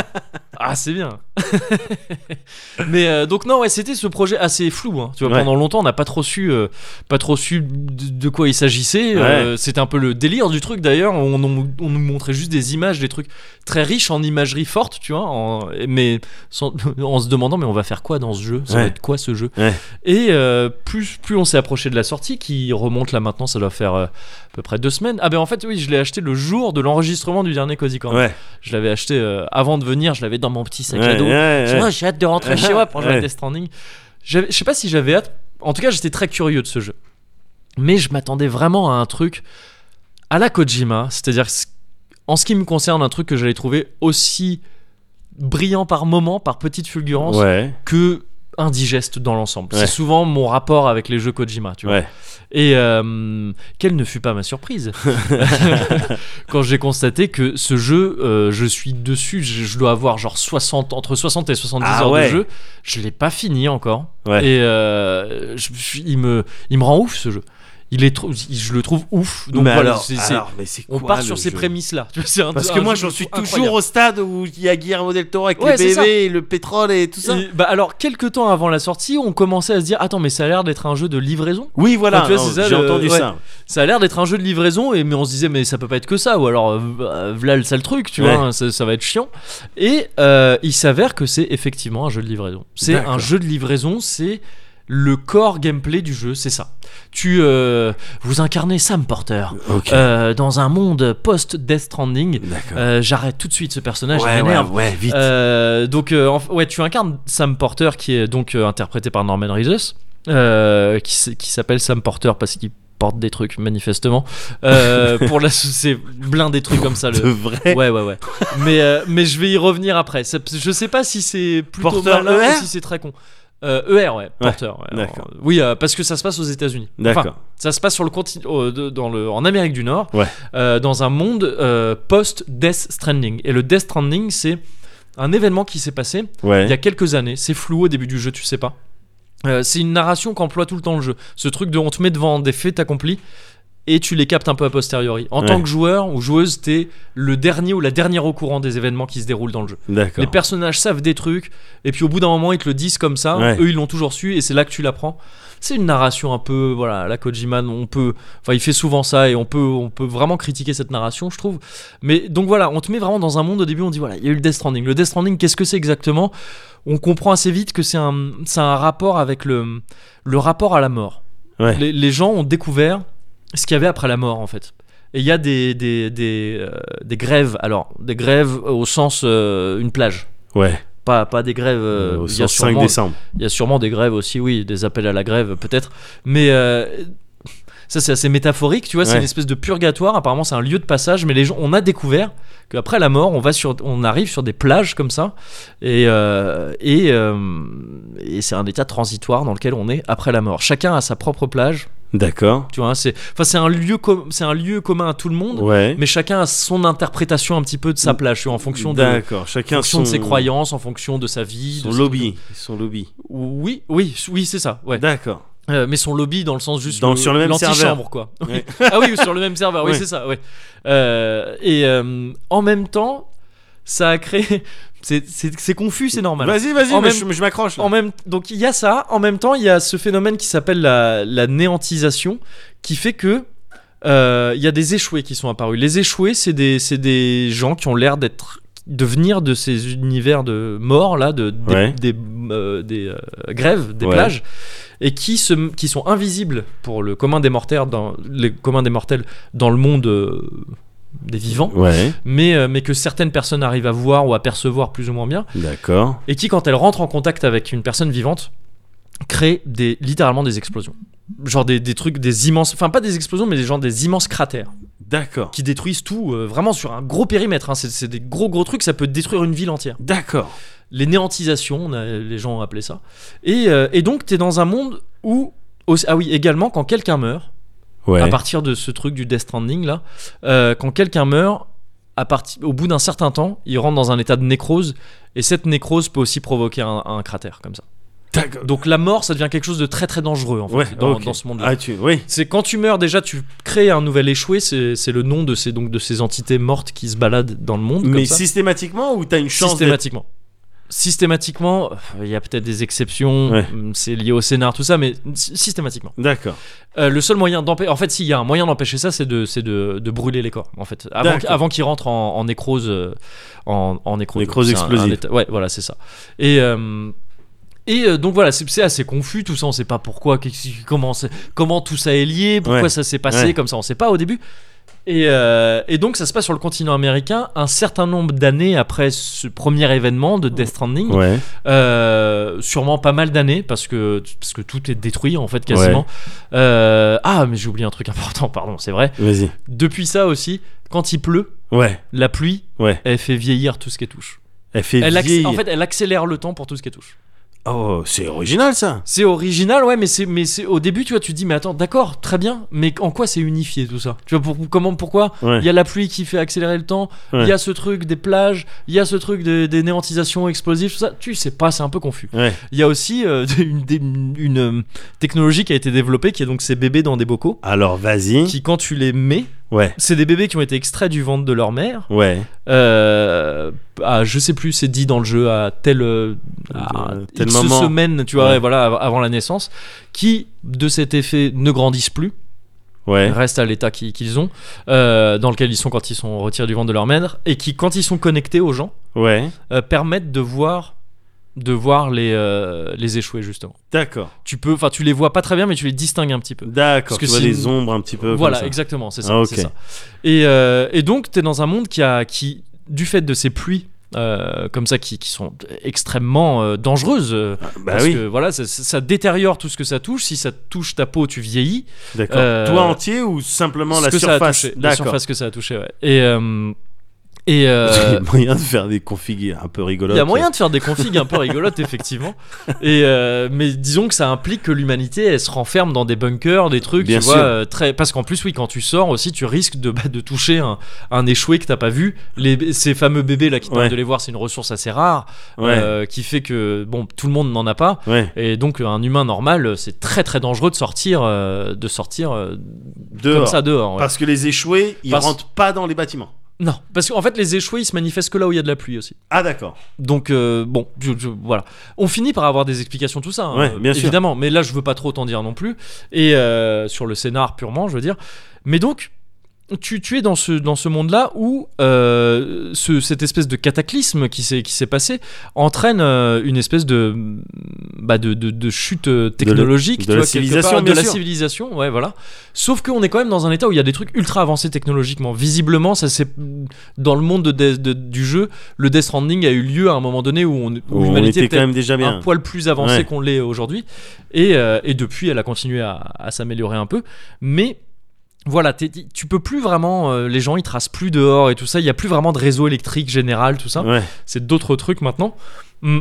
Ah, c'est bien. Mais euh, donc non, ouais, c'était ce projet assez flou. hein. Tu vois,
Ouais.
pendant longtemps, on n'a pas trop su, euh, pas trop su de, de quoi il s'agissait. Euh, c'était un peu le délire du truc d'ailleurs. On, on- on nous montrait juste des images, des trucs très riches en imagerie forte, tu vois. en- mais sans- en se demandant, mais on va faire quoi dans ce jeu Ça va
Ouais.
être quoi ce jeu
Ouais.
Et euh, plus, plus on s'est approché de la sortie, qui remonte là maintenant, ça doit faire euh, à peu près deux semaines. Ah ben en fait, oui, je l'ai acheté le jour de l'enregistrement du dernier Cozy Corner.
Ouais.
Je l'avais acheté euh, avant de venir, je l'avais dans mon petit sac à
Ouais,
dos.
ouais,
Je dis,
ouais.
Ah, j'ai hâte de rentrer chez moi pour jouer à
Ouais.
Death Stranding. J'avais- Je sais pas si j'avais hâte. En tout cas, j'étais très curieux de ce jeu. Mais je m'attendais vraiment à un truc à la Kojima, c'est-à-dire ce- en ce qui me concerne, un truc que j'allais trouver aussi brillant par moment, par petite fulgurance,
Ouais.
que indigeste dans l'ensemble.
Ouais.
C'est souvent mon rapport avec les jeux Kojima, tu vois.
Ouais.
Et euh, quelle ne fut pas ma surprise quand j'ai constaté que ce jeu, euh, je suis dessus, je, je dois avoir genre 60, entre 60 et 70
Ah
heures
ouais.
de jeu. Je l'ai pas fini encore.
Ouais.
Et euh, je- je- il, me, il me rend ouf ce jeu. Il est trop- je le trouve ouf. Donc
mais
voilà,
alors,
c'est- c'est-
alors, mais c'est
on
quoi,
part
le
sur ces
jeu
prémices-là. Tu vois, c'est un-
Parce
un
que moi,
jeu
j'en suis
incroyable.
toujours au stade où il y a Guillermo del Toro avec
Ouais, c'est
les
ça.
bébés, et le pétrole et tout ça.
Et, bah alors, quelques temps avant la sortie, on commençait à se dire Attends, mais ça a l'air d'être un jeu de livraison.
Oui,
Ah,
voilà,
tu vois,
non,
c'est ça,
j'ai
le-
entendu
ouais.
ça.
Ça a l'air d'être un jeu de livraison, et mais on se disait Mais ça peut pas être que ça, ou alors euh, voilà le sale truc, tu
Ouais.
vois, hein, ça, ça va être chiant. Et euh, il s'avère que c'est effectivement un jeu de livraison. C'est
D'accord.
un jeu de livraison, c'est le core gameplay du jeu, c'est ça. Tu euh, vous incarnez Sam Porter
Ok.
euh, dans un monde post-Death Stranding.
D'accord.
Euh, J'arrête tout de suite ce personnage, il
ouais, ouais,
Ah, m'énerve.
ouais, vite.
Euh, donc euh, enf- ouais, tu incarnes Sam Porter qui est donc euh, interprété par Norman Reedus, euh, qui, s- qui s'appelle Sam Porter parce qu'il porte des trucs manifestement. Euh, pour la c'est plein des trucs comme ça.
de
Le...
vrai.
Ouais ouais ouais. Mais euh, mais je vais y revenir après. Ça- Je sais pas si c'est plutôt
Porter
malin
ER
ou si c'est très con. Euh, ER ouais, Porter. ouais. Alors,
d'accord.
euh, oui euh, parce que ça se passe aux États-Unis. Enfin,
D'accord.
ça se passe sur le continent, euh, de- dans le, en Amérique du Nord,
Ouais.
euh, dans un monde euh, post-Death Stranding. Et le Death Stranding, c'est un événement qui s'est passé il y
ouais.
a quelques années. C'est flou au début du jeu, tu sais pas. Euh, c'est une narration qu'emploie tout le temps le jeu. Ce truc de on te met devant des faits accomplis et tu les captes un peu a posteriori. En
Ouais.
tant que joueur ou joueuse, t'es le dernier ou la dernière au courant des événements qui se déroulent dans le jeu.
D'accord.
Les personnages savent des trucs, et puis au bout d'un moment, ils te le disent comme ça.
Ouais.
Eux, ils l'ont toujours su, et c'est là que tu l'apprends. C'est une narration un peu, voilà, la Kojima, on peut, enfin, il fait souvent ça, et on peut, on peut vraiment critiquer cette narration, je trouve. Mais donc voilà, on te met vraiment dans un monde au début, on dit voilà, il y a eu le Death Stranding. Le Death Stranding, qu'est-ce que c'est exactement On comprend assez vite que c'est un, c'est un rapport avec le, le rapport à la mort
Ouais.
les, les gens ont découvert ce qu'il y avait après la mort en fait. Et il y a des, des, des, euh, des grèves, alors des grèves au sens euh, une plage.
Ouais.
Pas, pas des grèves. euh,
Au
il, y a
5
sûrement,
décembre.
il y a sûrement des grèves aussi, oui, des appels à la grève peut-être. Mais euh, ça c'est assez métaphorique, tu vois, c'est
Ouais.
une espèce de purgatoire. Apparemment c'est un lieu de passage, mais les gens, on a découvert qu'après la mort, on, va sur, on arrive sur des plages comme ça. Et, euh, et, euh, et c'est un état transitoire dans lequel on est après la mort. Chacun a sa propre plage.
D'accord.
Tu vois, hein, c'est enfin c'est un lieu com- c'est un lieu commun à tout le monde,
Ouais.
mais chacun a son interprétation un petit peu de sa plage, tu vois, en fonction de
D'accord.
en
Chacun
fonction
son...
de ses croyances, en fonction de sa vie,
Son
de ce-
lobby. Son lobby.
Oui, oui, oui, c'est ça. Ouais.
D'accord.
Euh, mais son lobby dans le sens juste
Dans- sur le même
l'antichambre,
serveur.
quoi.
Ouais.
ah oui, ou sur le même serveur. Oui,
Ouais.
c'est ça. Ouais. Euh, et euh, en même temps, ça a créé. C'est- C'est c'est confus, c'est normal.
Vas-y, vas-y,
En
mais
même-
je, je m'accroche. là.
En même, donc il y a ça. En même temps, il y a ce phénomène qui s'appelle la, la néantisation, qui fait que euh, il y a des échoués qui sont apparus. Les échoués, c'est des, c'est des gens qui ont l'air d'être de venir de ces univers de morts là, de des,
Ouais.
des, euh, des, euh, grèves, des
Ouais.
plages, et qui se, qui sont invisibles pour le commun des mortels dans les communs des mortels dans le monde euh, des vivants,
Ouais.
mais euh, mais que certaines personnes arrivent à voir ou à percevoir plus ou moins bien
D'accord.
et qui, quand elle rentre en contact avec une personne vivante, crée des, littéralement des explosions. Genre des, des trucs, des immenses, enfin pas des explosions, mais des, genre des immenses cratères
D'accord.
qui détruisent tout, euh, vraiment sur un gros périmètre. hein. C'est- C'est des gros gros trucs, ça peut détruire une ville entière.
D'accord.
Les néantisations, on a- les gens ont appelé ça. Et, euh, et donc, t'es dans un monde où. aussi- ah oui, également, quand quelqu'un meurt,
Ouais.
à partir de ce truc du Death Stranding là, euh, quand quelqu'un meurt, à parti- au bout d'un certain temps, il rentre dans un état de nécrose et cette nécrose peut aussi provoquer un, un cratère comme ça.
D'accord.
Donc la mort, ça devient quelque chose de très très dangereux en fait,
Ouais,
dans,
ok.
dans ce monde-là.
Ah, tu. Oui.
C'est quand tu meurs déjà, tu crées un nouvel échoué. C'est c'est le nom de ces donc de ces entités mortes qui se baladent dans le monde.
Mais
comme ça.
systématiquement ou t'as une chance d'être.
Systématiquement. Systématiquement, euh, il y a peut-être des exceptions,
Ouais.
hum, c'est lié au scénar, tout ça, mais sy- systématiquement.
D'accord.
Euh, le seul moyen d'empêcher. En fait, s'il y a un moyen d'empêcher ça, c'est de, c'est de, de brûler les corps, en fait. Avant,
D'accord.
avant qu'ils rentrent en, en nécrose. euh, En, en nécrose.
Nécrose
C'est un- un
explosive.
état- ouais, voilà, c'est ça. Et. euh, et euh, donc voilà, c'est c'est assez confus tout ça, on sait pas pourquoi, qu'est-ce qui- comment, c'est- comment tout ça est lié, pourquoi
Ouais.
ça s'est passé
Ouais.
comme ça, on sait pas au début. Et, euh, et donc ça se passe sur le continent américain un certain nombre d'années après ce premier événement de Death Stranding,
Ouais.
euh, sûrement pas mal d'années parce que, parce que tout est détruit en fait quasiment. Euh, ah mais j'ai oublié un truc important, pardon, c'est vrai.
Vas-y.
Depuis ça aussi, quand il pleut,
Ouais.
la pluie,
Ouais.
elle fait vieillir tout ce qu'elle touche.
Elle fait
Elle acc-
vieille.
en fait, elle accélère le temps pour tout ce qu'elle touche.
Oh, c'est original ça.
C'est original, ouais, mais c'est mais c'est au début, tu vois, tu te dis mais attends, d'accord, très bien, mais en quoi c'est unifié tout ça Tu vois pour, comment pourquoi
Ouais.
il y a la pluie qui fait accélérer le temps, il
Ouais.
y a ce truc des plages, il y a ce truc de- des néantisations explosives, tout ça. Tu sais pas, c'est un peu confus.
Ouais.
Il y a aussi euh, une, dé- une, euh, technologie qui a été développée qui est donc ces bébés dans des bocaux
Alors vas-y.
qui quand tu les mets,
Ouais.
c'est des bébés qui ont été extraits du ventre de leur mère.
Ouais.
Euh, à, je sais plus, c'est dit dans le jeu à tel, euh, à
Euh, tel
X
moment.
semaine, tu vois,
Ouais.
et voilà, av- avant la naissance, qui de cet effet ne grandissent plus,
Ouais.
restent à l'état qui- qu'ils ont, euh, dans lequel ils sont quand ils sont retirés du ventre de leur mère, et qui quand ils sont connectés aux gens
Ouais.
euh, permettent de voir, de voir les euh, les échouer justement.
D'accord.
Tu peux, enfin, tu les vois pas très bien, mais tu les distingues un petit peu.
D'accord.
Parce que
Tu vois
c'est
les
une-
ombres un petit peu. Euh, comme
Voilà,
ça.
exactement, c'est ça.
Ah, ok.
c'est ça. Et, euh, et donc, tu es dans un monde qui, a, qui, du fait de ces pluies, euh, comme ça, qui, qui sont extrêmement euh, dangereuses, euh,
Bah
parce
oui.
que voilà, ça, ça- ça détériore tout ce que ça touche. Si ça touche ta peau, tu vieillis.
D'accord.
euh,
Toi entier ou simplement
ce
la
que ça a
surface
touché, la
D'accord.
surface que ça a touché, ouais. Et, euh, et
Il y
euh,
a moyen de faire des configs un peu rigolotes.
Il y a moyen de faire des configs un peu rigolotes, effectivement. Et euh, mais disons que ça implique que l'humanité, elle se renferme dans des bunkers, des trucs,
Bien
tu vois.
sûr.
euh, très... Parce qu'en plus, oui, quand tu sors aussi, tu risques de, bah, de toucher un, un échoué que t'as pas vu. Les, ces fameux bébés là qui
Ouais.
tentent de les voir, c'est une ressource assez rare,
Ouais.
euh, qui fait que bon, tout le monde n'en a pas.
Ouais.
Et donc, un humain normal, c'est très très dangereux de sortir, euh, de sortir euh, comme
Dehors.
ça dehors. ouais.
Parce que les échoués, ils
Parce-
rentrent pas dans les bâtiments.
Non, parce qu'en fait, les échoués, ils se manifestent que là où il y a de la pluie aussi.
Ah d'accord.
Donc euh, bon, je- je- voilà. On finit par avoir des explications tout ça, hein,
Ouais, bien sûr.
évidemment. Mais là, je veux pas trop t'en dire non plus. Et euh, sur le scénar purement, je veux dire. Mais donc, tu, tu es dans ce dans ce monde-là où euh, ce- cette espèce de cataclysme qui s'est qui s'est passé entraîne euh, une espèce de bah de, de- de chute euh, technologique,
de
tu
la
vois, quelque
civilisation,
part, de
bien
la
sûr.
civilisation, ouais, voilà. Sauf qu'on est quand même dans un état où il y a des trucs ultra avancés technologiquement. Visiblement, ça c'est dans le monde de Death- de- du jeu, le Death Stranding a eu lieu à un moment donné où, on, où
on
l'humanité
était
était
quand même déjà
un
bien.
poil plus avancée
Ouais.
qu'on l'est aujourd'hui. Et, euh, et depuis, elle a continué à, à s'améliorer un peu. Mais voilà, t'es- t'es- tu peux plus vraiment. euh, les gens, ils tracent plus dehors et tout ça. Il n'y a plus vraiment de réseau électrique général, tout ça.
Ouais.
C'est d'autres trucs maintenant. Mm.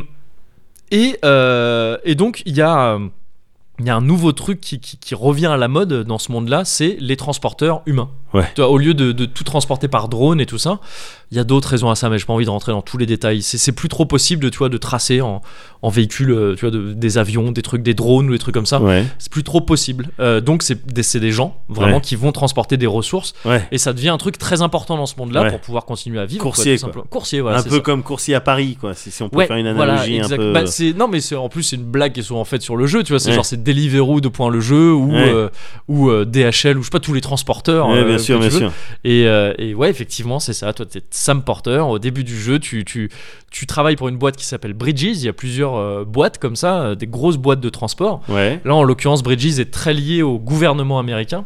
Et, euh, et donc, il y a. euh, il y a un nouveau truc qui, qui- qui revient à la mode dans ce monde-là, c'est les transporteurs humains.
Ouais.
Tu vois, au lieu de, de tout transporter par drone et tout ça, il y a d'autres raisons à ça, mais j'ai pas envie de rentrer dans tous les détails. C'est c'est plus trop possible de, tu vois, de tracer en, en véhicule, euh, tu vois, de- des avions, des trucs, des drones ou des trucs comme ça.
Ouais.
C'est plus trop possible. Euh, donc c'est des, c'est des gens vraiment
Ouais.
qui vont transporter des ressources
Ouais.
et ça devient un truc très important dans ce monde-là
Ouais.
pour pouvoir continuer à vivre.
Coursier,
tout
quoi.
simplement. Coursier, voilà.
un
c'est
peu
ça.
comme coursier à Paris, quoi. Si, si on peut
Ouais,
faire une
voilà,
analogie un
exact.
peu. euh,
Bah, c'est- non, mais c'est en plus c'est une blague qui sont en fait sur le jeu, tu vois. C'est
Ouais.
genre c'est Deliveroo de point le jeu ou
Ouais.
euh, ou euh, DHL ou je sais pas tous les transporteurs.
Ouais,
euh,
bien sûr,
que tu
bien
veux.
sûr.
Et, euh, et ouais, effectivement, c'est ça. Toi, t'es Sam Porter. Au début du jeu, tu, tu, tu travailles pour une boîte qui s'appelle Bridges. Il y a plusieurs euh, boîtes comme ça, euh, des grosses boîtes de transport.
Ouais.
Là, en l'occurrence, Bridges est très lié au gouvernement américain,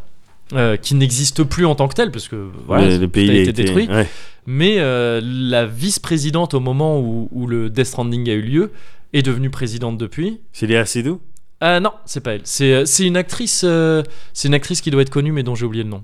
euh, qui n'existe plus en tant que tel, parce que voilà,
le, le
tout
pays
a été, détruit.
ouais.
Mais euh, la vice-présidente, au moment où, où le Death Stranding a eu lieu, est devenue présidente depuis.
C'est Léa Seydoux
Ah non, c'est pas elle. C'est euh, c'est une actrice, euh, c'est une actrice qui doit être connue, mais dont j'ai oublié le nom.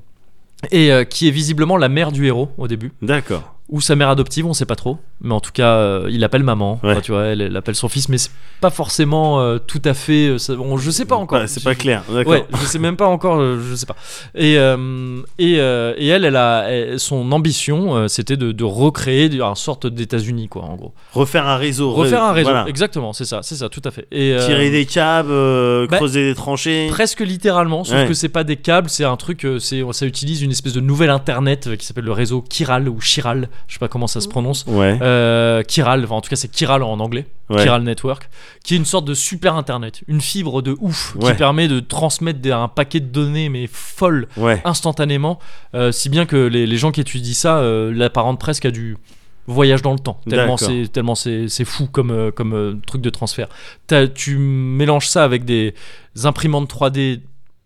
Et euh, qui est visiblement la mère du héros au début
D'accord.
ou sa mère adoptive, on sait pas trop, mais en tout cas, euh, il appelle maman.
Ouais.
Enfin, tu vois, elle, elle appelle son fils, mais c'est pas forcément euh, tout à fait. euh, ça- on- je sais pas encore.
Ah, c'est pas clair. D'accord.
Ouais, je sais même pas encore, euh, je sais pas. Et, euh, et, euh, et elle, elle a elle- son ambition, euh, c'était de, de recréer une sorte d'États-Unis, quoi, en gros.
Refaire un réseau.
Refaire un réseau,
Voilà.
exactement, c'est ça, c'est ça, tout à fait. Et, euh,
Tirer des câbles, euh,
bah,
creuser des tranchées.
Presque littéralement, sauf
Ouais.
que c'est pas des câbles, c'est un truc, euh, c'est ça utilise une espèce de nouvel internet euh, qui s'appelle le réseau Kiral ou Chiral, je sais pas comment ça se prononce.
Ouais.
Euh, Kiral, enfin en tout cas c'est Kiral en anglais,
ouais.
Kiral Network, qui est une sorte de super internet, une fibre de ouf
Ouais.
qui permet de transmettre des- un paquet de données mais folle
Ouais.
instantanément, euh, si bien que les, les gens qui étudient ça euh, l'apparentent presque à du voyage dans le temps, tellement
D'accord.
c'est tellement c'est c'est fou comme euh, comme euh, truc de transfert. T'as- tu mélanges ça avec des imprimantes 3D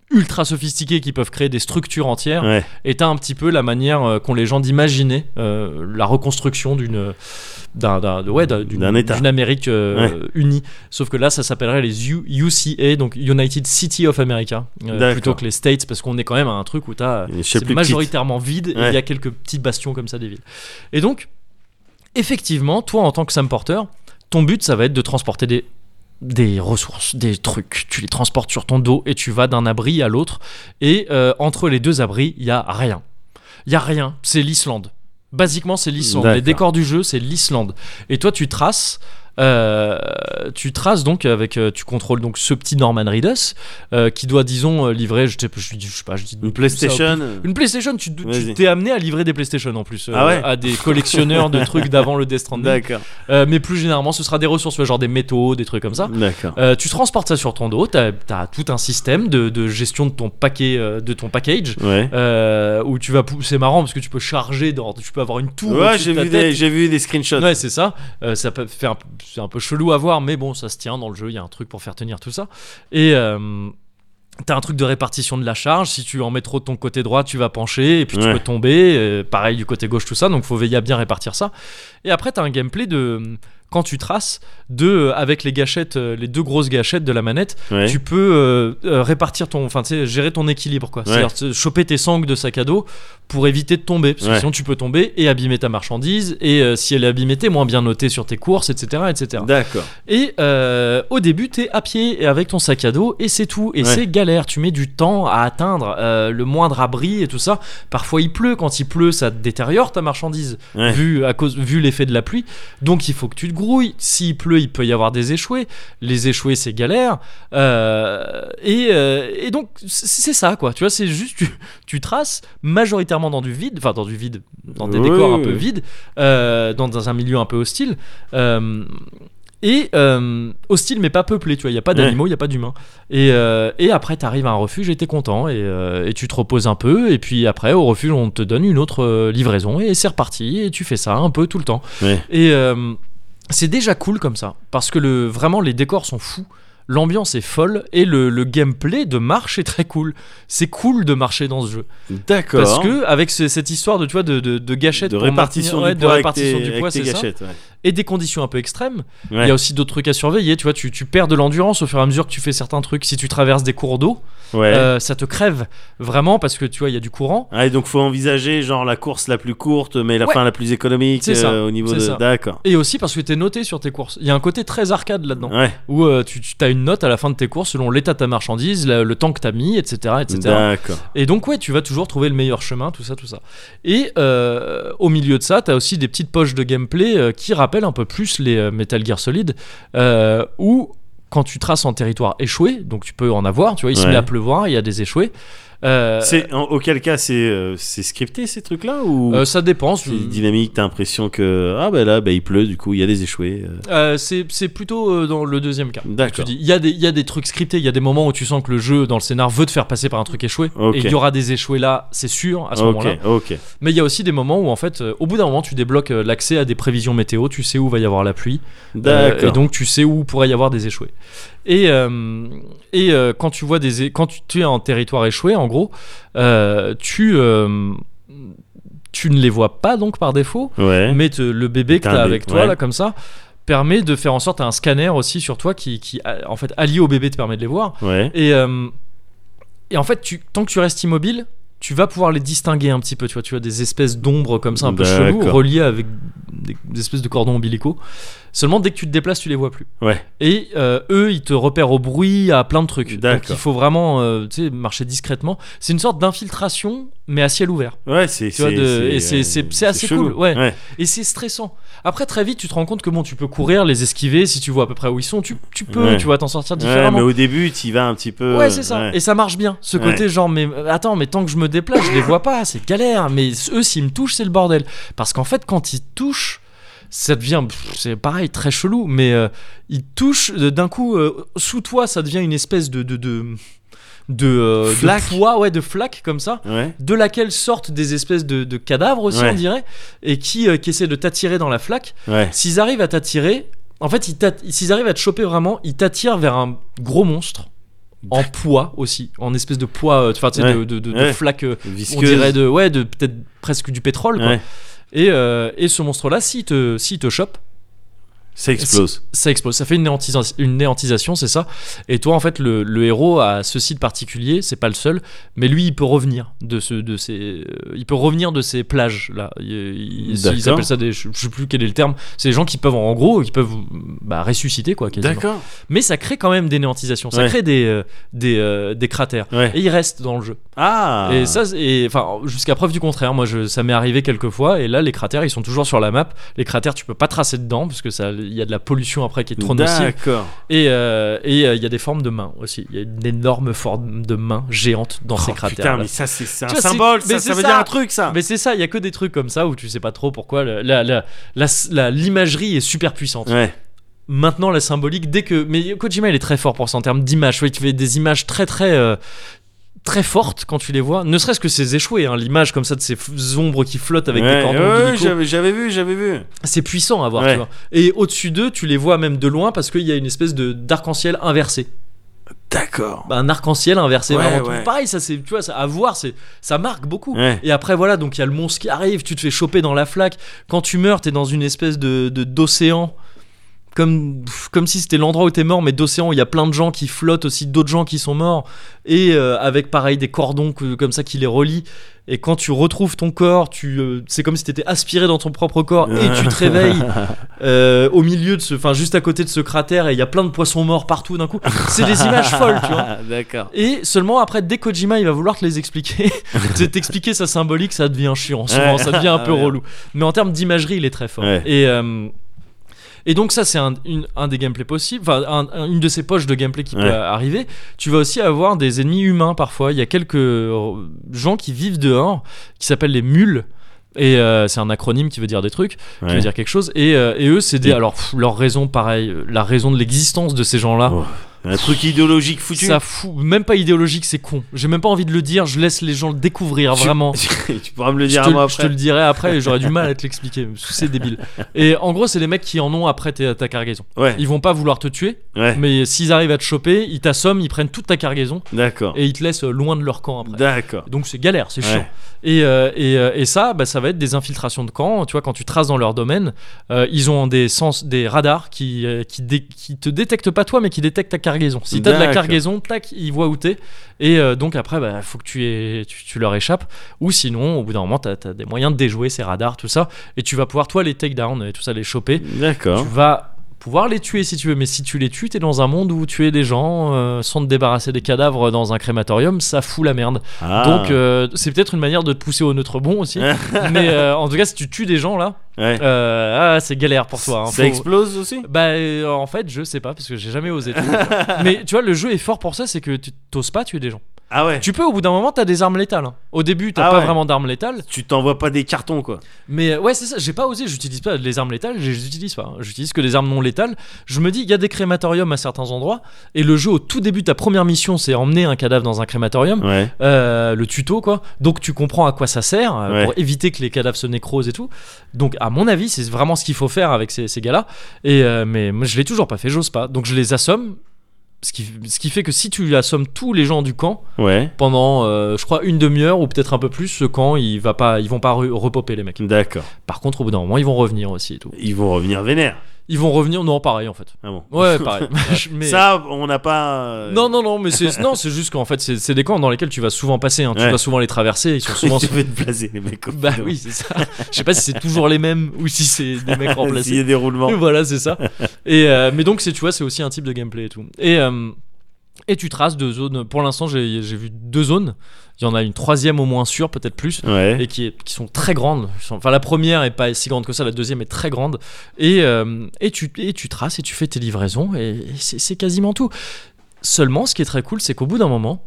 ultra sophistiquées qui peuvent créer des structures entières
Ouais.
et t'as un petit peu la manière euh, qu'ont les gens d'imaginer euh, la reconstruction d'une d'un d'un- de- ouais, d'un- d'une
D'un État.
d'une Amérique euh, unie sauf que là ça s'appellerait les U- UCA donc United City of America euh,
D'accord.
plutôt que les States parce qu'on est quand même à un truc où t'as
Une échelle
c'est
plus
majoritairement vide et
Ouais.
il y a quelques petits bastions comme ça des villes et donc effectivement toi en tant que Sam Porter ton but ça va être de transporter des des ressources, des trucs. Tu les transportes sur ton dos et tu vas d'un abri à l'autre. Et euh, entre les deux abris, il y a rien. Il y a rien. C'est l'Islande. Basiquement, c'est l'Islande. Les décors
D'accord.
du jeu, c'est l'Islande. Et toi, tu traces. euh, tu traces donc avec euh, tu contrôles donc ce petit Norman Reedus euh, qui doit disons euh, livrer je, sais- je dis- je sais pas je dis
Une
ça au
PlayStation.
une PlayStation, tu tu
Vas-y.
t'es amené à livrer des PlayStation en plus euh,
Ah ouais
à des collectionneurs de trucs d'avant le Death Stranding.
D'accord.
Euh, mais plus généralement, ce sera des ressources, ouais, genre des métaux, des trucs comme ça.
D'accord.
Euh, tu transportes ça sur ton dos, t'as as tout un système de, de gestion de ton paquet, euh, de ton package.
Ouais.
euh, où tu vas pou- c'est marrant parce que tu peux charger dans tu peux avoir une tour
Ouais,
au-dessus
j'ai
de ta
vu,
tête.
des, j'ai vu des screenshots.
Ouais, c'est ça. Euh, ça peut faire un- c'est un peu chelou à voir, mais bon, ça se tient dans le jeu. Il y a un truc pour faire tenir tout ça. Et euh, t'as un truc de répartition de la charge. Si tu en mets trop de ton côté droit, tu vas pencher et puis tu
Ouais.
peux tomber. Euh, pareil du côté gauche, tout ça. Donc faut veiller à bien répartir ça. Et après, t'as un gameplay de quand tu traces de avec les gâchettes, euh, les deux grosses gâchettes de la manette
Ouais.
tu peux euh, euh, répartir ton, enfin, tu sais, gérer ton équilibre, quoi.
Ouais.
C'est-à-dire te- choper tes sangles de sac à dos pour éviter de tomber, parce que
Ouais.
sinon tu peux tomber et abîmer ta marchandise. Et euh, si elle est abîmée, t'es moins bien noté sur tes courses, etc., etc.
D'accord.
Et euh, au début, t'es à pied et avec ton sac à dos, et c'est tout. Et
Ouais.
c'est galère. Tu mets du temps à atteindre euh, le moindre abri et tout ça. Parfois, il pleut. Quand il pleut, ça détériore ta marchandise
Ouais.
vu à cause vu l'effet de la pluie. Donc, il faut que tu te grouilles. S'il pleut, il peut y avoir des échoués. Les échoués, c'est galère. Euh, et, euh, et donc, c'est c'est ça, quoi. Tu vois, c'est juste tu, tu traces majoritairement dans du vide, enfin dans du vide, dans des
Oui,
décors un
oui,
peu
oui.
vides, euh, dans, dans un milieu un peu hostile. Euh, et euh, hostile mais pas peuplé, tu vois, il n'y a pas d'animaux, il n'y a pas d'humains. Et, euh, et après, tu arrives à un refuge et t'es content, et, euh, et tu te reposes un peu, et puis après, au refuge, on te donne une autre euh, livraison, et c'est reparti, et tu fais ça un peu tout le temps.
Ouais.
Et euh, c'est déjà cool comme ça, parce que le, vraiment, les décors sont fous. L'ambiance est folle et le, le gameplay de marche est très cool. C'est cool de marcher dans ce jeu
D'accord.
parce que avec ce- cette histoire de tu vois de, de, de gâchette
de
pour maintenir-
répartition du
ouais, de
poids,
répartition
avec tes,
du poids,
avec tes
c'est ça
gâchettes. ouais.
et des conditions un peu extrêmes.
Ouais.
Il y a aussi d'autres trucs à surveiller. Tu vois, tu, tu perds de l'endurance au fur et à mesure que tu fais certains trucs. Si tu traverses des cours d'eau,
Ouais.
euh, ça te crève vraiment parce que tu vois, il y a du courant.
Ah, et donc faut envisager genre la course la plus courte, mais la
Ouais.
fin la plus économique
C'est ça,
euh, au niveau
c'est
de.
ça.
D'accord.
Et aussi parce que tu es noté sur tes courses. Il y a un côté très arcade là-dedans,
Ouais.
où euh, tu, as une note à la fin de tes courses selon l'état de ta marchandise, le, le temps que tu as mis, etc. etc.
D'accord.
Et donc ouais, tu vas toujours trouver le meilleur chemin, tout ça, tout ça. Et euh, au milieu de ça, t'as aussi des petites poches de gameplay euh, qui rappellent un peu plus les euh, Metal Gear Solid, euh, où quand tu traces en territoire échoué, donc tu peux en avoir, tu vois, il se
Ouais.
met à pleuvoir, il y a des échoués. Euh,
C'est en- auquel cas c'est euh, c'est scripté ces trucs là ou
euh, ça dépend.
c'est dynamique T'as l'impression que ah bah là bah il pleut du coup il y a des échoués. euh.
Euh, c'est c'est plutôt euh, dans le deuxième cas. Tu
D'accord.
dis, il y, a des- il y a des trucs scriptés, il y a des moments où tu sens que le jeu dans le scénar veut te faire passer par un truc échoué.
Ok.
Et il y aura des échoués là, c'est sûr, à ce moment-là.
Ok. Ok.
Mais il y a aussi des moments où, en fait, euh, au bout d'un moment, tu débloques euh, l'accès à des prévisions météo, tu sais où va y avoir la pluie, euh,
D'accord.
et donc tu sais où pourrait y avoir des échoués. Et, euh, et euh, quand tu vois des é- quand tu, tu es en territoire échoué, en gros, euh, tu, euh, tu ne les vois pas donc par défaut,
Ouais.
mais te- le bébé que tu
T'as un
as
bébé,
avec toi,
ouais.
là, comme ça, permet de faire en sorte, t'as un scanner aussi sur toi qui, qui a- en fait, allié au bébé, te permet de les voir.
Ouais.
Et, euh, et en fait, tu, tant que tu restes immobile, tu vas pouvoir les distinguer un petit peu. Tu vois, tu vois des espèces d'ombres comme ça, un peu
D'accord.
cheloues, reliées avec des, des espèces de cordons ombilicaux. Seulement, dès que tu te déplaces, tu les vois plus.
Ouais.
Et euh, eux, ils te repèrent au bruit, à plein de trucs. Donc,
D'accord.
il faut vraiment euh, tu sais, marcher discrètement. C'est une sorte d'infiltration, mais à ciel ouvert.
Ouais. C'est.
Tu vois,
c'est-
de- et c'est-
euh,
c'est- c'est assez
chelou.
cool, ouais.
Ouais.
Et c'est stressant. Après, très vite, tu te rends compte que bon, tu peux courir, les esquiver. Si tu vois à peu près où ils sont, tu, tu peux,
Ouais.
tu vas t'en sortir
Ouais,
différemment.
mais au début, tu vas un petit peu.
Ouais,
euh,
c'est ça.
ouais.
Et ça marche bien. Ce
Ouais.
côté, genre, mais euh, attends, mais tant que je me déplace, je les vois pas, c'est galère. Mais eux, s'ils me touchent, c'est le bordel. Parce qu'en fait, quand ils touchent, ça devient, pff, c'est pareil, très chelou, mais euh, ils touchent euh, d'un coup, euh, sous toi, ça devient une espèce de. de, de de, euh, de
Flaque.
poids, ouais, de flaque comme ça,
Ouais.
de laquelle sortent des espèces de, de cadavres aussi,
Ouais.
on dirait, et qui, euh, qui essaient de t'attirer dans la flaque.
Ouais.
S'ils arrivent à t'attirer, en fait, ils t'att- s'ils arrivent à te choper vraiment, ils t'attirent vers un gros monstre. En poids aussi, en espèce de poids, euh, enfin, tu sais,
Ouais.
de, de, de- de
Ouais.
flaque, euh, on
Visqueuse.
dirait de, ouais, de peut-être presque du pétrole. quoi.
Ouais.
Et, euh, et ce monstre-là, s'il te, s'il te chope,
Ça explose.
ça explose, ça fait une, néantisa- une néantisation, c'est ça. Et toi, en fait, le, le héros a ce site particulier, c'est pas le seul, mais lui, il peut revenir de ce, de ces, euh, il peut revenir de ces plages là. Il- il- Ils,
D'accord.
appellent ça des, je, je sais plus quel est le terme. C'est des gens qui peuvent, en gros, qui peuvent bah, ressusciter quoi. quasiment.
D'accord.
Mais ça crée quand même des néantisations, ça
Ouais.
crée des, euh, des, euh, des cratères.
Ouais.
Et il reste dans le jeu.
Ah.
Et ça, c'est- et- enfin, jusqu'à preuve du contraire, moi, je, ça m'est arrivé quelques fois. Et là, les cratères, ils sont toujours sur la map. Les cratères, tu peux pas tracer dedans parce que ça, il y a de la pollution après qui est trop nocive.
D'accord.
Et euh, et, euh, il y a des formes de mains aussi. Il y a une énorme forme de main géante dans ces
Oh,
cratères.
putain, mais ça, c'est c'est un
Tu vois, c'est-
symbole.
mais
Ça,
c'est
ça veut
ça.
dire un truc, ça.
Mais c'est ça, il y a que des trucs comme ça où tu sais pas trop pourquoi le- la- la- la- la- l'imagerie est super puissante.
Ouais.
Maintenant la symbolique, dès que mais Kojima il est très fort pour ça en termes d'images. Ouais, tu fais des images très très euh, très fortes quand tu les vois. Ne serait-ce que ces échoués, hein, l'image comme ça de ces f- ombres qui flottent avec
Ouais,
des cordons
ouais,
ombilicaux.
j'avais- j'avais vu, j'avais vu.
c'est puissant à voir.
Ouais.
Tu vois. Et au-dessus d'eux, tu les vois même de loin parce qu'il y a une espèce de d'arc-en-ciel inversé.
D'accord.
Bah, un arc-en-ciel inversé
Ouais,
vraiment tout.
ouais.
pareil ça c'est tu vois ça à voir c'est ça marque beaucoup
Ouais.
et après voilà donc il y a le monstre qui arrive tu te fais choper dans la flaque quand tu meurs t'es dans une espèce de de- d'océan comme, pff, comme si c'était l'endroit où t'es mort, mais d'océan, il y a plein de gens qui flottent aussi, d'autres gens qui sont morts, et euh, avec pareil des cordons que- comme ça qui les relient. Et quand tu retrouves ton corps, tu, euh, c'est comme si t'étais aspiré dans ton propre corps, et tu te réveilles euh, au milieu de ce, enfin juste à côté de ce cratère, et il y a plein de poissons morts partout d'un coup. C'est des images folles, tu vois.
D'accord.
Et seulement après, dès Kojima, il va vouloir te les expliquer. Te- T'expliquer sa symbolique, ça devient chiant. Souvent,
Ouais.
ça devient un peu
Ah, merde.
relou. Mais en termes d'imagerie, il est très fort.
Ouais.
Et, euh, et donc, ça, c'est un, une- un des gameplays possibles. Enfin, un- un- une de ces poches de gameplay qui
Ouais.
peut arriver. Tu vas aussi avoir des ennemis humains parfois. Il y a quelques euh, gens qui vivent dehors, qui s'appellent les mules. Et euh, c'est un acronyme qui veut dire des trucs qui veut dire quelque chose. Et, euh, et eux, c'est des.
Et-
Alors, pff, leur raison, pareil, euh, la raison de l'existence de ces gens-là,
Oh, Un truc idéologique foutu.
ça fout, même pas idéologique, c'est con. J'ai même pas envie de le dire, je laisse les gens le découvrir
Tu-
vraiment.
tu pourras me le
Je
dire
te,
à moi
je te
après.
le dirai après et j'aurai du mal à te l'expliquer, parce que c'est débile. Et en gros, c'est les mecs qui en ont après ta, ta cargaison.
Ouais.
Ils vont pas vouloir te tuer,
Ouais.
mais s'ils arrivent à te choper, ils t'assomment, ils prennent toute ta cargaison
D'accord.
et ils te laissent euh, loin de leur camp après.
D'accord.
Donc c'est galère, c'est
Ouais.
chiant. Et, euh, et, euh, et ça, bah, ça va être des infiltrations de camps. Tu vois, quand tu traces dans leur domaine, euh, ils ont des sens, des radars qui euh, qui, dé- qui te détectent pas toi, mais qui détectent ta cargaison. Si t'as de la
D'accord.
cargaison, tac, ils voient où t'es. Et euh, donc après, bah, faut que tu, aies- tu tu leur échappes. Ou sinon, au bout d'un moment, t'as as des moyens de déjouer ces radars, tout ça, et tu vas pouvoir toi les take down et tout ça les choper.
D'accord.
Tu vas pouvoir les tuer si tu veux, mais si tu les tues, t'es dans un monde où tuer des gens euh, sans te débarrasser des cadavres dans un crématorium, ça fout la merde.
Ah.
Donc euh, c'est peut-être une manière de te pousser au neutre bon aussi. mais euh, en tout cas, si tu tues des gens là,
Ouais.
euh, ah, c'est galère pour toi. hein.
Ça
Faut-
explose aussi
Bah euh, en fait, je sais pas parce que j'ai jamais osé. tuer des gens. mais tu vois, le jeu est fort pour ça, c'est que tu t'oses pas tuer des gens.
Ah ouais.
Tu
Tu
peux au bout d'un moment, t'as des armes létales. hein. Au début, t'as
Ah
pas
ouais.
vraiment d'armes létales,
tu t'envoies pas des cartons quoi.
mais euh, ouais, c'est ça. J'ai pas osé. J'utilise pas les armes létales. je les utilise pas. hein. J'utilise que les armes non létales. Je me dis, il y a des crématoriums à certains endroits, et le jeu au tout début, ta première mission, c'est emmener un cadavre dans un crématorium.
Ouais.
Euh, le tuto quoi. Donc tu comprends à quoi ça sert euh,
Ouais.
pour éviter que les cadavres se nécrosent et tout. Donc à mon avis, c'est vraiment ce qu'il faut faire avec ces, ces gars-là. Et euh, mais moi je l'ai toujours pas fait, j'ose pas. Donc je les assomme. Ce qui, ce qui fait que si tu assommes tous les gens du camp
Ouais.
pendant, euh, je crois, une demi-heure ou peut-être un peu plus, ce camp, il va pas, ils vont pas re- repoper les mecs.
D'accord.
Par contre, au bout d'un moment, ils vont revenir aussi et tout.
Ils vont revenir vénère.
Ils vont revenir, non, pareil en fait.
Ah bon.
Ouais, pareil. Mais-
Ça, on n'a pas. euh,
Non, non, non, mais c'est non, c'est juste qu'en fait, c'est c'est des camps dans lesquels tu vas souvent passer. hein. Tu
Ouais.
vas souvent les traverser. Ils sont souvent
Ils devaient te blaser les mecs. au
Bah
final.
oui, c'est ça. Je sais pas si c'est toujours les mêmes ou si c'est des mecs
S'il y
remplacés.
a des roulements.
voilà, c'est ça. Et euh, mais donc c'est tu vois, c'est aussi un type de gameplay et tout. Et euh, et tu traces deux zones. Pour l'instant, j'ai j'ai vu deux zones. Il y en a une troisième au moins sûre, peut-être plus.
Ouais.
Et euh, qui, est- qui sont très grandes. Qui sont- Enfin, la première est pas si grande que ça, la deuxième est très grande. Et, euh, et, tu, et tu traces et tu fais tes livraisons, et, et c'est c'est quasiment tout. Seulement, ce qui est très cool, c'est qu'au bout d'un moment,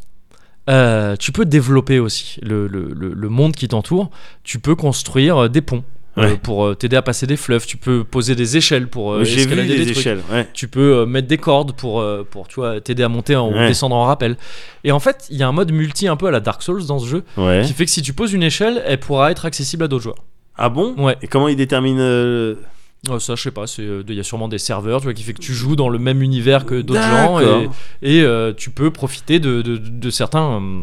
euh, tu peux développer aussi le, le- le- le monde qui t'entoure. Tu peux construire euh, des ponts euh,
Ouais.
pour euh, t'aider à passer des fleuves. Tu peux poser des échelles pour euh,
J'ai vu
escalader
les
des trucs
échelles. Ouais.
tu peux euh, mettre des cordes pour, euh, pour tu vois, t'aider à monter en- ou
Ouais.
descendre en rappel. Et en fait, il y a un mode multi un peu à la Dark Souls dans ce jeu,
Ouais.
qui fait que si tu poses une échelle, elle pourra être accessible à d'autres joueurs.
Ah bon
Ouais.
Et comment ils déterminent euh,
Euh, ça, je sais pas, c'est, euh, il y a sûrement des serveurs, tu vois, qui fait que tu joues dans le même univers que d'autres gens
D'accord.
et, et, euh, tu peux profiter de, de- de certains. euh,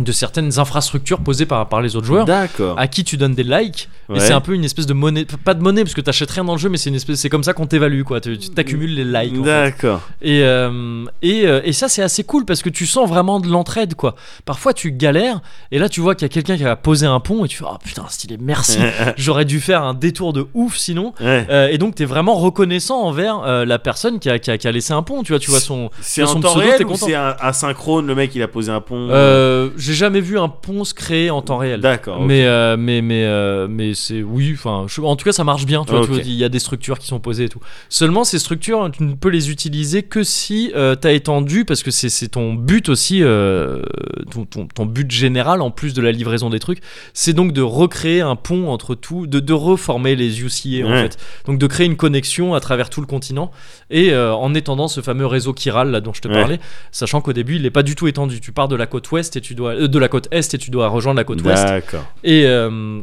de certaines infrastructures posées par, par les autres joueurs
D'accord.
à qui tu donnes des likes et
Ouais.
Ah, c'est un peu une espèce de monnaie pas de monnaie parce que t'achètes rien dans le jeu mais c'est une espèce c'est comme ça qu'on t'évalue quoi tu tu t'accumules les likes en fait.
D'accord.
et euh, et, euh, et ça c'est assez cool parce que tu sens vraiment de l'entraide quoi parfois tu galères et là tu vois qu'il y a quelqu'un qui a posé un pont et tu fais oh putain stylé merci j'aurais dû faire un détour de ouf sinon
Ouais.
Euh, et donc t'es vraiment reconnaissant envers euh, la personne qui a, qui, a, qui a laissé un pont tu vois tu vois son
C'est
de
en
son
temps
pseudo, t'es
réel ou
content.
c'est un- asynchrone Le mec, il a posé un pont.
Euh, j'ai jamais vu un pont se créer en temps réel
D'accord. ok.
Mais, euh, mais mais euh, mais c'est oui enfin je- en tout cas ça marche bien tu vois,
Ah, Ok.
tu vois, il y a des structures qui sont posées et tout seulement ces structures tu ne peux les utiliser que si euh, t'as étendu parce que c'est c'est ton but aussi euh, ton, ton, ton but général en plus de la livraison des trucs c'est donc de recréer un pont entre tout de, de reformer les UCA en
Ouais.
fait donc de créer une connexion à travers tout le continent et euh, en étendant ce fameux réseau chiral là dont je te
Ouais.
parlais sachant qu'au début il n'est pas du tout étendu tu pars de la côte ouest et tu dois euh, de la côte est et tu dois rejoindre la
Bah
côte ouest
D'accord.
et, euh,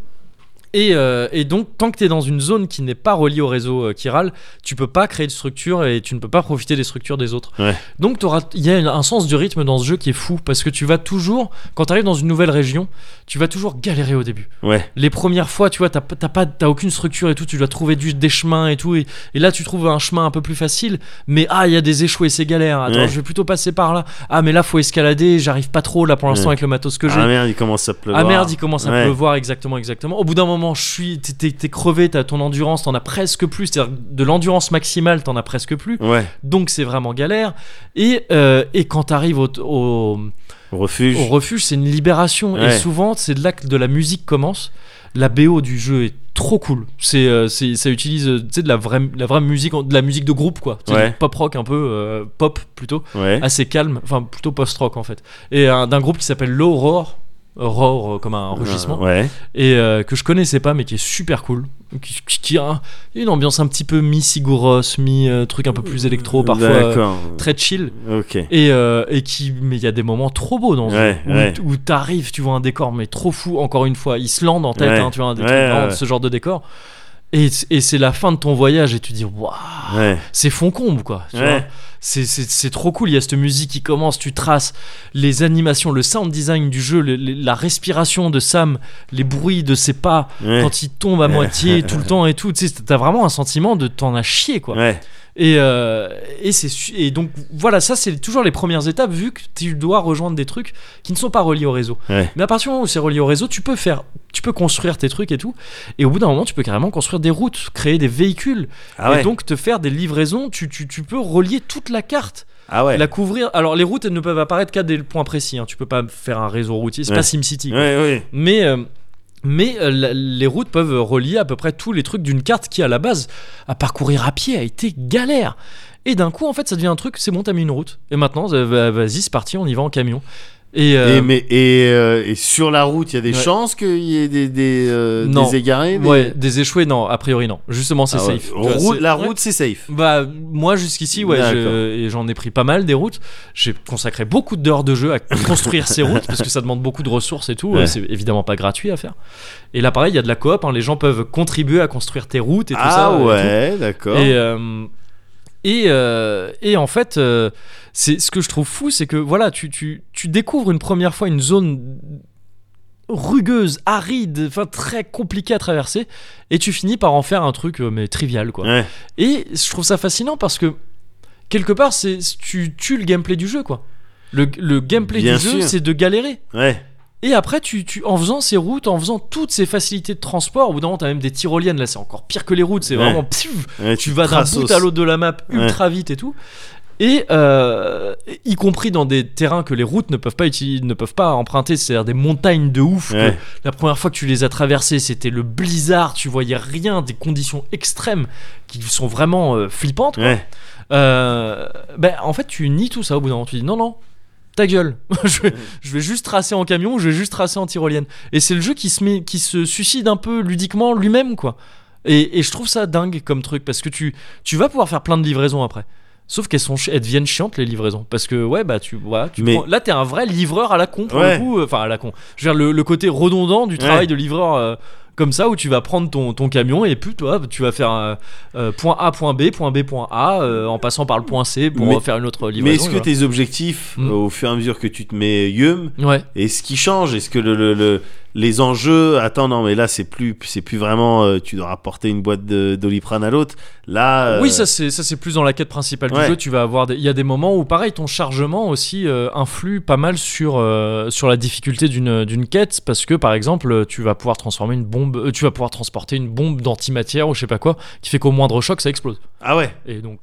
et, euh, et donc, tant que tu es dans une zone qui n'est pas reliée au réseau euh, chiral, tu peux pas créer de structure et tu ne peux pas profiter des structures des autres.
Ouais.
Donc, t'auras- il y a un sens du rythme dans ce jeu qui est fou parce que tu vas toujours, quand tu arrives dans une nouvelle région, tu vas toujours galérer au début.
Ouais.
Les premières fois, tu vois, t'as pas- t'as pas- t'as aucune structure et tout, tu dois trouver du- des chemins et tout, et, et là tu trouves un chemin un peu plus facile, mais ah, il y a des échoués, c'est galère. Attends,
Ouais.
je vais plutôt passer par là. Ah, mais là faut escalader, j'arrive pas trop là pour l'instant
Ouais.
avec le matos que j'ai.
Ah merde, il commence à pleuvoir.
Ah merde, il commence à
Ouais.
pleuvoir exactement, exactement. Au bout d'un moment, je suis, t'es- t'es t'es crevé, t'as ton endurance, t'en as presque plus. C'est-à-dire de l'endurance maximale, t'en as presque plus.
Ouais.
Donc c'est vraiment galère. Et euh, et quand t'arrives au, au,
Refuge.
au refuge, c'est une libération. Et
Ouais.
souvent, c'est de là que de la musique commence. La BO du jeu est trop cool. C'est, euh, c'est ça utilise, euh, tu sais, de la vraie, la vraie musique, de la musique de groupe quoi. Tu sais,
Ouais.
du Pop rock un peu, euh, pop plutôt
Ouais.
assez calme, enfin plutôt post-rock en fait, et un- d'un groupe qui s'appelle l'Aurore, roar euh, comme un rugissement,
Ouais.
et euh, que je connaissais pas mais qui est super cool, qui, qui- qui a un- une ambiance un petit peu mi Siguros, mi euh, truc un peu plus électro parfois, euh,
D'accord.
très chill.
Ok.
Et, euh, et qui, mais il y a des moments trop beaux dans ce
Ouais,
jeu, où,
ouais.
où t'arrives, tu vois un décor mais trop fou. Encore une fois, Islande en tête,
Ouais,
hein, tu vois, un des
ouais,
trucs, vraiment
ouais,
de
ouais.
ce genre de décor. Et, et c'est la fin de ton voyage et tu dis waouh,
Ouais.
c'est Foncombe quoi. tu vois.
Ouais.
C'est- C'est c'est trop cool, il y a cette musique qui commence, tu traces les animations, le sound design du jeu, le- le- la respiration de Sam, les bruits de ses pas
Ouais.
quand il tombe à moitié tout le temps et tout. Tu sais, t'as vraiment un sentiment de t'en as chier quoi.
Ouais.
Et, euh, et, c'est su- et donc voilà, ça c'est toujours les premières étapes vu que tu dois rejoindre des trucs qui ne sont pas reliés au réseau.
Ouais.
Mais à partir du moment où c'est relié au réseau, tu peux faire, tu peux construire tes trucs et tout. Et au bout d'un moment, tu peux carrément construire des routes, créer des véhicules
Ah ouais.
et donc te faire des livraisons. Tu, tu, tu peux relier toute la carte
ah ouais.
la couvrir. Alors les routes elles ne peuvent apparaître qu'à des points précis. Hein. Tu peux pas faire un réseau routier, c'est
Ouais.
pas SimCity. quoi.
Ouais, ouais.
Mais euh, mais euh, la- les routes peuvent relier à peu près tous les trucs d'une carte qui à la base à parcourir à pied a été galère. Et d'un coup en fait ça devient un truc. C'est bon t'as mis une route. Et maintenant euh, va- vas-y c'est parti on y va en camion. Et, euh,
Et, mais, et, euh, et sur la route, il y a des
Ouais.
chances qu'il y ait des, des, euh,
Non.
des égarés des-
ouais des échoués non a priori non. Justement c'est
Ah ouais.
safe.
Route-
Tu vois, c'est-
la
Ouais.
route, c'est safe.
Bah moi jusqu'ici ouais
D'accord.
je- et j'en ai pris pas mal des routes. J'ai consacré beaucoup d'heures de jeu à construire ces routes parce que ça demande beaucoup de ressources et tout.
Ouais.
euh, C'est évidemment pas gratuit à faire. Et là pareil il y a de la coop. hein, les gens peuvent contribuer à construire tes routes et tout
ah
ça. euh, et tout.
ouais, d'accord.
Et, euh, et, euh, et en fait, euh, c'est ce que je trouve fou, c'est que voilà, tu, tu, tu découvres une première fois une zone rugueuse, aride, enfin très compliquée à traverser, et tu finis par en faire un truc euh, mais trivial quoi.
Ouais.
Et je trouve ça fascinant parce que quelque part, c'est tu tues le gameplay du jeu quoi. Le, le gameplay
Bien
du jeu,
sûr.
c'est de galérer.
Ouais.
Et après, tu, tu, en faisant ces routes, en faisant toutes ces facilités de transport, au bout d'un moment, t'as même des tyroliennes, là, c'est encore pire que les routes, c'est
Ouais.
vraiment... pfiou,
Ouais,
tu vas d'un
traces
bout
au-
à l'autre de la map ultra vite et tout. Et euh, y compris dans des terrains que les routes ne peuvent pas utiliser, ne peuvent pas emprunter, c'est-à-dire des montagnes de ouf. que
Ouais.
la première fois que tu les as traversées, c'était le blizzard, tu voyais rien, des conditions extrêmes qui sont vraiment euh, flippantes. quoi.
Ouais.
Euh, ben, en fait, tu nies tout ça au bout d'un moment. Tu dis non, non, ta gueule. je, vais, je vais juste tracer en camion ou je vais juste tracer en tyrolienne. Et c'est le jeu qui se, met, qui se suicide un peu ludiquement lui-même, quoi. Et, et je trouve ça dingue comme truc parce que tu, tu vas pouvoir faire plein de livraisons après. Sauf qu'elles sont, chi- elles deviennent chiantes les livraisons parce que ouais bah tu vois tu
Mais-
prends- là t'es un vrai livreur à la con pour
Ouais.
le coup euh, enfin à la con je veux dire le, le côté redondant du travail de livreur euh, comme ça où tu vas prendre ton, ton camion et puis toi, tu vas faire euh, euh, point A, point B, point B, point A, euh, en passant par le point C pour
Mais-
euh, faire une autre livraison.
Mais est-ce que
et
tes objectifs, euh,
Mm.
au fur et à mesure que tu te mets yum,
voilà. Ouais.
est-ce qu'ils changent Est-ce que le, le- le- les enjeux. Attends, non, mais là, c'est plus, c'est plus vraiment. euh, tu dois rapporter une boîte de- d'oliprane à l'autre. Là. euh,
Oui, ça c'est ça c'est plus dans la quête principale
Ouais.
du jeu. Tu vas avoir des- il y a des moments où pareil ton chargement aussi euh, influe pas mal sur euh, sur la difficulté d'une d'une quête parce que par exemple tu vas pouvoir transformer une bombe, euh, tu vas pouvoir transporter une bombe d'antimatière ou je sais pas quoi qui fait qu'au moindre choc ça explose.
Ah ouais
Et donc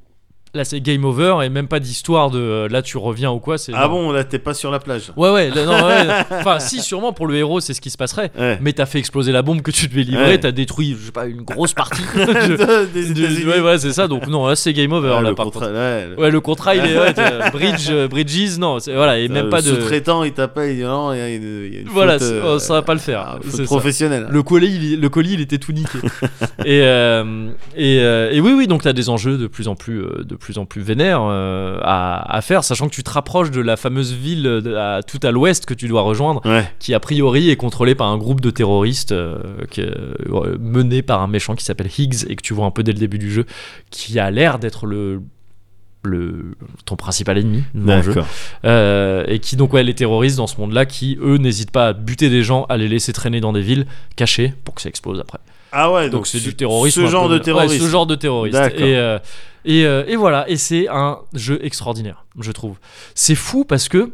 là c'est game over et même pas d'histoire de euh, là tu reviens ou quoi. C'est
Ah bon, là, t'es pas sur la plage.
Ouais ouais. là, non, ouais. enfin si sûrement pour le héros c'est ce qui se passerait.
Ouais.
Mais t'as fait exploser la bombe que tu devais livrer,
Ouais.
t'as détruit je sais pas une grosse partie. Je-
Des
du-
États-Unis.
ouais voilà c'est ça donc non là, c'est game over
Ah,
là
le
par
contrat- ouais, le-
Ouais, le contrat, il est ouais, t'as- bridge, euh, bridges, non, c'est- voilà, et même
le
pas de.
Sous-traitant, il t'appelle, il dit non, il y a une, il y a une
Voilà,
faute,
c'est-
euh,
oh, ça va pas le faire.
ah, faute
c'est ça.
professionnelle.
Le colis, il, le colis, il était tout niqué. et, euh, et, euh, et oui, oui, donc t'as des enjeux de plus en plus, euh, de plus en plus vénères euh, à, à faire, sachant que tu te rapproches de la fameuse ville de- à- tout à l'ouest que tu dois rejoindre,
Ouais.
qui a priori est contrôlée par un groupe de terroristes euh, qui est, euh, mené par un méchant qui s'appelle Higgs et que tu vois un peu dès le début du jeu, qui a l'air d'être le, le ton principal ennemi dans le jeu.
D'accord.
Euh, et qui donc ouais les terroristes dans ce monde là qui eux n'hésitent pas à buter des gens à les laisser traîner dans des villes cachées pour que ça explose après
Ah ouais,
donc
donc
c'est
ce-
du terrorisme
Ce
un
genre
peu-
de terrorisme.
ouais, ce genre de terroriste
D'accord.
et euh, et, euh, et voilà et c'est un jeu extraordinaire je trouve c'est fou parce que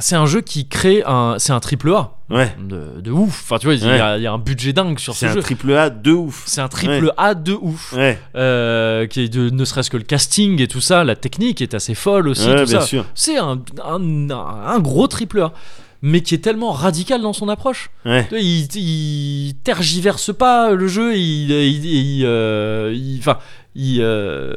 c'est un jeu qui crée un c'est un triple A
Ouais.
de, de ouf enfin tu vois il y, a- il y a un budget dingue sur
C'est
ce
un
jeu
triple A de ouf.
c'est un triple A de ouf
Ouais,
euh, qui est de, ne serait-ce que le casting et tout ça la technique est assez folle aussi
ouais,
tout
bien
ça
sûr.
c'est un, un, un gros triple A, mais qui est tellement radical dans son approche.
Ouais.
Tu vois, Il, il tergiverse pas euh, le jeu, il, il, il, euh, il- enfin, il, euh,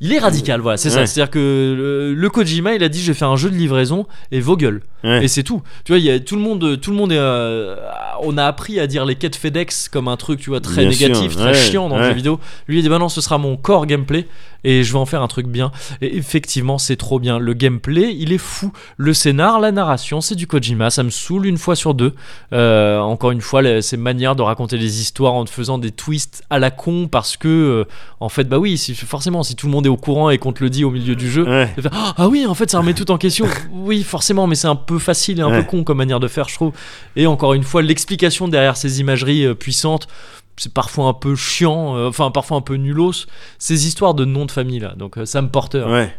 il est radical, voilà, c'est ça.
Ouais.
C'est-à-dire que le, le Kojima, il a dit, je vais faire un jeu de livraison et vos gueules.
Ouais.
Et c'est tout. Tu vois, il y a, tout le monde, tout le monde est, euh, on a appris à dire les quêtes FedEx comme un truc, tu vois, très
Bien
négatif,
sûr,
très
ouais,
chiant dans le
ouais.
jeu vidéo. Lui, il a dit, bah non, ce sera mon core gameplay et je vais en faire un truc bien. Et effectivement, c'est trop bien. Le gameplay, il est fou. Le scénar, la narration, c'est du Kojima. Ça me saoule une fois sur deux. Euh, encore une fois, la- ces manières de raconter des histoires en te faisant des twists à la con parce que, euh, en fait, bah oui, si, forcément, si tout le monde est au courant et qu'on te le dit au milieu du jeu.
Ouais.
ça fait, Ah, ah oui, en fait, ça remet tout en question. Oui, forcément, mais c'est un peu facile et un
Ouais.
peu con comme manière de faire, je trouve. Et encore une fois, l'explication derrière ces imageries euh, puissantes, c'est parfois un peu chiant, euh, enfin parfois un peu nulos. Ces histoires de noms de famille là, donc euh, Sam Porter,
Ouais.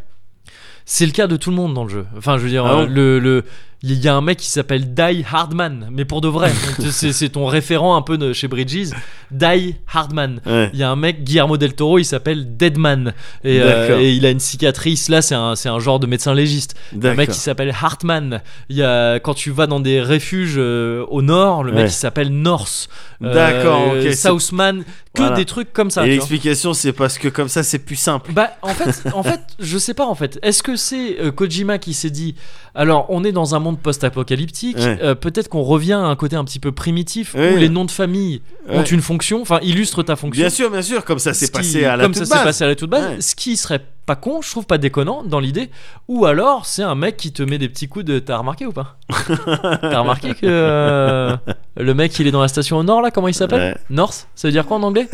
c'est le cas de tout le monde dans le jeu. Enfin, je veux dire,
Ah
euh,
bon
le, le- il y a un mec qui s'appelle Die Hardman, mais pour de vrai, Donc, c'est c'est ton référent un peu de, chez Bridges, Die Hardman.
Ouais.
Il y a un mec, Guillermo del Toro, il s'appelle Deadman. Et, euh,
D'accord.
et il a une cicatrice. Là, c'est un, c'est un genre de médecin légiste. Un mec
D'accord.
qui s'appelle Hartman. Il y a, quand tu vas dans des refuges euh, au nord, le mec
Ouais.
qui s'appelle North. Euh,
D'accord, ok, c'est-
Southman. Que
Voilà.
des trucs comme ça.
Et
tu vois.
l'explication, c'est parce que comme ça, c'est plus simple.
Bah en fait, en fait, je sais pas en fait. Est-ce que c'est euh, Kojima qui s'est dit alors on est dans un monde post-apocalyptique,
Ouais.
euh, peut-être qu'on revient à un côté un petit peu primitif où
Ouais.
les noms de famille ont
Ouais.
une fonction, enfin illustrent ta fonction.
Bien sûr, bien sûr, comme ça, c'est
Ce qui-
passé à la
comme
toute
ça s'est
base.
passé à la toute base
Ouais.
ce qui serait pas con je trouve pas déconnant dans l'idée ou alors c'est un mec qui te met des petits coups de t'as remarqué ou pas t'as remarqué que euh, le mec il est dans la station au nord là comment il s'appelle
Ouais.
North ça veut dire quoi en anglais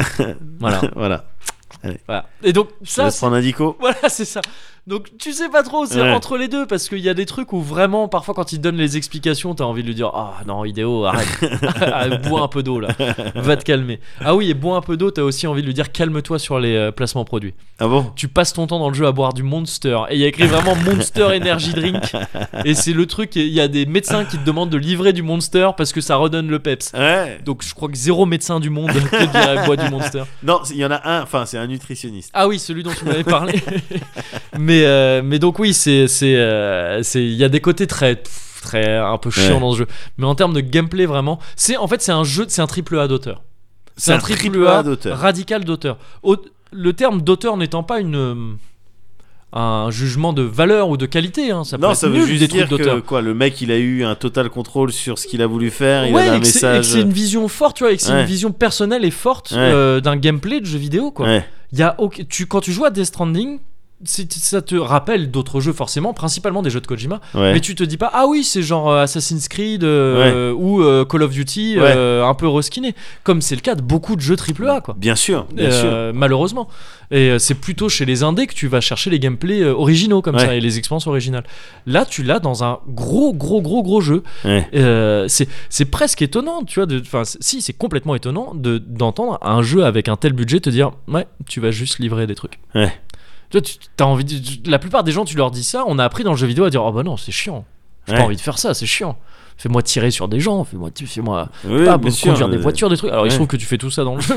voilà,
voilà.
voilà et donc
Je
ça
laisse prendre un dico.
voilà, c'est ça. Donc tu sais pas trop, c'est
Ouais.
entre les deux parce qu'il y a des trucs où vraiment parfois quand il te donne les explications, t'as envie de lui dire ah non idéo arrête, Ah, bois un peu d'eau là, va te calmer. Ah oui et bois un peu d'eau, t'as aussi envie de lui dire calme-toi sur les euh, placements produits.
Ah bon
Tu passes ton temps dans le jeu à boire du Monster et il y a écrit vraiment Monster Energy Drink et c'est le truc et il y a des médecins qui te demandent de livrer du Monster parce que ça redonne le peps.
Ouais.
Donc je crois que zéro médecin du monde te dirait bois du Monster.
Non, il y en a un, enfin, c'est un nutritionniste.
Ah oui, celui dont tu m'avais parlé. mais, euh, mais donc oui, c'est c'est euh, c'est- il y a des côtés très très un peu chiant
Ouais.
dans ce jeu. Mais en termes de gameplay vraiment, c'est en fait c'est un jeu, c'est un triple A d'auteur. C'est un triple A
d'auteur.
radical d'auteur. Au- Le terme d'auteur n'étant pas une euh, un jugement de valeur ou de qualité, hein. ça peut
Non,
être
ça veut
nul des
juste
trucs
dire
d'auteur.
que quoi, le mec, il a eu un total contrôle sur ce qu'il a voulu faire. Il
ouais,
a
et
un
que c'est- et que
message.
c'est une vision forte, tu vois, et que c'est une
Ouais.
vision personnelle et forte
Ouais.
euh, d'un gameplay de jeu vidéo, quoi.
Ouais.
Il Y a, ok- tu, quand tu joues à Death Stranding, c'est- ça te rappelle d'autres jeux forcément, principalement des jeux de Kojima.
Ouais.
Mais tu te dis pas, ah oui, c'est genre euh, Assassin's Creed euh, ou euh, Call of Duty
Ouais.
euh, un peu reskiné, comme c'est le cas de beaucoup de jeux AAA, quoi.
Bien sûr, bien sûr.
Euh, malheureusement. Et euh, c'est plutôt chez les indés que tu vas chercher les gameplays euh, originaux comme
Ouais.
ça et les expériences originales. Là, tu l'as dans un gros, gros, gros, gros jeu.
Ouais.
Euh, c'est c'est presque étonnant, tu vois. de- Enfin, c- si, c'est complètement étonnant de d'entendre un jeu avec un tel budget te dire, ouais, tu vas juste livrer des trucs.
Ouais.
Tu vois, tu- t'as envie. de- tu- la plupart des gens, tu leur dis ça. On a appris dans le jeu vidéo à dire, oh bah non, c'est chiant. J'ai
Ouais.
pas envie de faire ça, c'est chiant. Fais-moi tirer sur des gens, fais-moi, fais-moi
Oui,
pas
bien sûr.
conduire des
Euh,
voitures, des trucs. Alors, il se
ouais.
trouve que tu fais tout ça dans le jeu,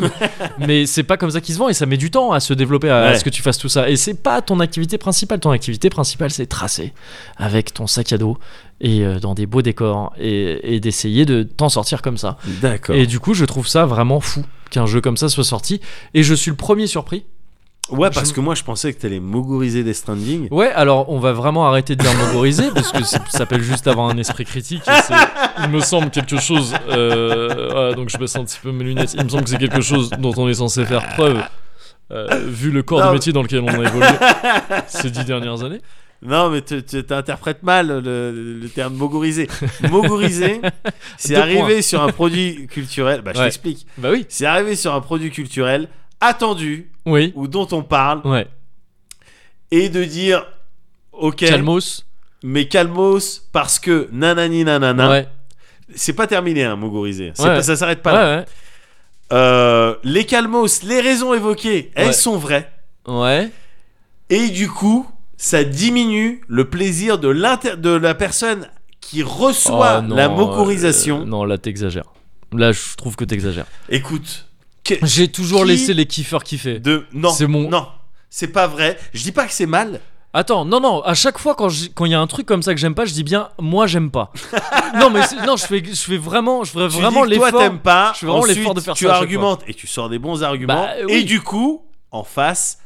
mais c'est pas comme ça qu'ils se vend et ça met du temps à se développer, à, à
Ouais.
ce que tu fasses tout ça. Et c'est pas ton activité principale. Ton activité principale, c'est tracer avec ton sac à dos et euh, dans des beaux décors et, et d'essayer de t'en sortir comme ça.
D'accord.
Et du coup, je trouve ça vraiment fou qu'un jeu comme ça soit sorti. Et je suis le premier surpris.
Ouais, parce
je-
que moi, je pensais que t'allais mogoriser des Stranding.
Ouais, alors on va vraiment arrêter de dire mogorisé parce que ça s'appelle juste avoir un esprit critique. et c'est, il me semble quelque chose. euh, voilà, donc je baisse un petit peu mes lunettes. Il me semble que c'est quelque chose dont on est censé faire preuve. euh, vu le corps
Non,
de
mais-
métier dans lequel on a évolué ces dix dernières années.
Non, mais tu tu- t'interprètes mal le, le terme mogoriser. Mogoriser, c'est
Deux
arrivé
points.
sur un produit culturel. Bah, je
Ouais.
t'explique.
Bah oui.
C'est arrivé sur un produit culturel attendu
Oui.
ou dont on parle
Ouais.
et de dire ok,
Calmos.
mais calmos parce que nanani nanana.
Ouais.
C'est pas terminé, hein, mogoriser. C'est
Ouais.
pas- ça s'arrête pas
ouais.
là.
Ouais.
Euh, les calmos, les raisons évoquées, elles
Ouais.
sont vraies.
Ouais.
Et du coup, ça diminue le plaisir de, l'inter- de la personne qui reçoit
Oh, non,
la mocorisation.
euh, non, là t'exagères. Là, je trouve que t'exagères.
Écoute, que-
J'ai toujours
Qui-
laissé les kiffeurs kiffer.
de non,
C'est mon-
non, c'est pas vrai. Je dis pas que c'est mal.
Attends, non, non, à chaque fois quand je- quand il y a un truc comme ça que j'aime pas, je dis bien moi j'aime pas. non, mais c'est- non, je fais, je fais vraiment, je fais
Tu
vraiment
dis que toi
l'effort.
t'aimes pas.
je fais vraiment
ensuite,
l'effort de faire
tu
ça à chaque
argumentes et tu sors des bons arguments.
Bah, oui.
Et du coup, en face,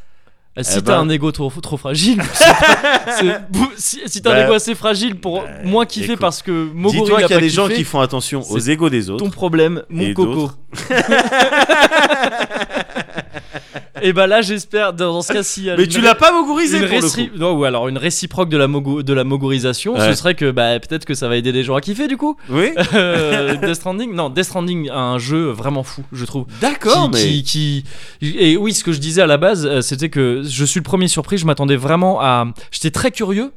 Si
Eh
t'as un
ben.
ego trop, trop fragile, c'est pas- c'est- si, si t'as
Bah,
un ego assez fragile pour
bah,
moins kiffer
écoute,
parce que Moguri
dis-toi
l'a
qu'il y a
pas
des gens
kiffé,
qui font attention aux
c'est
égos des autres.
ton problème, mon
et
coco.
d'autres.
Et bah là, j'espère dans dans ce cas si
Mais tu l'as pas mocorisé
une
pour le
réci-
coup.
non, ou alors une réciproque de la mogo- de la mogorisation, ce
Ouais.
serait que bah peut-être que ça va aider les gens à kiffer du coup.
Oui.
Euh, Death Stranding, non, Death Stranding a un jeu vraiment fou, je trouve.
D'accord, mais
qui, qui- qui- et oui ce que je disais à la base euh, c'était que je suis le premier surpris je m'attendais vraiment à j'étais très curieux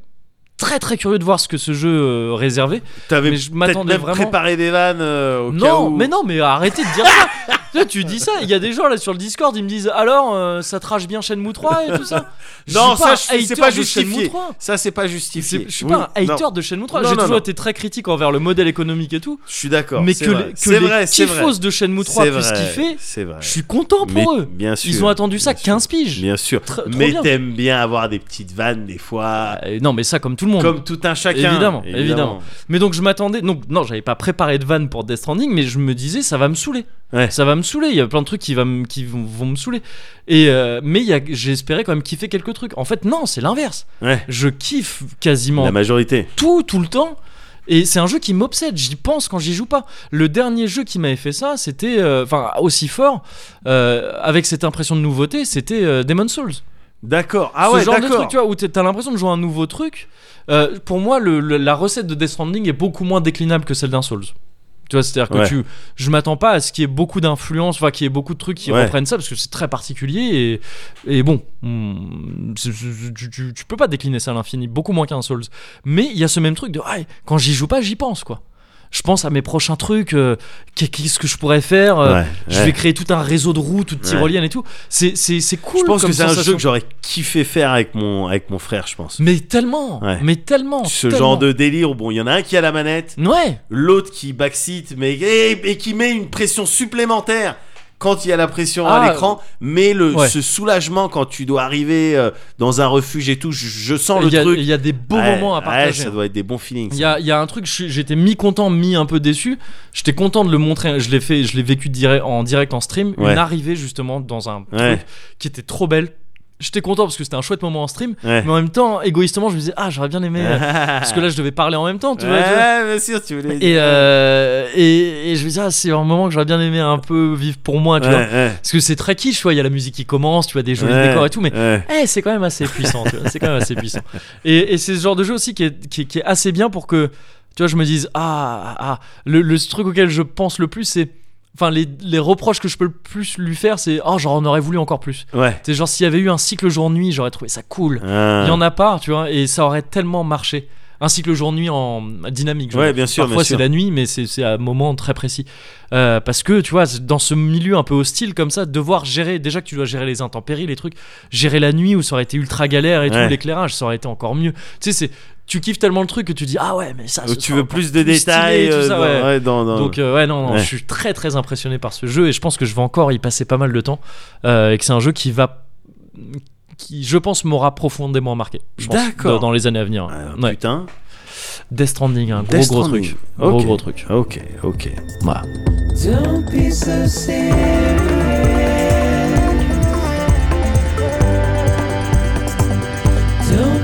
très très curieux de voir ce que ce jeu euh, réservait
t'avais
mais je
peut-être
m'attendais
même
vraiment
préparé des vannes euh, au cas
non
où.
mais non mais arrêtez de dire ça Tu vois, tu dis ça, il y a des gens là sur le Discord, ils me disent alors euh, ça trash bien Shenmue 3 et tout ça.
Non,
suis pas
ça,
un
je- c'est
hater
pas
de Shenmue
justifié.
3.
Ça, c'est pas
C'est-
justifié.
Je suis
Oui,
pas un
non.
hater de Shenmue 3,
Non,
j'ai
non,
toujours
non.
été très critique envers le modèle économique et tout.
Je suis d'accord.
Mais
c'est
que,
vrai.
les- que
C'est vrai,
les
c'est vrai.
kiffos de Shenmue 3
C'est
puissent
vrai,
kiffer,
C'est vrai.
je suis content
Mais-
pour eux.
Bien sûr.
Ils ont attendu ça
bien
15
sûr.
piges.
Bien sûr.
Tr- trop
mais
bien.
t'aimes bien avoir des petites vannes des fois.
Euh, non, mais ça, comme tout le monde.
Comme tout un chacun.
Évidemment, évidemment. Mais donc, je m'attendais. Donc, non, j'avais pas préparé de vanne pour Death Stranding, mais je me disais, ça va me saouler.
Ouais.
Ça va me saouler. Il y a plein de trucs qui, va me- qui vont, vont me saouler. Et, euh, mais il y a- j'espérais quand même kiffer quelques trucs. En fait, non, c'est l'inverse.
Ouais.
Je kiffe quasiment
La majorité.
tout, tout le temps. Et c'est un jeu qui m'obsède, j'y pense quand j'y joue pas. Le dernier jeu qui m'avait fait ça, c'était, euh, enfin, aussi fort, euh, avec cette impression de nouveauté, c'était euh, Demon's Souls.
D'accord. Ah
ce
ouais,
genre de truc,
d'accord.
tu vois, où t'es- t'as l'impression de jouer à un nouveau truc. Euh, pour moi, le- le- la recette de Death Stranding est beaucoup moins déclinable que celle d'un Souls. Tu vois, c'est-à-dire que
Ouais.
tu, je m'attends pas à ce qu'il y ait beaucoup d'influence, enfin, qu'il y ait beaucoup de trucs qui
Ouais.
reprennent ça, parce que c'est très particulier et, et bon, hmm, c'est- c'est- tu, tu- tu peux pas décliner ça à l'infini, beaucoup moins qu'un Souls. Mais il y a ce même truc de, ouais, quand j'y joue pas, j'y pense, quoi. Je pense à mes prochains trucs, euh, qu'est- qu'est-ce que je pourrais faire, euh,
Ouais,
je
ouais.
vais créer tout un réseau de routes, toutes
Ouais.
tyroliennes et tout. C'est c'est- c'est cool.
Je pense
comme
que c'est un
sensation.
jeu que j'aurais kiffé faire avec mon, avec mon frère, je pense.
Mais tellement,
Ouais.
mais tellement.
Ce
tellement.
genre de délire où bon, il y en a un qui a la manette,
Ouais,
l'autre qui backseat, mais et, et qui met une pression supplémentaire quand il y a la pression
Ah,
à l'écran, mais le
ouais.
ce soulagement quand tu dois arriver euh, dans un refuge et tout, je, je sens le
il y, a-
truc.
il y a des beaux
Ouais,
moments à
ouais,
partager.
ça doit être des bons feelings.
il y a, il y a un truc, je suis- j'étais mi-content, mi un peu déçu. J'étais content de le montrer, je l'ai fait, je l'ai vécu direct, en direct en stream.
Ouais.
Une arrivée justement dans un
Ouais.
truc qui était trop belle, j'étais content parce que c'était un chouette moment en stream.
Ouais.
Mais en même temps, égoïstement, je me disais, ah, j'aurais bien aimé. euh, parce que là, je devais parler en même temps, tu vois. tu vois.
Ouais, bien sûr, tu voulais.
Et, euh, et, et je me disais, ah, c'est un moment que j'aurais bien aimé un peu vivre pour moi, tu
Ouais,
vois.
ouais,
Parce que c'est très quiche, tu vois, il y a la musique qui commence, tu vois, des jolis
ouais,
décors et tout, mais
ouais.
eh, c'est quand même assez puissant, tu vois, c'est quand même assez puissant. Et, et c'est ce genre de jeu aussi qui est, qui, est- qui est assez bien pour que, tu vois, je me dise, ah, ah, ah. le, le truc auquel je pense le plus, c'est, enfin, les, les reproches que je peux le plus lui faire, c'est, oh, genre, on aurait voulu encore plus.
Ouais.
C'est genre, s'il y avait eu un cycle jour-nuit, j'aurais trouvé ça cool. Il y en a pas, tu vois, et ça aurait tellement marché. Un cycle jour-nuit en dynamique. je
Ouais,
veux
bien
dire.
sûr, bien
Parfois c'est
sûr.
la nuit, mais c'est c'est à un moment très précis. Euh, parce que tu vois, c'est dans ce milieu un peu hostile comme ça, devoir gérer, déjà que tu dois gérer les intempéries, les trucs, gérer la nuit où ça aurait été ultra galère et
Ouais.
tout, l'éclairage, ça aurait été encore mieux. Tu sais, c'est- tu kiffes tellement le truc que tu dis, ah ouais, mais ça.
Où
ce
tu
sera
veux
encore
plus de
plus stylé
détails
et tout
euh,
ça,
dans-
ouais.
ouais, dans- dans-
donc euh, ouais non, non
Ouais.
je suis très très impressionné par ce jeu et je pense que je vais encore y passer pas mal de temps euh, et que c'est un jeu qui va qui je pense m'aura profondément marqué je pense,
D'accord.
dans, dans les années à venir
Ah,
Ouais.
Putain.
Death Stranding un gros
Death
gros
Stranding.
truc gros
Ok.
gros truc
Ok, ok.
voilà
Don't be so serious. Don't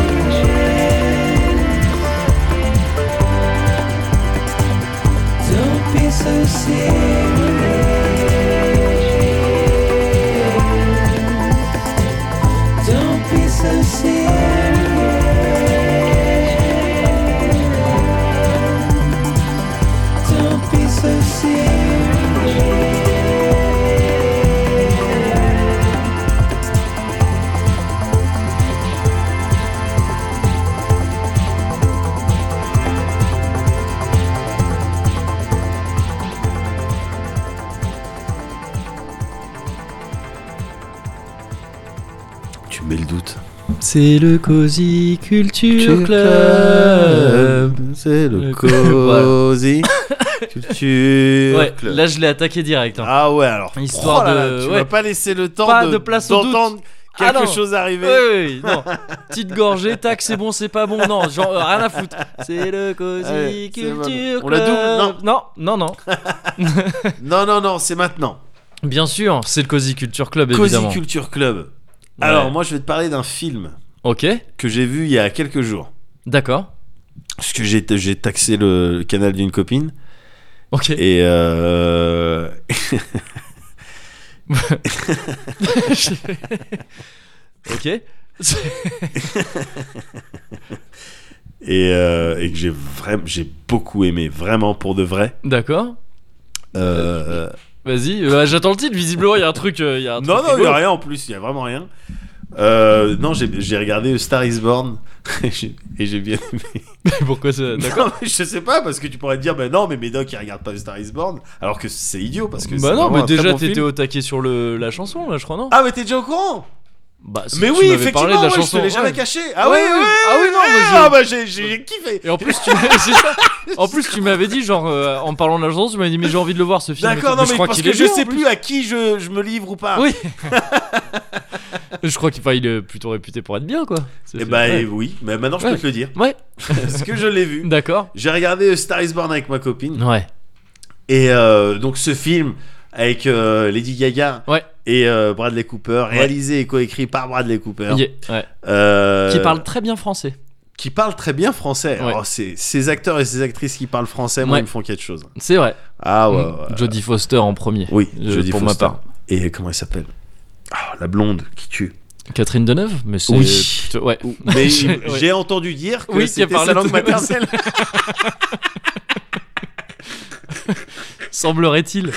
serious. Don't be so serious. Don't be so serious. Don't be so serious.
Tu mets le doute.
c'est le Cozy Culture Club
Club, C'est le
Le club,
Cozy Culture
ouais
Club.
là je l'ai attaqué direct hein.
Ah ouais, alors.
Histoire
oh là
de-
là, tu
ouais.
m'as pas laissé le temps
Pas de place au doute.
d'entendre
Ah
quelque
non.
chose arriver.
Oui, oui, oui, non. Petite gorgée, tac, c'est bon, c'est pas bon. Non, genre, euh, rien à foutre. C'est le Cozy
Allez, c'est
Culture
bon.
Club.
On la double,
Non, non, non.
Non, non, non, c'est maintenant.
Bien sûr, c'est le Cozy Culture Club,
Cozy
évidemment.
Culture Club. Alors,
Ouais.
moi, je vais te parler d'un film
Ok,
que j'ai vu il y a quelques jours.
d'accord.
Parce que j'ai j'ai taxé le, le canal d'une copine.
Ok.
Et. euh,
ok. C'est-
et, euh, et que j'ai vraiment j'ai beaucoup aimé vraiment pour de vrai
D'accord.
Euh,
Vas-y, euh, j'attends le titre. Visiblement, il y a un truc. euh, il y a un truc
non non il y
rigolo.
a rien en plus il y a vraiment rien Euh, non j'ai j'ai regardé Star Is Born et j'ai- et j'ai bien aimé
Pourquoi ça
d'accord je sais pas parce que tu pourrais te dire ben non mais Médoc il regarde pas Star Is Born alors que c'est idiot parce que
Bah
c'est
non,
vraiment
mais
un très
déjà,
bon
t'étais
film.
au taquet sur le, la chanson, là, je crois, non
ah mais t'es déjà au courant
Bah, c'est
mais
que
oui
tu m'avais
effectivement
parlé de la
ouais, je
chanson.
te l'ai jamais
ouais.
caché ah
Ouais,
oui
ouais,
oui
ah oui, non,
ouais,
mais je-
ah bah j'ai j'ai kiffé
Et en plus, tu c'est ça. En plus, tu m'avais dit, genre, euh, en parlant de la chanson, tu m'avais dit, mais j'ai envie de le voir ce film. et
D'accord,
tout.
non, mais,
je crois
parce
qu'il
que
est
je
bien, en
sais
plus.
plus à qui je, je me livre ou pas.
Oui. je crois qu'il enfin, il est plutôt réputé pour être bien, quoi. C'est-
Et
c'est-
bah
ouais.
oui, mais maintenant je
Ouais.
peux te le dire.
Ouais,
Parce que je l'ai vu.
d'accord.
J'ai regardé euh, Star is Born avec ma copine.
Ouais.
Et euh, donc ce film avec euh, Lady Gaga
Ouais.
et euh, Bradley Cooper, réalisé et coécrit par Bradley Cooper.
Yeah, ouais.
Euh,
Qui parle très bien français.
qui parle très bien français.
Ouais.
Alors, ces, ces acteurs et ces actrices qui parlent français, moi,
Ouais.
ils me font quelque chose.
C'est vrai.
Ah ouais.
Mm.
ouais.
Jodie Foster en premier.
Oui,
Euh,
Jodie
pour
Foster.
ma part.
Et euh, comment elle s'appelle Ah, La blonde qui tue.
Catherine Deneuve Mais c'est.
Oui.
plutôt- Ouais.
Mais
Je-
j'ai
ouais.
j'ai entendu dire que
Oui, qui
c'était
parle
sa
la
langue
langue-
maternelle.
Semblerait-il.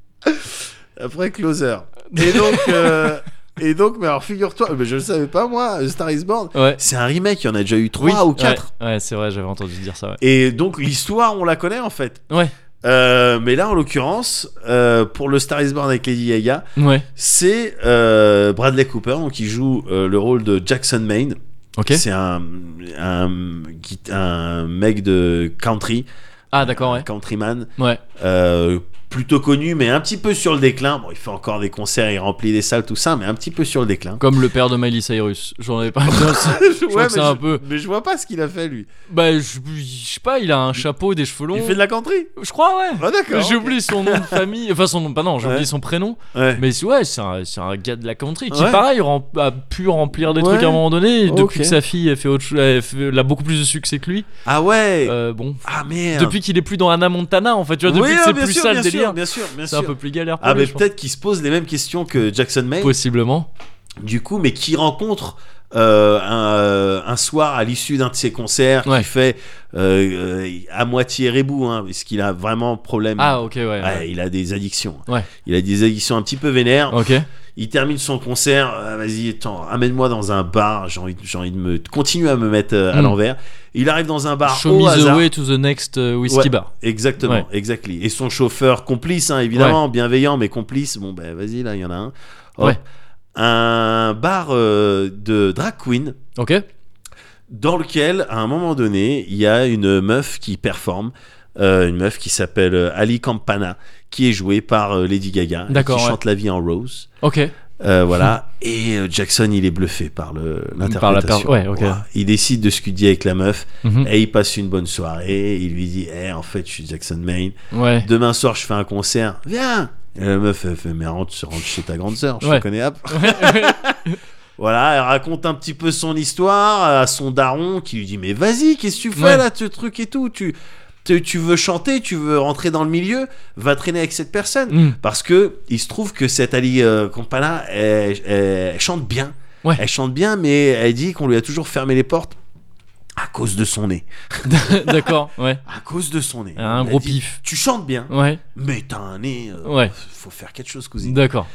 Après Closer. Et donc, euh, et donc, mais alors figure-toi, mais je le savais pas moi, euh, Star is Born.
Ouais.
C'est un remake, il y en a déjà eu
Oui.
trois ou quatre.
Ouais, ouais, c'est vrai, j'avais entendu dire ça, ouais.
Et donc l'histoire, on la connaît en fait.
Ouais.
Euh, mais là, en l'occurrence, euh, pour le Star is Born avec Lady Gaga,
Ouais.
c'est euh, Bradley Cooper donc, qui joue euh, le rôle de Jackson Maine,
Ok.
C'est un, un, guit- un mec de country,
Ah, d'accord, ouais.
countryman,
Ouais.
euh, plutôt connu, mais un petit peu sur le déclin. Bon, il fait encore des concerts, il remplit des salles, tout ça, mais un petit peu sur le déclin.
Comme le père de Miley Cyrus. J'en avais pas. Non, c'est-
Je
crois que c'est un peu-
mais je vois pas ce qu'il a fait lui.
bah, je, je sais pas, il a un chapeau, des cheveux longs.
Il fait de la country.
Je crois, ouais.
Ah d'accord.
J'ai oublié son nom de famille, enfin son nom, pas non, j'ai oublié
Ouais.
son prénom.
Ouais.
Mais c'est- ouais, c'est un, c'est un gars de la country qui,
Ouais.
pareil, rem- a pu remplir des
Ouais.
trucs à un moment donné. Et Depuis
Ok.
que sa fille a fait autre chose, elle fait- elle a beaucoup plus de succès que lui.
Ah ouais.
Euh, bon,
ah merde.
depuis qu'il est plus dans Anna Montana, en fait, tu vois, depuis
Oui,
que
ah,
c'est
bien
plus
sûr,
ça le
bien
délire,
sûr, bien sûr, bien
c'est un
sûr.
peu hein. plus galère. Pour
Ah
lui,
mais
je pense.
peut-être qu'il se pose les mêmes questions que Jackson May.
Possiblement.
du coup, mais qui rencontre euh, un, un soir à l'issue d'un de ses concerts,
Ouais.
qui fait euh, euh, à moitié rebou, hein, parce qu'il a vraiment problème.
Ah, ok, ouais.
Ouais,
ouais.
il a des addictions.
Ouais.
Il a des addictions un petit peu vénères.
Ok.
Il termine son concert. Ah, Vas-y, attends, amène-moi dans un bar. J'ai envie, de- j'ai envie de me continuer à me mettre euh, à
Mm.
l'envers. Il arrive dans un bar
Show
au
me the
hasard.
way to the next euh, whiskey
Ouais.
bar.
Exactement,
Ouais.
exactly. Et son chauffeur complice, hein, évidemment, bienveillant, mais complice. Bon, ben vas-y, là, il y en a un. Hop.
Ouais.
Un bar euh, de drag queen
Ok.
dans lequel, à un moment donné, il y a une meuf qui performe. euh, une meuf qui s'appelle euh, Ali Campana, qui est jouée par euh, Lady Gaga, et qui
D'accord, ouais.
chante La vie en rose.
Ok.
Euh, voilà. Et euh, Jackson, il est bluffé par le-
Par la
l'interprétation.
per- ouais, ok.
Voilà. Il décide de se cudier avec la meuf,
Mhm.
et il passe une bonne soirée. Il lui dit Eh, En fait, je suis Jackson Maine.
Ouais.
Demain soir, je fais un concert. Viens Et la meuf, elle fait Mais rentre, rentre chez ta grande sœur, je
Ouais.
te connais. hop. voilà, elle raconte un petit peu son histoire à son daron qui lui dit Mais vas-y, qu'est-ce que tu fais
Ouais.
là, ce truc et tout tu, tu, tu veux chanter, tu veux rentrer dans le milieu, va traîner avec cette personne.
Mm.
Parce que il se trouve que cette Ali euh, Campana, elle, elle- elle chante bien.
Ouais.
Elle chante bien, mais elle dit qu'on lui a toujours fermé les portes à cause de son nez.
D'accord, ouais.
À cause de son nez.
Un
Elle
gros
dit,
pif.
Tu chantes bien,
Ouais.
mais t'as un nez. euh,
Ouais.
Faut faire quelque chose, cousine.
D'accord.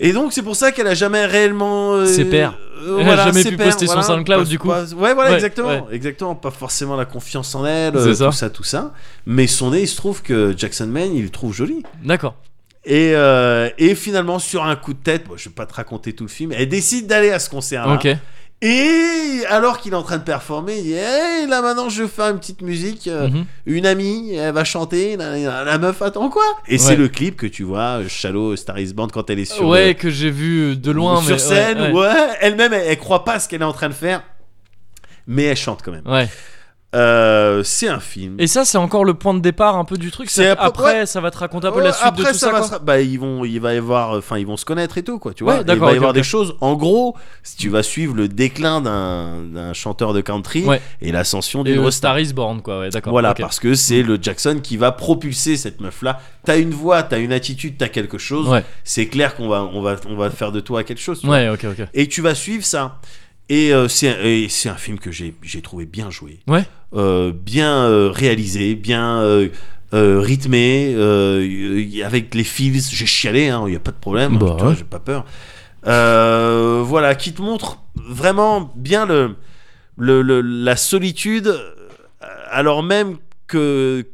Et donc, c'est pour ça qu'elle a jamais réellement. euh,
C'est père.
euh,
Elle a jamais pu poster son SoundCloud,
Pas-
du coup.
pas- ouais, voilà,
Ouais,
exactement. Exactement. Pas forcément la confiance en elle,
C'est
euh,
ça.
tout ça, tout ça. Mais son nez, il se trouve que Jackson Man, il le trouve joli.
D'accord.
Et, euh, et finalement, sur un coup de tête, bon, je vais pas te raconter tout le film, elle décide d'aller à ce concert-là.
Ok.
Et alors qu'il est en train de performer, il dit Hey, là maintenant, je vais faire une petite musique. euh,
Mhm.
une amie, elle va chanter, la, la- la meuf attend quoi Et c'est
Ouais.
le clip que tu vois, euh, Shallow, Star is Band, quand elle est sur,
ouais,
le-
que j'ai vu de loin.
sur
mais,
scène,
ouais.
ouais,
ouais.
elle-même, elle, elle croit pas à ce qu'elle est en train de faire, mais elle chante quand même.
Ouais.
Euh, c'est un film.
Et ça, c'est encore le point de départ un peu du truc.
C'est
C'est
à peu
après, ça va te raconter un peu la
Ouais,
suite
après
de tout
ça,
ça.
va
quoi.
se ra- bah ils vont il va y avoir enfin ils vont se connaître et tout quoi tu
Ouais,
vois il va y
d'accord, ok,
avoir
ok.
des choses en gros si tu vas suivre le déclin d'un d'un chanteur de country
Ouais.
et l'ascension
Et
d'une
le
resta
Star is Born, quoi. Ouais, d'accord.
Voilà,
ok.
parce que c'est le Jackson qui va propulser cette meuf-là. T'as une voix, t'as une attitude, t'as quelque chose.
Ouais.
C'est clair qu'on va, on va, on va faire de toi quelque chose. tu vois.
Ouais, ok, ok.
Et tu vas suivre ça. Et euh, c'est et c'est un film que j'ai j'ai trouvé bien joué.
Ouais.
Euh, bien euh, réalisé, bien euh, euh, rythmé, euh, y- y- avec les feels. J'ai chialé, il n'y a pas de problème. hein,
Bah
tu vois,
ouais.
J'ai pas peur. Euh, voilà, qui te montre vraiment bien le, le, le- la solitude, euh, alors même que.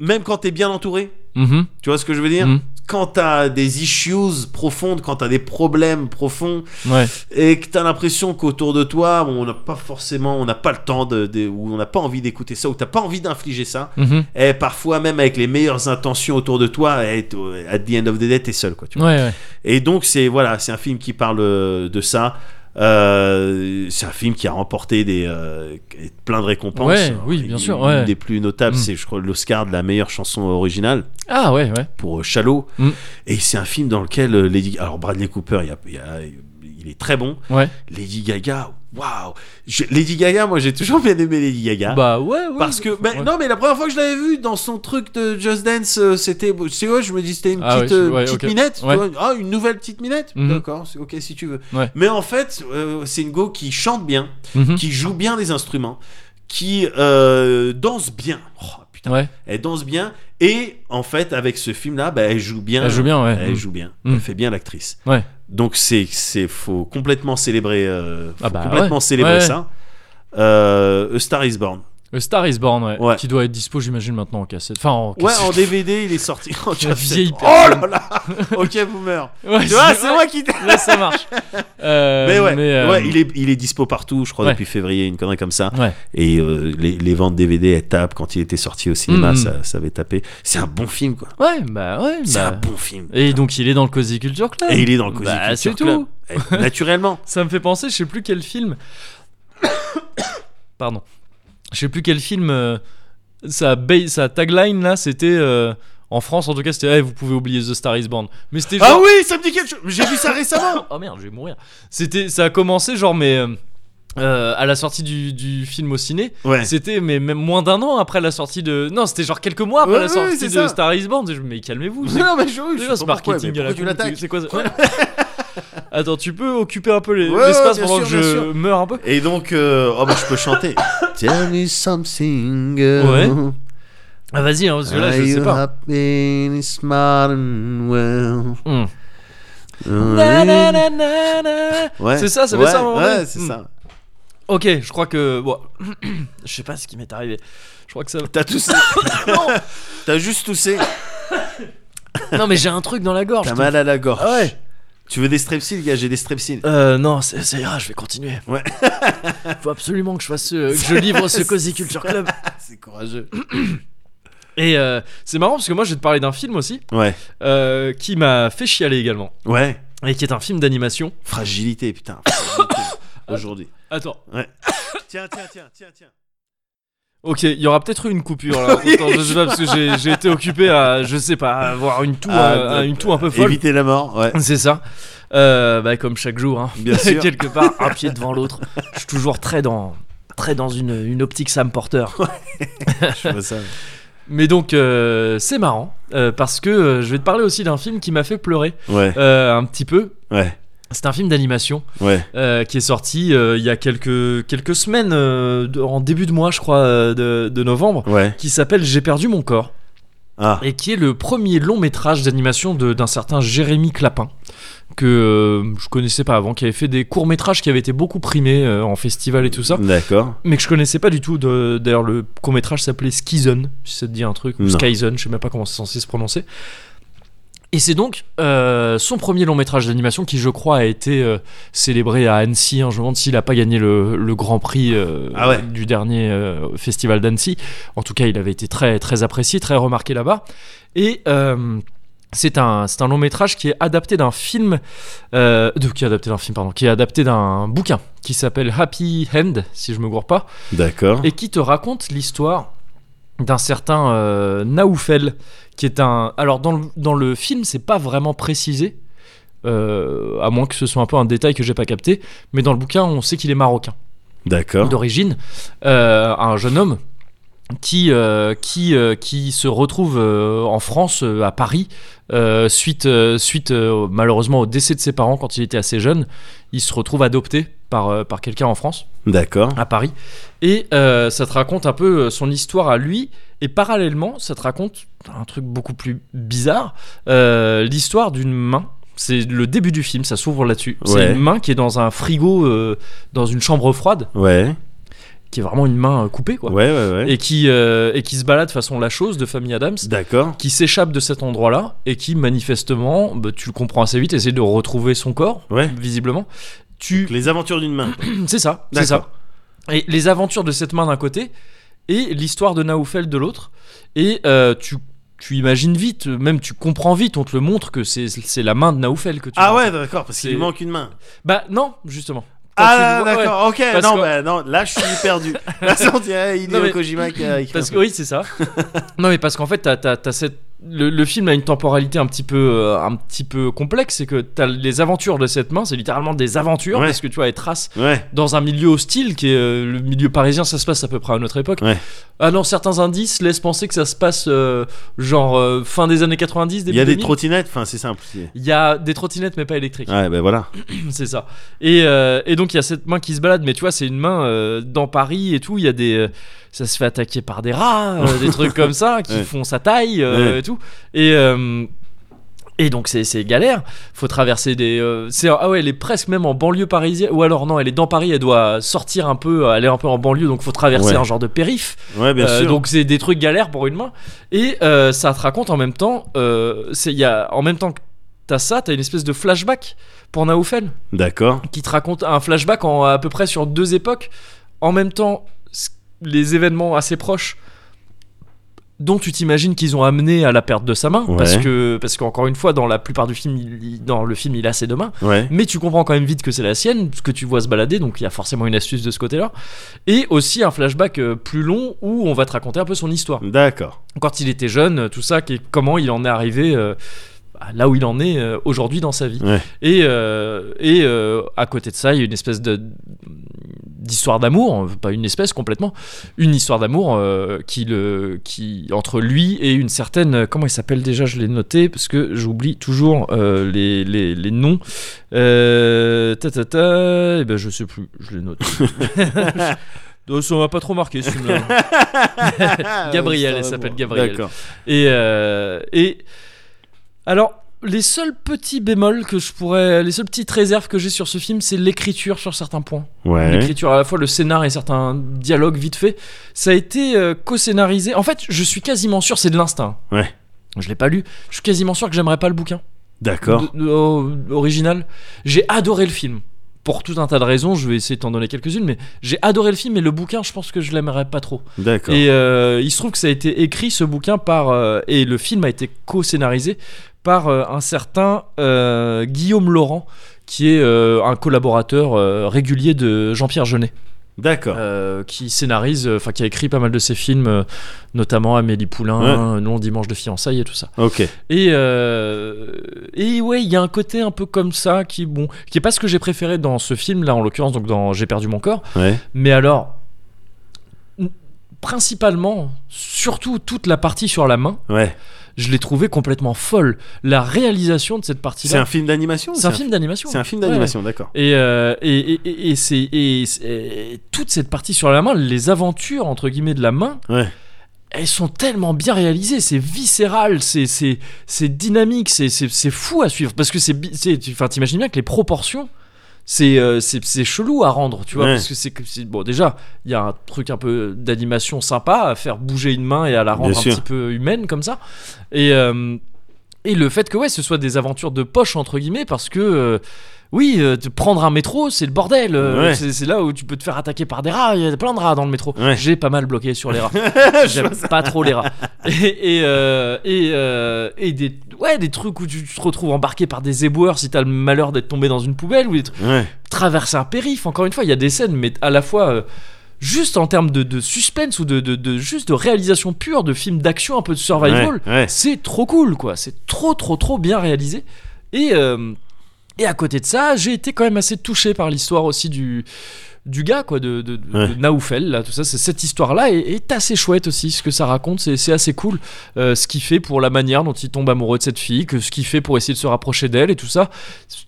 Même quand t'es bien entouré,
Mhm.
tu vois ce que je veux dire
Mhm.
Quand t'as des issues profondes, quand t'as des problèmes profonds,
Ouais.
et que t'as l'impression qu'autour de toi, on n'a pas forcément, on n'a pas le temps de, de- ou on n'a pas envie d'écouter ça, ou t'as pas envie d'infliger ça,
Mhm.
et parfois même avec les meilleures intentions autour de toi, et t- euh, at the end of the day, t'es seul, quoi. Tu vois
Ouais, ouais.
et donc c'est voilà, c'est un film qui parle euh, de ça. Euh, c'est un film qui a remporté des euh, plein de récompenses.
Ouais, oui, bien
Une-
sûr, ouais.
Une des plus notables,
Mm.
c'est je crois l'Oscar de la meilleure chanson originale
Ah, ouais, ouais.
pour euh, Shallow.
Mm.
Et c'est un film dans lequel euh, Lady, alors Bradley Cooper, il, y a- il y a- il est très bon.
Ouais.
Lady Gaga, waouh. Je- Lady Gaga, moi j'ai toujours bien aimé Lady Gaga.
Bah, ouais, ouais.
Parce que, bah,
Ouais.
non, mais la première fois que je l'avais vu dans son truc de Just Dance, euh, c'était, c'est ouais, je me dis, c'était une
Ah
petite,
ouais, je-
euh,
ouais,
petite
ok.
minette, tu
Ouais.
vois. ah, une nouvelle petite minette,
Mhm.
d'accord, c'est ok si tu veux.
Ouais.
Mais en fait, euh, c'est une go qui chante bien,
Mhm.
qui joue bien des instruments, qui euh, danse bien. Oh, putain,
Ouais.
elle danse bien, et en fait, avec ce film-là, bah, elle joue bien.
Elle joue bien, ouais.
Elle
Mhm.
joue bien,
Mhm.
elle fait bien l'actrice.
Ouais.
Donc c'est c'est faut complètement célébrer, euh, faut
Ah bah
complètement
ouais.
célébrer
Ouais, ouais.
ça. Euh, A Star Is Born.
A Star is Born, ouais,
Ouais.
Qui doit être dispo, j'imagine, maintenant en cassette. Enfin, en
Ouais,
cassette.
en DVD, il est sorti en
La vieille
cassette. Oh là là Ok, boomer.
Ouais,
Tu vois,
c'est-
c'est moi qui.
Là, ça marche. Euh,
mais ouais,
euh,
ouais, il, est, il est dispo partout, je crois,
Ouais.
depuis février, une connerie comme ça.
ouais.
Et euh, les, les ventes DVD, elles tapent. Quand il était sorti au cinéma,
Mm.
ça, ça avait tapé. C'est un bon film, quoi.
Ouais, bah ouais.
C'est
bah.
un bon film.
Et donc, il est dans le Cozy Culture Club.
Et il est dans le Cozy
Bah,
Culture
c'est tout.
Club. Eh, Naturellement.
Ça me fait penser, je sais plus quel film. Pardon. Je sais plus quel film. euh, sa, ba- sa tagline là, c'était. euh, en France, en tout cas, c'était. Eh, vous pouvez oublier The Star is Born. Mais c'était genre.
Ah oui, ça me dit quelque chose. J'ai vu ça récemment.
Oh merde, je vais mourir. C'était, ça a commencé genre mais euh, euh, à la sortie du, du film au ciné.
Ouais.
C'était mais même moins d'un an après la sortie de. Non, c'était genre quelques mois après
Ouais,
la
ouais,
sortie
c'est
de
ça.
Star Is Born. Je- Mais calmez-vous. c'est-
Non, mais je, je
c'est
sais
quoi
pas
ce
pourquoi,
marketing
mais
à la
pourquoi tu
con
l'attaques
C'est quoi ça Attends, tu peux occuper un peu les-
Ouais, ouais,
l'espace
bien
pendant
sûr,
que
bien
je
sûr.
meurs un peu
Et donc, euh, oh bah je peux chanter. Tell me something.
Ouais.
girl.
Ah, Vas-y, hein, parce que là,
Are
je sais
you
pas.
happy in this modern world?
Hmm.
Euh,
Na, na, na, na, na.
ouais.
C'est ça, ça fait
ouais,
ça, à un moment donné
Ouais, c'est
Hmm.
ça.
Ok, je crois que. Bon. je sais pas ce qui m'est arrivé. Je crois que ça.
T'as toussé.
Non, Oh,
T'as juste toussé.
non mais j'ai un truc dans la gorge.
T'as mal à la gorge.
Ah ouais.
Tu veux des strepsils, gars J'ai des strepsils.
Euh, non, c'est- ça ira, je vais continuer.
Ouais.
Faut absolument que je fasse, ce- que je livre ce Cozy Culture Club.
c'est courageux.
Et euh, c'est marrant parce que moi, je vais te parler d'un film aussi
Ouais.
euh, qui m'a fait chialer également
Ouais.
et qui est un film d'animation.
Fragilité, putain. Fragilité. Aujourd'hui.
Attends,
Tiens, tiens, tiens, tiens, tiens.
ok, il y aura peut-être eu une coupure là. Autant, je sais pas parce que j'ai- j'ai été occupé à, je sais pas, à avoir une toux,
Ah,
euh, à une toux un peu folle.
Éviter la mort, ouais.
C'est ça. Euh, bah, comme chaque jour, hein.
Bien sûr.
quelque part, un pied devant l'autre. Je suis toujours très dans, très dans une, une optique Sam Porter.
Je vois ça.
Mais donc, euh, c'est marrant, euh, parce que euh, je vais te parler aussi d'un film qui m'a fait pleurer
Ouais,
euh, un petit peu.
ouais,
C'est un film d'animation
ouais.
euh, qui est sorti euh, il y a quelques, quelques semaines, euh, de- en début de mois, je crois, euh, de, de novembre,
Ouais.
qui s'appelle J'ai perdu mon corps,
Ah.
et qui est le premier long métrage d'animation de- d'un certain Jérémy Clapin, que euh, je connaissais pas avant, qui avait fait des courts métrages qui avaient été beaucoup primés euh, en festival et tout ça.
D'accord.
mais que je connaissais pas du tout. de- D'ailleurs, le court métrage s'appelait Ski Zone, si ça te dit un truc, ou
Non.
Sky Zone, je sais même pas comment c'est censé se prononcer. Et c'est donc euh, son premier long métrage d'animation qui, je crois, a été euh, célébré à Annecy. hein. Je me demande s'il a pas gagné le, le Grand Prix euh,
Ah ouais.
du dernier euh, festival d'Annecy. En tout cas, il avait été très, très apprécié, très remarqué là-bas. Et euh, c'est un, c'est un long métrage qui est adapté d'un film, euh, de, qui est adapté d'un film, pardon, qui est adapté d'un bouquin qui s'appelle Happy Hand, si je me gourre pas,
D'accord.
et qui te raconte l'histoire d'un certain euh, Naoufel, qui est un. Alors, dans le, dans le film, c'est pas vraiment précisé, euh, à moins que ce soit un peu un détail que j'ai pas capté, mais dans le bouquin, on sait qu'il est marocain
D'accord.
d'origine, euh, un jeune homme qui, euh, qui, euh, qui se retrouve euh, en France, euh, à Paris, euh, suite, euh, suite euh, malheureusement au décès de ses parents quand il était assez jeune. Il se retrouve adopté par, euh, par quelqu'un en France,
D'accord.
à Paris. Et euh, ça te raconte un peu euh, son histoire à lui. Et parallèlement, ça te raconte un truc beaucoup plus bizarre, euh, l'histoire d'une main. C'est le début du film, ça s'ouvre là-dessus. C'est
Ouais.
une main qui est dans un frigo, euh, dans une chambre froide
Ouais.
qui est vraiment une main euh, coupée quoi.
Ouais, ouais, ouais.
Et qui, euh, et qui se balade façon la chose de Famille Adams,
D'accord.
qui s'échappe de cet endroit-là et qui manifestement, bah, tu le comprends assez vite, essaie de retrouver son corps,
Ouais.
visiblement. Tu,
Les aventures d'une main.
c'est ça, c'est ça.
D'accord.
Et les aventures de cette main d'un côté et l'histoire de Naoufel de l'autre. Et euh, tu, tu imagines vite, même tu comprends vite, on te le montre que c'est c'est la main de Naoufel que tu.
Ah
vois.
ouais, d'accord, parce
C'est-
qu'il manque une main.
Bah non, justement. Quand tu
Ah
le vois- ouais.
d'accord, ok.
Parce
non,
que-
bah, non, là je suis perdu. Là, on dirait Hideo
Non, mais-
Kojima qui a écrit.
Parce
un
que oui, c'est ça. non, mais parce qu'en fait, t'as, t'as- t'as cette... le, le film a une temporalité un petit peu, euh, un petit peu complexe. C'est que t'as les aventures de cette main, c'est littéralement des aventures.
Ouais.
Parce que tu vois, elle trace
peu. Ouais.
dans un milieu hostile, qui est euh, le milieu parisien, ça se passe à peu près à notre époque.
Ouais.
Ah non, certains indices laissent penser que ça se passe euh, genre euh, fin des années 90,
Il
début
y a des
2000.
trottinettes, enfin c'est simple. c'est-
Il y a des trottinettes, mais pas électriques.
Ouais, ben voilà.
C'est ça. Et, euh, et donc il y a cette main qui se balade, mais tu vois, c'est une main euh, dans Paris et tout. Il y a des. euh, ça se fait attaquer par des rats, euh, des trucs comme ça, qui
Ouais.
font sa taille euh,
Ouais.
et tout. Et. euh, et Et donc c'est c'est galère, faut traverser des... euh, c'est, ah ouais, elle est presque même en banlieue parisienne, ou alors non, elle est dans Paris, elle doit sortir un peu, euh, aller un peu en banlieue, donc faut traverser
Ouais.
un genre de périph.
Ouais, bien
Euh,
sûr.
donc c'est des trucs galères pour une main. Et euh, ça te raconte en même temps, euh, c'est- il y a, en même temps que t'as ça, t'as une espèce de flashback pour Naoufel
D'accord.
qui te raconte un flashback en, à peu près sur deux époques, en même temps s- les événements assez proches dont tu t'imagines qu'ils ont amené à la perte de sa main
Ouais.
parce que parce qu'encore une fois dans la plupart du film il- il- dans le film il a ses deux mains
Ouais.
mais tu comprends quand même vite que c'est la sienne parce que tu vois se balader donc il y a forcément une astuce de ce côté-là et aussi un flashback euh, plus long où on va te raconter un peu son histoire
D'accord.
quand il était jeune, euh, tout ça, qui- comment il en est arrivé euh, bah, là où il en est euh, aujourd'hui dans sa vie.
Ouais.
Et, euh, et euh, à côté de ça, il y a une espèce de d'histoire d'amour, euh, pas une espèce complètement, une histoire d'amour euh, qui le, qui entre lui et une certaine, euh, comment il s'appelle déjà, je l'ai noté parce que j'oublie toujours euh, les, les, les noms. Euh, ta ta ta, et ben je sais plus, je l'ai noté. Donc, ça m'a pas trop marqué celui-là. Gabrielle, elle s'appelle Gabrielle.
D'accord.
Et, euh, et alors, les seuls petits bémols que je pourrais, les seules petites réserves que j'ai sur ce film, c'est l'écriture sur certains points.
Ouais.
L'écriture à la fois le scénar et certains dialogues vite faits. Ça a été euh, co-scénarisé. En fait, je suis quasiment sûr, c'est de l'instinct.
Ouais.
Je l'ai pas lu. Je suis quasiment sûr que j'aimerais pas le bouquin
D'accord.
de- de- au- original. J'ai adoré le film. Pour tout un tas de raisons, je vais essayer de t'en donner quelques-unes, mais j'ai adoré le film et le bouquin, je pense que je l'aimerais pas trop.
D'accord.
Et euh, il se trouve que ça a été écrit ce bouquin par euh, et le film a été co-scénarisé par euh, un certain euh, Guillaume Laurent qui est euh, un collaborateur euh, régulier de Jean-Pierre Jeunet
D'accord.
euh, qui scénarise euh, enfin qui a écrit pas mal de ses films euh, notamment Amélie Poulain, Non dimanche de fiançailles et tout ça.
Ok.
Et euh, et ouais, il y a un côté un peu comme ça qui bon qui est pas ce que j'ai préféré dans ce film là en l'occurrence donc dans J'ai perdu mon corps
Ouais.
mais alors, n- principalement, surtout toute la partie sur la main,
Ouais.
je l'ai trouvée complètement folle. La réalisation de cette
C'est
partie-là.
un film d'animation.
C'est un, film d'animation.
C'est un film
Ouais,
d'animation. D'accord.
Et, euh, et, et, et- et c'est, et- et- et toute cette partie sur la main, les aventures entre guillemets de la main,
Ouais.
elles sont tellement bien réalisées, c'est viscéral, c'est, c'est, c'est dynamique, c'est, c'est, c'est fou à suivre parce que c'est, bi- c'est tu- enfin t'imagines bien que les proportions. C'est, euh, c'est, c'est chelou à rendre, tu vois,
Ouais.
parce que c'est, que- c'est- bon déjà, il y a un truc un peu d'animation sympa à faire bouger une main et à la rendre
Bien
un
sûr.
petit peu humaine comme ça, et euh, et le fait que ouais, ce soit des aventures de poche entre guillemets parce que euh, oui, euh, te prendre un métro, c'est le bordel. euh,
Ouais.
C'est c'est là où tu peux te faire attaquer par des rats. Il y a plein de rats dans le métro.
Ouais.
J'ai pas mal bloqué sur les rats. J'aime pas trop les rats. Et, et, euh, et, euh, et des, ouais, des trucs où tu te retrouves embarqué par des éboueurs si t'as le malheur d'être tombé dans une poubelle ou des trucs.
Ouais.
Traverser un périph', encore une fois, il y a des scènes, mais à la fois. euh, Juste en termes de, de suspense ou de, de- de- juste de réalisation pure, de film d'action, un peu de survival,
Ouais. ouais.
c'est trop cool quoi c'est trop trop trop bien réalisé et euh, et à côté de ça j'ai été quand même assez touché par l'histoire aussi du du gars quoi de, de, de-
Ouais.
de Naoufel là tout ça c'est cette histoire là est, est assez chouette aussi ce que ça raconte c'est c'est assez cool euh, ce qu'il fait pour la manière dont il tombe amoureux de cette fille que ce qu'il fait pour essayer de se rapprocher d'elle et tout ça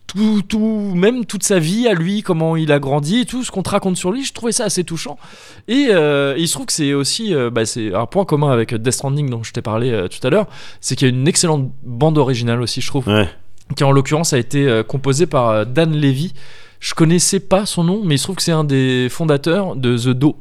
tout tout même toute sa vie à lui comment il a grandi et tout ce qu'on te raconte sur lui je trouvais ça assez touchant et euh, il se trouve que c'est aussi euh, bah, c'est un point commun avec Death Stranding dont je t'ai parlé euh, tout à l'heure c'est qu'il y a une excellente bande originale aussi, je trouve,
Ouais.
qui en l'occurrence a été euh, composée par euh, Dan Levy. Je connaissais pas son nom, mais il se trouve que c'est un des fondateurs de The Do.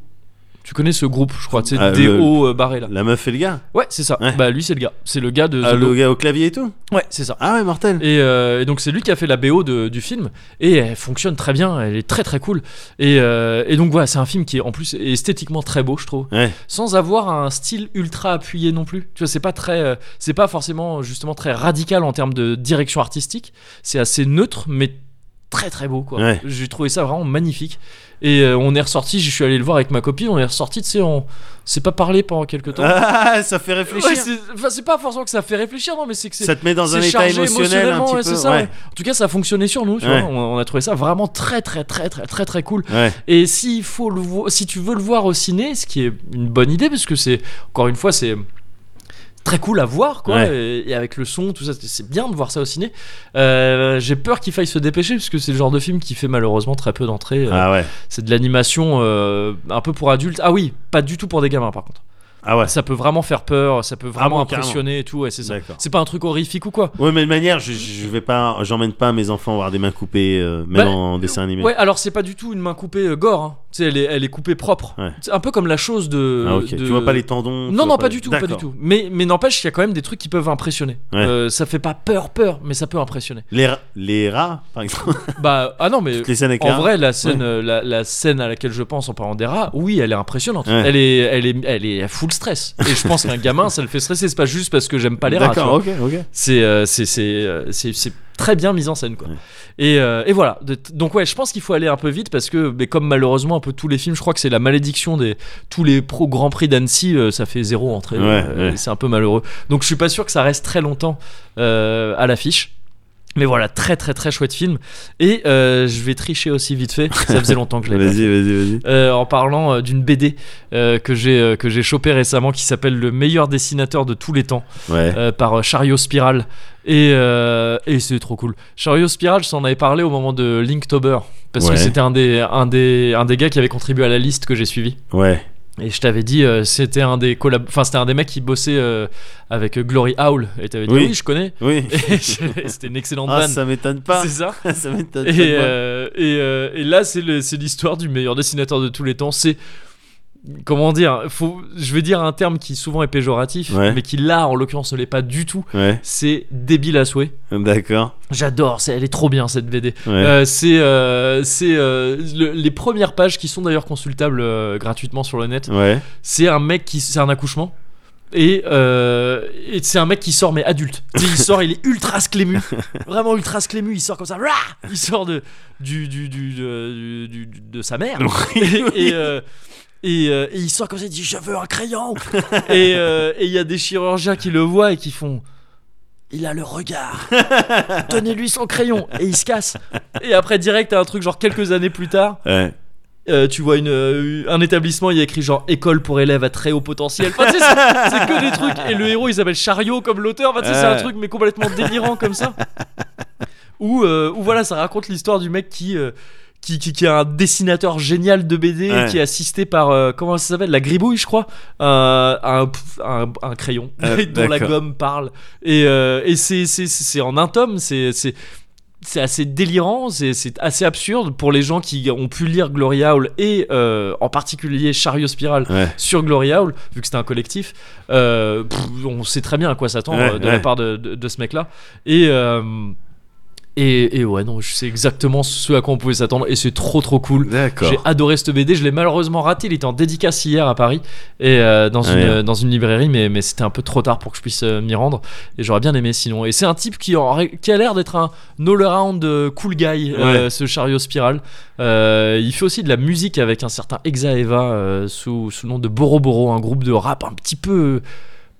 Tu connais ce groupe, je crois, c'est
Ah, le-
D.O. euh, barré là.
La meuf et le gars.
Ouais, c'est ça.
Ouais.
Bah lui, c'est le gars. C'est le gars de
Ah,
The
le
Do.
gars au clavier et tout.
Ouais, c'est ça.
Ah ouais, mortel.
Et, euh, et donc c'est lui qui a fait la BO de- du film et elle fonctionne très bien, elle est très très cool. Et, euh, et donc voilà, c'est un film qui est en plus esthétiquement très beau, je trouve
Ouais.
sans avoir un style ultra appuyé non plus. Tu vois, c'est pas très, euh, c'est pas forcément justement très radical en termes de direction artistique. C'est assez neutre, mais très très beau quoi.
Ouais.
J'ai trouvé ça vraiment magnifique. Et euh, on est ressorti, je suis allé le voir avec ma copine, on est ressorti, tu sais, on s'est pas parlé pendant quelques temps.
Ah, ça fait réfléchir.
Ouais, c'est enfin, c'est pas forcément que ça fait réfléchir, non, mais c'est que c'est
ça te met dans
c'est
un état
chargé
émotionnel un
émotionnellement,
petit
ouais,
peu.
c'est ça,
ouais.
ouais. En tout cas, ça fonctionnait sur nous. tu
Ouais.
vois. on, on a trouvé ça vraiment très, très, très, très, très, très cool.
Ouais.
Et s'il faut le vo- si tu veux le voir au ciné, ce qui est une bonne idée, parce que c'est, encore une fois, c'est très cool à voir, quoi.
Ouais.
Et, et avec le son, tout ça, c'est- c'est bien de voir ça au ciné. Euh, J'ai peur qu'il faille se dépêcher, parce que c'est le genre de film qui fait malheureusement très peu d'entrées. Euh,
Ah ouais.
C'est de l'animation euh, un peu pour adultes. Ah oui, pas du tout pour des gamins, par contre.
Ah ouais.
Ça peut vraiment faire peur, ça peut vraiment
Ah, bon,
impressionner et tout, ouais, c'est ça.
D'accord.
C'est pas un truc horrifique ou quoi.
Ouais, mais de manière, je, je vais pas, j'emmène pas mes enfants voir des mains coupées, euh, même
Bah,
en dessin animé.
Ouais, alors c'est pas du tout une main coupée euh, gore, hein. tu sais, elle est, elle est coupée propre.
Ouais.
C'est un peu comme la chose de.
Ah, ok.
euh, de-
Tu vois pas les tendons. tu
Non,
vois
non, pas
les-
du tout, pas du
D'accord.
tout. Mais, mais n'empêche, il y a quand même des trucs qui peuvent impressionner.
Ouais.
Euh, ça fait pas peur, peur, mais ça peut impressionner.
Les, ra- les rats, par exemple.
bah, ah non, mais
Toutes les scènes avec les
en
rats.
vrai, la scène, euh, la, la scène à laquelle je pense en parlant des rats, oui, elle est impressionnante.
Ouais.
Elle, est, elle, est, elle est à full stress. Et je pense qu'un gamin, ça le fait stresser. C'est pas juste parce que j'aime pas les rats. tu vois.
D'accord, ok, ok.
C'est euh, c'est- c'est, euh, c'est- c'est très bien mis en scène quoi.
Ouais.
Et, euh, et voilà. De- Donc ouais, je pense qu'il faut aller un peu vite parce que mais comme malheureusement un peu tous les films, je crois que c'est la malédiction des tous les pro Grand Prix d'Annecy, euh, ça fait zéro entrée.
Ouais,
Euh,
ouais.
C'est un peu malheureux. Donc je suis pas sûr que ça reste très longtemps euh, à l'affiche. Mais voilà, très très très chouette film. Et euh, je vais tricher aussi vite fait. Ça faisait longtemps que je l'avais. pas
Vas-y, vas-y, vas-y.
euh, en parlant euh, d'une BD euh, que j'ai euh, que j'ai chopé récemment qui s'appelle Le meilleur dessinateur de tous les temps
Ouais.
euh, par euh, Chariot Spiral. Et, euh, et c'est trop cool. Chariot Spiral, j'en avais parlé au moment de Linktober. Parce
Ouais.
que c'était un des, un, des, un des gars qui avait contribué à la liste que j'ai suivie.
Ouais.
Et je t'avais dit, euh, c'était un des collab... enfin, c'était un des mecs qui bossait euh, avec euh, Glory Howl. Et t'avais dit,
Oui.
oui, je connais.
Oui.
Et je- c'était une excellente
Ah,
vanne.
ça m'étonne pas.
C'est ça.
ça m'étonne pas.
Et,
de moi.
euh, et, euh, et là, c'est le- c'est l'histoire du meilleur dessinateur de tous les temps. C'est. Comment dire faut, Je vais dire un terme qui souvent est péjoratif,
Ouais.
mais qui là, en l'occurrence, ne l'est pas du tout
Ouais.
c'est débile à souhait.
D'accord.
J'adore, c'est- elle est trop bien cette BD.
Ouais.
Euh, c'est euh, c'est euh, le- les premières pages qui sont d'ailleurs consultables euh, gratuitement sur le net.
ouais.
C'est un mec qui c'est un accouchement. Et, euh, et c'est un mec qui sort mais adulte. Tu sais, il sort, il est ultra sclému, vraiment ultra sclému. Il sort comme ça, Rah il sort de du du, du, de- du- du- de sa mère. et, et, euh, et, euh, et il sort comme ça, il dit je veux un crayon. et euh, et il y a des chirurgiens qui le voient et qui font il a le regard. Donnez-lui son crayon et il se casse. Et après direct à un truc genre quelques années plus tard,
Ouais.
euh, tu vois une, euh, un établissement, il y a écrit genre école pour élèves à très haut potentiel. Enfin, tu sais, c'est c'est que des trucs. Et le héros, il s'appelle Chariot comme l'auteur. Enfin, tu sais, c'est un
Ouais.
truc mais complètement délirant comme ça. Ou euh, ou voilà, ça raconte l'histoire du mec qui, euh, qui, qui qui est un dessinateur génial de BD
Ouais.
qui est assisté par euh, comment ça s'appelle la gribouille, je crois, euh, un, un, un crayon
Euh,
dont la
d'accord.
gomme parle. Et, euh, et c'est c'est- c'est c'est en un tome, c'est c'est- c'est assez délirant, c'est c'est assez absurde pour les gens qui ont pu lire Gloria Howl et euh, en particulier Chariot Spiral
Ouais.
sur Gloria Howl, vu que c'était un collectif. euh, pff, on sait très bien à quoi s'attendre
Ouais,
euh, de
ouais.
la part de, de- de ce mec-là. Et, euh, et, et ouais, non, je sais exactement ce à quoi on pouvait s'attendre et c'est trop trop cool. J'ai
D'accord.
adoré cette BD, je l'ai malheureusement raté, il était en dédicace hier à Paris et euh, dans,
Ah,
une,
merde.
euh, dans une librairie, mais, mais c'était un peu trop tard pour que je puisse euh, m'y rendre et j'aurais bien aimé sinon. Et c'est un type qui, en ré- qui a l'air d'être un all-around euh, cool guy, euh, ce chariot spiral. Euh, il fait aussi de la musique avec un certain Exa Eva euh, sous, sous le nom de Boroboro, un groupe de rap un petit peu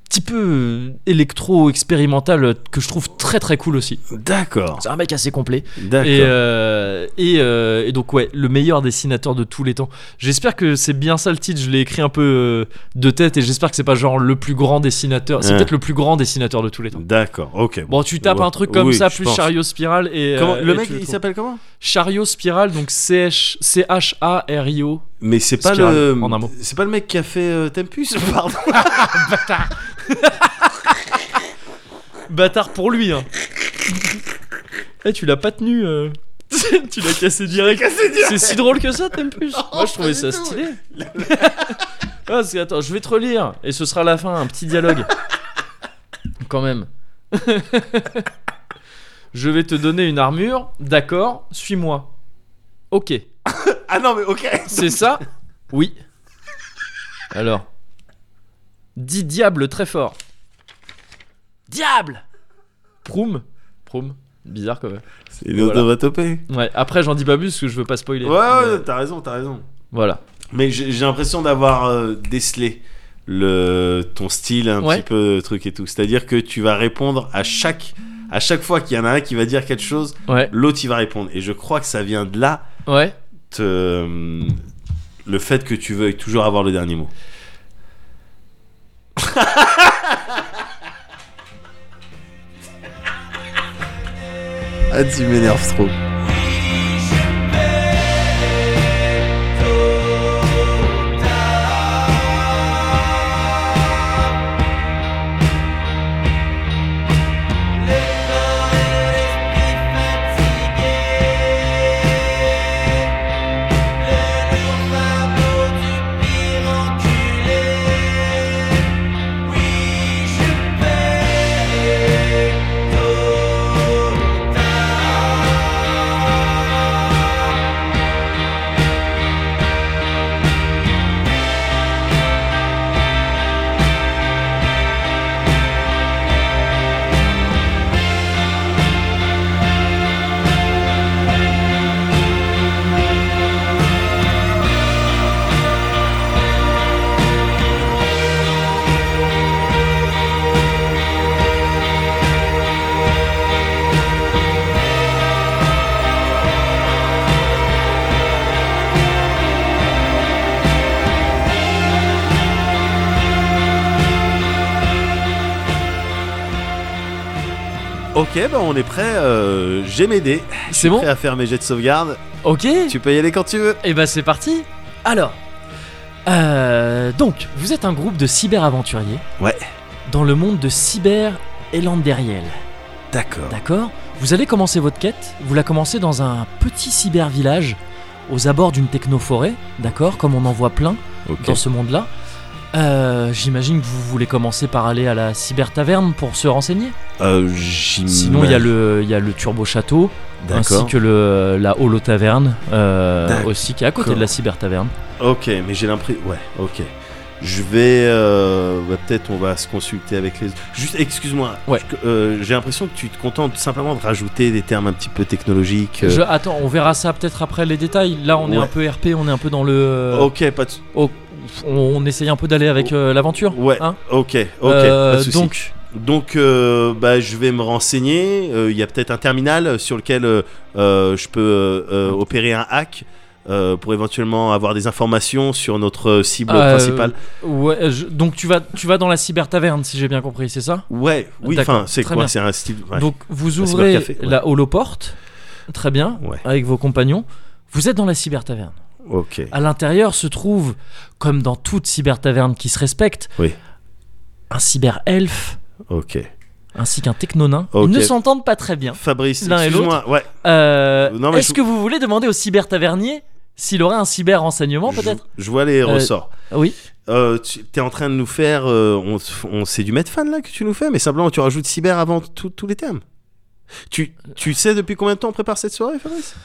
petit peu euh, électro-expérimental euh, que je trouve très très cool aussi.
D'accord.
C'est un mec assez complet.
D'accord.
Et, euh, et, euh, et donc ouais, le meilleur dessinateur de tous les temps. J'espère que c'est bien ça le titre. Je l'ai écrit un peu euh, de tête et j'espère que c'est pas genre le plus grand dessinateur. C'est
Ouais.
peut-être le plus grand dessinateur de tous les temps.
D'accord. Ok.
Bon, tu tapes
Ouais.
un truc comme
Oui,
ça
je
plus
pense.
chariot spiral et euh,
Comment- le
et
mec,
tu
il
trouves.
s'appelle comment
chariot spiral donc C H C H A R I O.
Mais c'est pas
Spiral,
le.
en un mot.
euh, C'est pas le mec qui a fait euh, Tempus Pardon.
Bâtard pour lui. Hein. Eh, tu l'as pas tenu. euh. tu l'as cassé direct. C'est si drôle que ça, t'aimes plus Moi, je trouvais ça stylé. Ah, parce que, attends, je vais te relire et ce sera la fin, un petit dialogue. Quand même. je vais te donner une armure, d'accord, suis-moi. Ok,
Ah non, mais ok.
c'est ça Oui. Alors. Dis diable très fort. Diable Proum Proum. Bizarre quand même.
C'est une onomatopée.
Ouais, après j'en dis pas plus parce que je veux pas spoiler.
Ouais, ouais,
Mais,
t'as raison, t'as raison.
Voilà.
Mais j'ai j'ai l'impression d'avoir euh, décelé le ton style un
Ouais.
petit peu euh, truc et tout. C'est-à-dire que tu vas répondre à chaque à chaque fois qu'il y en a un qui va dire quelque chose,
Ouais,
l'autre il va répondre. Et je crois que ça vient de là
ouais.
te- euh, le fait que tu veuilles toujours avoir le dernier mot. ah tu m'énerves trop.
Tôt ou tard
Ok, bah on est prêt. euh, J'ai m'aider.
C'est bon
Prêt à faire mes jets de sauvegarde.
Ok
Tu peux y aller quand tu veux.
Et bah c'est parti Alors, euh, donc, vous êtes un groupe de cyber-aventuriers.
Ouais.
Dans le monde de Cyber Elanderiel.
D'accord.
D'accord Vous allez commencer votre quête. Vous la commencez dans un petit cyber-village aux abords d'une technoforêt. D'accord Comme on en voit plein
Ok.
dans ce monde-là. Euh, J'imagine que vous voulez commencer par aller à la cyber-taverne pour se renseigner.
Euh, j'im-
Sinon, il y, a le- il y a le Turbo Château. ainsi
D'accord.
que le, la Holo Taverne euh,
D'accord.
aussi qui est à côté de la Cyber Taverne.
Ok, mais j'ai l'impression. Ouais, ok. Je vais. euh, bah, Peut-être on va se consulter avec les. Juste, excuse-moi.
Ouais.
Je- euh, j'ai l'impression que tu te contentes simplement de rajouter des termes un petit peu technologiques. euh.
Je- Attends, on verra ça peut-être après les détails. Là, on est
Ouais.
un peu RP, on est un peu dans le.
Ok, pas de. sou-
oh, on, on essaye un peu d'aller avec
Oh.
euh, l'aventure.
Ouais.
Hein
ok, ok.
Euh,
pas de souci.
donc,
Donc, euh, bah, je vais me renseigner. Euh, Il y a peut-être un terminal sur lequel euh, euh, je peux euh, euh, opérer un hack euh, pour éventuellement avoir des informations sur notre cible
euh,
principale.
ouais, euh, je- donc tu vas, tu vas dans la Cyber Taverne, si j'ai bien compris, c'est ça
Ouais, oui,
D'accord,
enfin, c'est
très
quoi
bien.
C'est un style. ouais.
Donc vous
La
ouvrez
cybercafé, ouais.
la holoporte, très bien,
Ouais.
avec vos compagnons. Vous êtes dans la cyber taverne.
ok.
À l'intérieur se trouve, comme dans toute cyber taverne qui se respecte,
Oui.
un cyber elfe,
Ok.
ainsi qu'un technonin.
Ok.
Ils ne s'entendent pas très bien.
Fabrice,
L'un et
excuse-moi. Ouais.
Euh,
Non, mais
Est-ce
je-
que vous voulez demander au cyber tavernier s'il aurait un cyber renseignement
je-
peut-être
Je, vois les
Euh,
ressorts.
Oui.
Euh, tu es en train de nous faire. euh, on, s- on- c'est du Medfan là que tu nous fais, mais simplement tu rajoutes cyber avant tout- tous les termes. Tu, tu sais depuis combien de temps on prépare cette soirée, Fabrice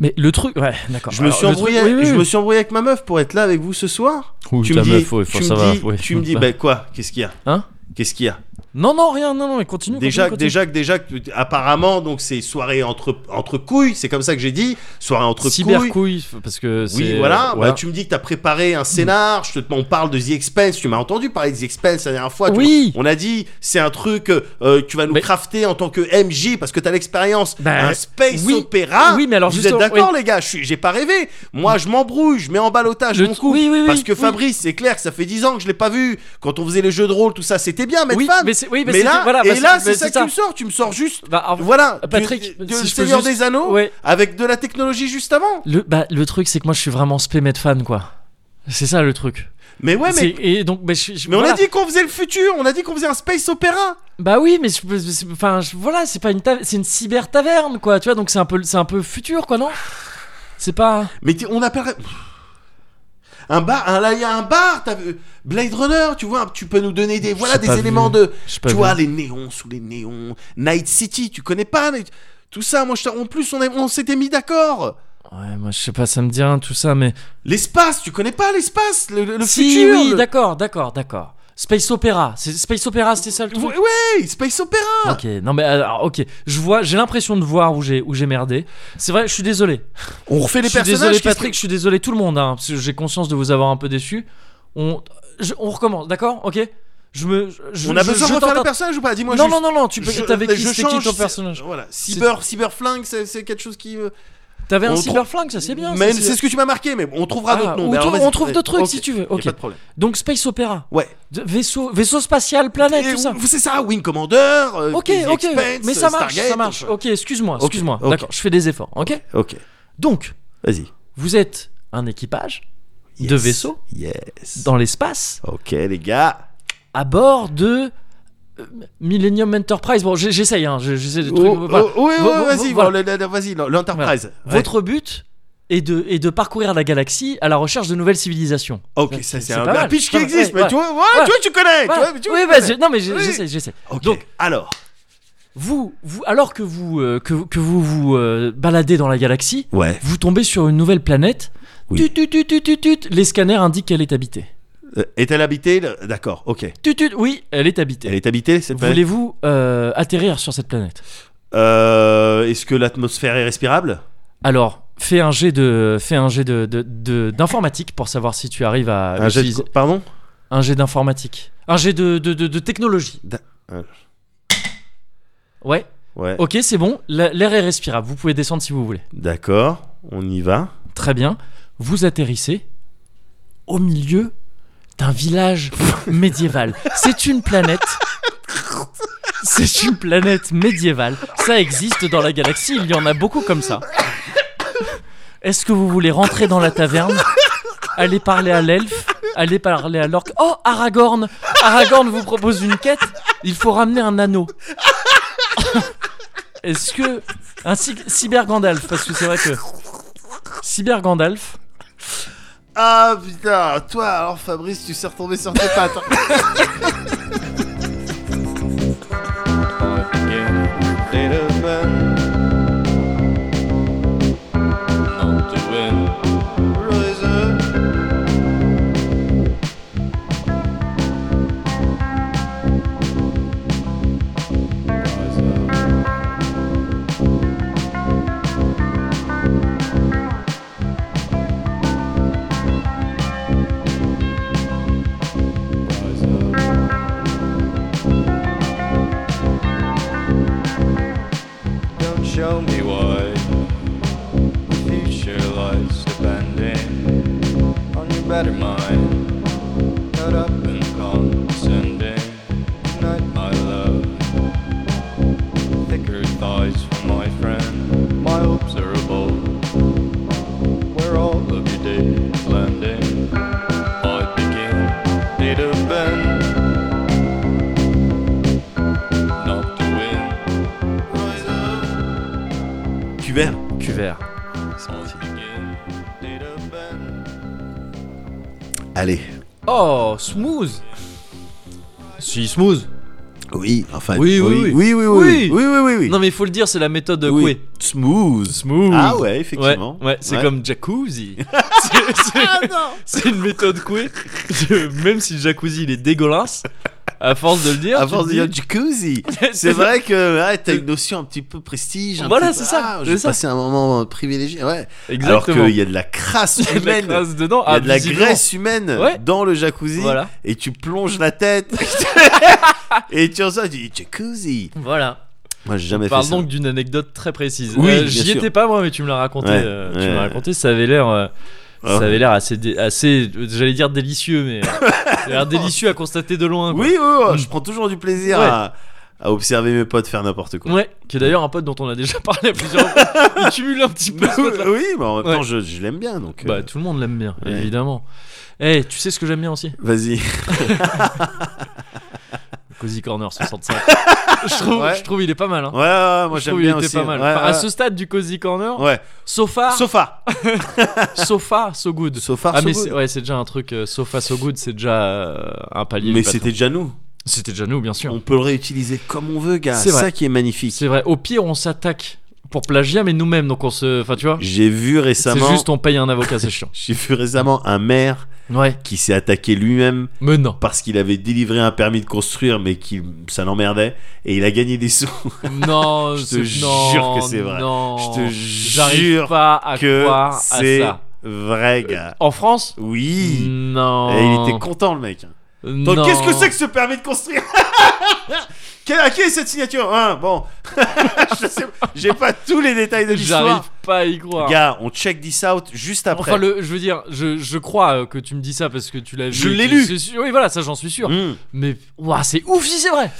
Mais le truc, ouais, d'accord.
je me,
Alors,
suis
Bah, le truc-
embrouillé,
oui, oui,
je
oui.
me suis embrouillé avec ma meuf pour être là avec vous ce soir.
Ouh,
tu
ta
me dis,
meuf, ouais, faut
tu me
savoir,
dis,
ouais.
tu me dis, bah quoi Qu'est-ce qu'il y a
Hein
Qu'est-ce qu'il y a
Non, non, rien, non, non, mais continue.
Déjà,
continue, continue.
déjà, que- déjà, que tu- apparemment, donc c'est soirée entre entre couilles. C'est comme ça que j'ai dit, soirée entre
cyber
couilles.
couille, parce que c'est. euh,
Oui, voilà. Bah, tu me dis que t'as préparé un scénar. Je te, on parle de The Expense. Tu m'as entendu parler de The Expense la dernière fois. tu
Oui.
m'as- On a dit, c'est un truc euh, euh, que tu vas nous
Mais-
crafter en tant que MJ parce que t'as l'expérience.
Bah,
un space
oui.
opéra.
Oui, mais alors,
Ah, vous êtes
justement,
d'accord, les gars Je suis- J'ai pas rêvé. Moi, je m'embrouille. Je mets en balotage
Le
mon
tr-
couple.
oui, oui, oui,
parce que
oui.
Fabrice, c'est clair, que ça fait 10 ans que je l'ai pas vu. Quand on faisait les jeux de rôle, tout ça, c'était bien, mais
Oui,
fan.
mais c'est- oui, mais
mais
c'était-
là,
voilà,
et
bah,
là,
c'est-
c'est
bah,
ça
c'est
que tu
ça.
me sors. Tu me sors juste.
Bah, en-
Voilà, du-
Patrick,
du,
si je peux
Seigneur
juste-
des Anneaux
Ouais.
avec de la technologie juste avant.
Le, bah, le truc, c'est que moi, je suis vraiment spé Med fan, quoi. C'est ça le truc.
Mais ouais, mais
C'est- Et donc, bah, je, je-
Mais
voilà.
on a dit qu'on faisait le futur, on a dit qu'on faisait un space opéra.
Bah oui, mais je, c'est- enfin, je- voilà, c'est pas une ta- c'est une cyber taverne, quoi. Tu vois, donc c'est un peu, c'est un peu futur, quoi, non C'est pas.
Mais t'es- on appellerait Pff. un bar, un- là il y a un bar, t'as vu- Blade Runner, tu vois, tu peux nous donner des voilà
sais
des
pas
éléments
vu.
de
Je
tu vois les néons sous les néons, Night City, tu connais pas Night- tout ça. Moi je t'en- en plus on, a- on s'était mis d'accord.
Ouais, moi, je sais pas, ça me dit rien, tout ça, mais.
L'espace, tu connais pas l'espace, le, le- le
si,
futur.
oui,
le-
d'accord, d'accord, d'accord. Space Opera, c'est Space Opera, c'était ça le truc.
Ouais, ouais, space opéra.
Ok, non mais alors, ok, je vois, j'ai l'impression de voir où j'ai où j'ai merdé. C'est vrai, je suis désolé.
On refait les
je suis
personnages.
désolé
qu'est-ce
Patrick,
que-
je suis désolé tout le monde, hein, parce que j'ai conscience de vous avoir un peu déçu. On, je- on recommence, d'accord, ok. Je me, je-
on a
je-
besoin
je
de refaire
tente
le
un-
personnage ou pas Dis-moi
Non
juste.
non non non, tu peux,
Je-
t'avais qui,
je
c'était qui
change,
ton
c'est-
personnage
Voilà, cyber, cyber flingue, c'est c'est quelque chose qui. euh,
T'avais un
on
cyber flingue, ça c'est bien.
Mais
ça,
c'est ce que tu m'as marqué, mais bon, on trouvera
Ah,
d'autres noms.
on
mais alors,
trouve-
vas-y.
on trouve d'autres trucs
Ok,
si tu veux.
y a
Ok.
Pas de problème.
Donc Space Opera,
Ouais.
de- vaisseau vaisseau spatial, planète,
Et
tout ça.
vous- C'est ça, Wing Commander. euh,
Ok,
The
ok,
Expanse,
mais ça marche,
Stargate,
ça marche.
enfin.
Ok, excuse-moi,
Ok,
excuse-moi.
ok.
D'accord, je fais des efforts. Ok.
Ok,
Donc,
vas-y.
vous êtes un équipage
Yes.
de vaisseau
Yes.
dans l'espace
Ok, les gars.
à bord de euh, Millennium Enterprise. Bon, j'ai- j'essaye, hein, j'ai- j'essaie des trucs.
Oh,
voilà.
oh, oui,
Vo-
oui,
vo-
vas-y,
voilà.
bon, le- le- vas-y, l'Enterprise. Ouais.
Votre but est de, est de parcourir la galaxie à la recherche de nouvelles civilisations.
Ok, ça
c'est
c'est un,
pas
un
mal,
pitch qui
c'est pas mal,
existe,
ouais,
mais tu vois, voilà,
ouais.
tu vois, tu connais. Eh, tu
Voilà.
vois, tu vois,
oui,
tu
vas-y.
connais.
Non, mais j'ai-
Oui.
j'essaie, j'essaie.
Ok,
Donc,
alors.
vous, vous, alors que vous, euh, que, que vous vous euh, baladez dans la galaxie,
Ouais.
vous tombez sur une nouvelle planète.
Oui.
Tut, tut, tut, tut, tut, tut. les scanners indiquent qu'elle est habitée.
Euh, Est-elle habitée le- D'accord, ok.
Tut, tut, oui, elle est habitée.
Elle est habitée cette planète
Voulez-vous euh, atterrir sur cette planète
Euh, Est-ce que l'atmosphère est respirable
Alors, fais un jet de, fais un jet de, de- de- d'informatique pour savoir Ah, si tu arrives à
Un jet de
utiliser-
co- Ah, Pardon
un jet d'informatique, un jet de, de, de- de technologie.
Da- euh.
Ouais.
Ouais.
Ok, c'est bon. La- L'air est respirable. Vous pouvez descendre si vous voulez.
D'accord, on y va.
Très bien. Vous atterrissez au milieu d'un village médiéval. C'est une planète. C'est une planète médiévale. Ça existe dans la galaxie, il y en a beaucoup comme ça. Est-ce que vous voulez rentrer dans la taverne Aller parler à l'elfe Aller parler à l'orque Oh, Aragorn Aragorn vous propose une quête Il faut ramener un anneau. Est-ce que. Un cy- cyber Gandalf, parce que c'est vrai que. Cyber Gandalf.
Ah putain, toi alors Fabrice, tu sais retomber sur tes pattes. hein.
Don't show me why the future lies depending on your better mind. Cut up and condescending. Good night, my love. Thicker thighs for my friend. My hopes are a bold. Where all of your days landing, I begin. Need a bend. Not to win.
Cubert
Cuvert.
Allez.
Oh, smooth
Si smooth Oui, enfin.
Oui, oui,
oui, oui, oui,
Oui.
oui, oui, oui, oui, oui.
Non mais faut le dire, c'est la méthode
Oui.
Coué.
Smooth.
Smooth.
Ah ouais, effectivement.
Ouais, ouais, c'est
Ouais.
comme jacuzzi. C'est- c'est- C'est une méthode couée. Je- Même si le jacuzzi il est dégueulasse, à force de le dire.
À
tu
force
te
de dire
dis- Euh,
jacuzzi. C'est vrai que ouais, t'as une notion un petit peu prestige. un
Voilà,
petit peu,
c'est ça,
Ah,
c'est
J'ai
ça.
passé un moment privilégié. Ouais. Alors
Exactement.
qu'il y a de la crasse
Il y a de la
humaine.
crasse dedans.
Il y a de la
visiblement.
graisse humaine
Ouais.
dans le jacuzzi
Voilà.
et tu plonges la tête et tu ressens tu dis jacuzzi.
Voilà.
Moi j'ai jamais
Parle
fait ça.
donc d'une anecdote très précise.
Oui,
Euh,
bien
j'y
sûr.
étais pas moi, mais tu me l'as raconté.
Ouais,
euh,
ouais.
Tu m'as raconté. Ça avait l'air. euh,
Ah.
Ça avait l'air assez, dé- assez, euh, j'allais dire délicieux, mais euh, ça avait l'air délicieux à constater de loin. quoi.
Oui, oui, oui,
Mm.
je prends toujours du plaisir
Ouais.
à, à observer mes potes faire n'importe quoi.
Ouais, qui est d'ailleurs un pote dont on a déjà parlé à plusieurs fois. Il cumule un petit peu.
Bah,
ce
oui,
pote-là.
oui, mais en même temps
Ouais.
je, je l'aime bien donc. euh,
Bah, tout le monde l'aime bien,
Ouais.
évidemment. Eh, tu sais ce que j'aime bien aussi
Vas-y.
Cozy Corner 65. je, trouve,
Ouais.
je trouve il est pas mal. Hein.
Ouais, ouais, ouais, moi
je
j'aime
trouve
bien
il était
aussi.
pas mal.
Ouais,
Enfin,
ouais.
À ce stade du Cozy Corner,
Ouais.
so far,
Sofa.
so far, so good.
Sofa.
ah, mais c'est- ouais, c'est déjà un truc, euh, so far, so good, c'est déjà euh, un palier.
mais
du patron.
c'était déjà nous.
C'était déjà nous, bien sûr.
On peut le réutiliser comme on veut, gars.
C'est
C'est
vrai.
ça qui est magnifique.
C'est vrai, au pire, on s'attaque pour plagiat, mais nous-mêmes, donc on se. Enfin, tu vois,
J'ai vu
c'est
récemment.
juste on paye un avocat, c'est chiant.
J'ai vu récemment un maire
Ouais,
qui s'est attaqué lui-même
mais non.
parce qu'il avait délivré un permis de construire, mais qui ça l'emmerdait et il a gagné des sous.
Non,
Je te
c'est-
jure
non,
que c'est vrai.
Non,
Je te
J'arrive
jure
pas à
que
croire à
c'est
ça.
vrai, gars.
En France
Oui.
Non.
Et il était content, le mec. Donc,
Non.
qu'est-ce que c'est que ce permis de construire Quel- À qui est cette signature Hein, Bon, je sais, j'ai pas tous les détails de l'histoire.
J'arrive pas à y croire.
Gars, on check this out juste après.
Enfin, le, je veux dire, je, je crois euh, que tu me dis ça parce que tu l'as vu.
Je
et
l'ai
que
lu.
c'est sûr- Oui, voilà, ça j'en suis sûr.
Hmm.
Mais ouah, c'est ouf si c'est vrai.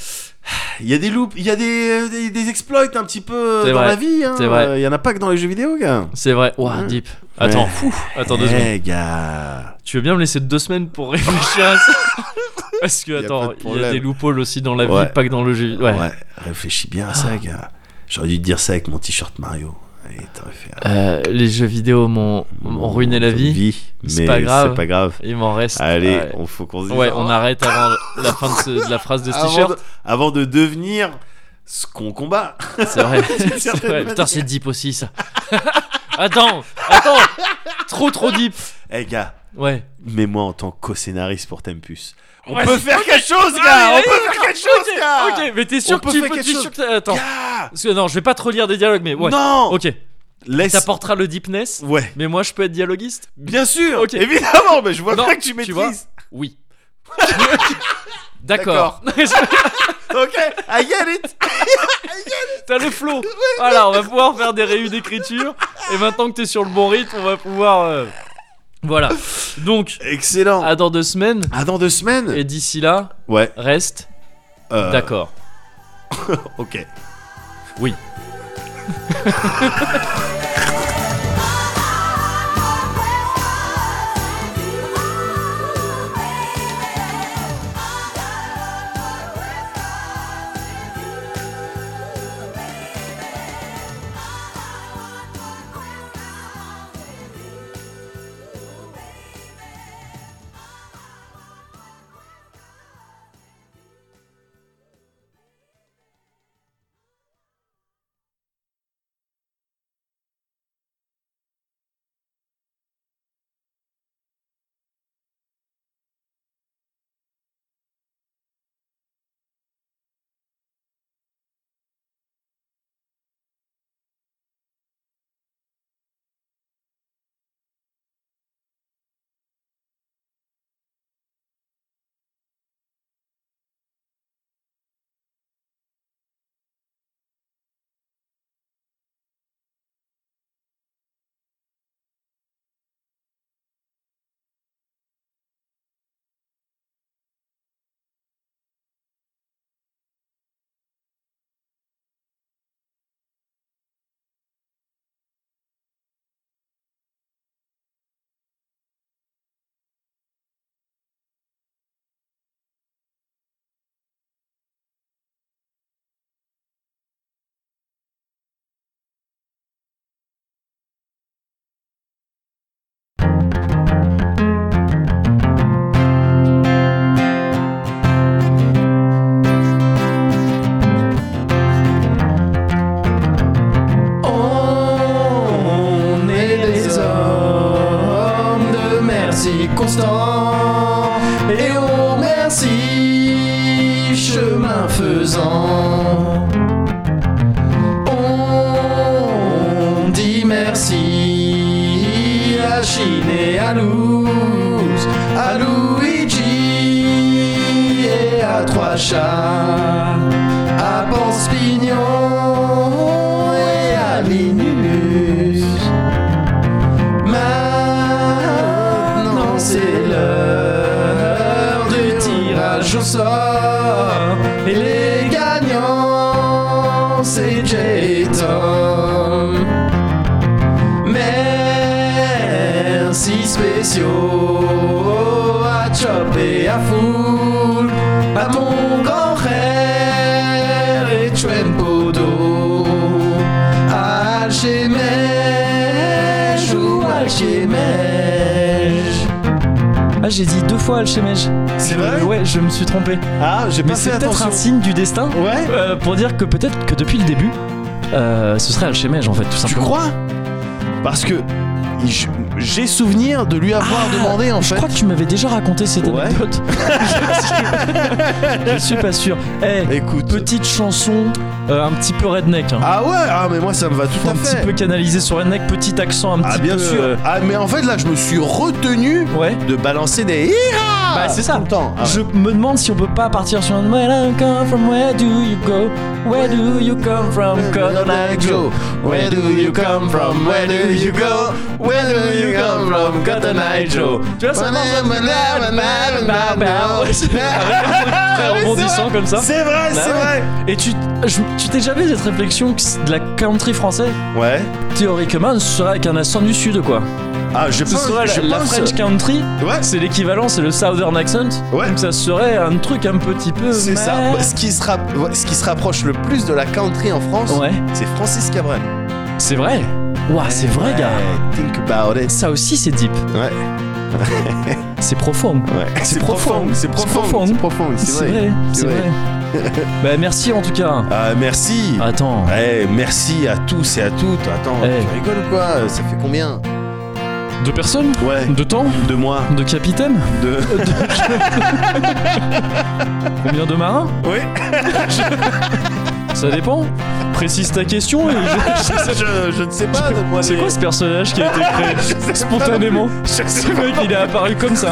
Il y a des loops, il y a des, euh, des, des exploits un petit peu
C'est
dans
vrai.
la vie. hein.
C'est vrai.
Euh, Il y en a pas que dans les jeux vidéo, gars.
C'est vrai. Ouah,
Ouais.
deep. Attends,
Mm. Ouais.
fou. Attends deux
Eh,
secondes.
gars.
Tu veux bien me laisser deux semaines pour réfléchir à ça Parce que
a
attends,
pas de
il y a
problème.
des loopholes aussi dans la
Ouais.
vie, pas que dans le jeu. Ouais. Ah.
Ouais, réfléchis bien à ça, gars. J'aurais dû te dire ça avec mon t-shirt Mario. Et t'aurais fait. ah,
Euh, les jeux vidéo m'ont m'ont ruiné la
Ton
vie.
mais
C'est pas grave.
C'est pas grave.
Il m'en reste.
Ah, Allez,
ouais.
on faut qu'on se dise.
Ouais, on arrête avant la fin de, ce- de la phrase de ce
avant,
t-shirt.
de, avant de devenir ce qu'on combat.
C'est vrai.
D'une
C'est
certaine
vrai.
manière.
Putain, c'est deep aussi ça. attends, attends. Trop, trop deep.
Eh gars,
Ouais.
mets-moi en tant que co-scénariste pour Tempus. On
Ouais,
peut
c'est-
faire quelque chose,
Ah,
gars
mais
On peut
allez,
faire quelque chose, gars
Ok, mais t'es sûr
On
que
peut
tu
faire
peux.
quelque
t'es
chose.
sûr que t'as- Attends.
Gars
Parce que non, je vais pas te relire des dialogues, mais ouais.
Non
Ok.
Laisse...
T'apporteras le deepness.
Ouais,
Mais moi, je peux être dialoguiste
bien sûr
Ok.
Évidemment, mais je vois
Non,
pas que tu
tu vois.
maîtrises
Oui. D'accord.
Ok, I get it
T'as le flow. Voilà, on va pouvoir faire des réus d'écriture. Et maintenant que t'es sur le bon rythme, on va pouvoir. euh, Voilà. Donc,
Excellent
à dans deux semaines.
Ah, dans deux semaines
Et d'ici là,
Ouais,
reste
euh,
d'accord.
ok.
Oui.
On est des hommes de merci constant et on merci chemin faisant. On dit merci à Chine et à Luz, à Luigi et à Trois Chats, à Panspignon et à Linus. Maintenant c'est l'heure du tirage au sort. Et les gagnants, c'est Jay et Tom. Merci spéciaux à Chop et à Foul, à mon grand frère et Chuen Podo, à Alchemège ou Alchemège.
Ah, j'ai dit deux fois Alchemège.
C'est vrai
Ouais, je me suis trompé.
Ah, j'ai
Mais
pas fait
c'est peut-être
attention.
un signe du destin
Ouais
euh, pour dire que peut-être que depuis le début, euh, ce serait Alchemège en fait, tout
Tu
simplement.
crois Parce que je- j'ai souvenir de lui avoir
Ah,
demandé en
Je
fait.
crois que tu m'avais déjà raconté cette
Ouais.
anecdote. je suis pas sûr. Eh,
Écoute.
petite chanson euh, un petit peu redneck. hein.
Ah ouais, ah mais moi ça me va tout à
un petit
fait.
peu canalisé sur redneck, petit accent un petit
Ah bien
peu.
sûr.
euh,
Ah mais en fait là je me suis retenu
ouais.
de balancer des hira
Bah, c'est ça.
tout le temps. Ah ouais.
Je me demande si on peut pas partir sur un Where I come from, where do you go? Where do you come from, Cotton Eye Joe? Where do you come from, where do you go? Where do you come from, Cotton Eye Joe? Tu vois, ça marche. Ouais, c'est- Très rebondissant comme ça.
Ah C'est vrai,
Bah
c'est
ouais.
vrai.
Et tu je- tu t'es jamais cette réflexion que c'est de la country française
Ouais.
Théoriquement, ce serait avec un accent du sud, quoi.
Ah je
Ce
pense.
serait
je
la, la
pense-
French country,
Ouais.
c'est l'équivalent, c'est le southern accent.
Ouais.
Donc ça serait un truc un petit peu.
C'est ça. Bah,
mais-
Ce qui, se rapp- ouais, ce qui se rapproche le plus de la country en France,
Ouais,
c'est Francis Cabrel.
c'est vrai. Ouah, c'est vrai,
Ouais,
gars.
Think about it.
Ça aussi, c'est deep.
Ouais.
C'est profond.
Ouais.
C'est profond.
C'est profond.
profond.
C'est profond. C'est vrai.
c'est vrai. bah, merci en tout cas.
Ah merci.
Attends.
Eh, merci à tous et à toutes. Attends,
Eh.
tu rigoles ou quoi Ça fait combien
Deux personnes
Ouais.
Deux temps
De moi.
De capitaine
De.
Combien de marins
Oui.
Ça dépend. Précise ta question et je- je-
je, je ne sais pas. de moi.
C'est
mais-
quoi ce personnage qui a été créé spontanément Ce mec, il est apparu comme ça.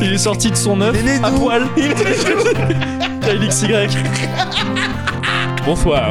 Il est sorti de son œuf
Il est né
à
d'où
poil. Il est- KLXY. Bonsoir.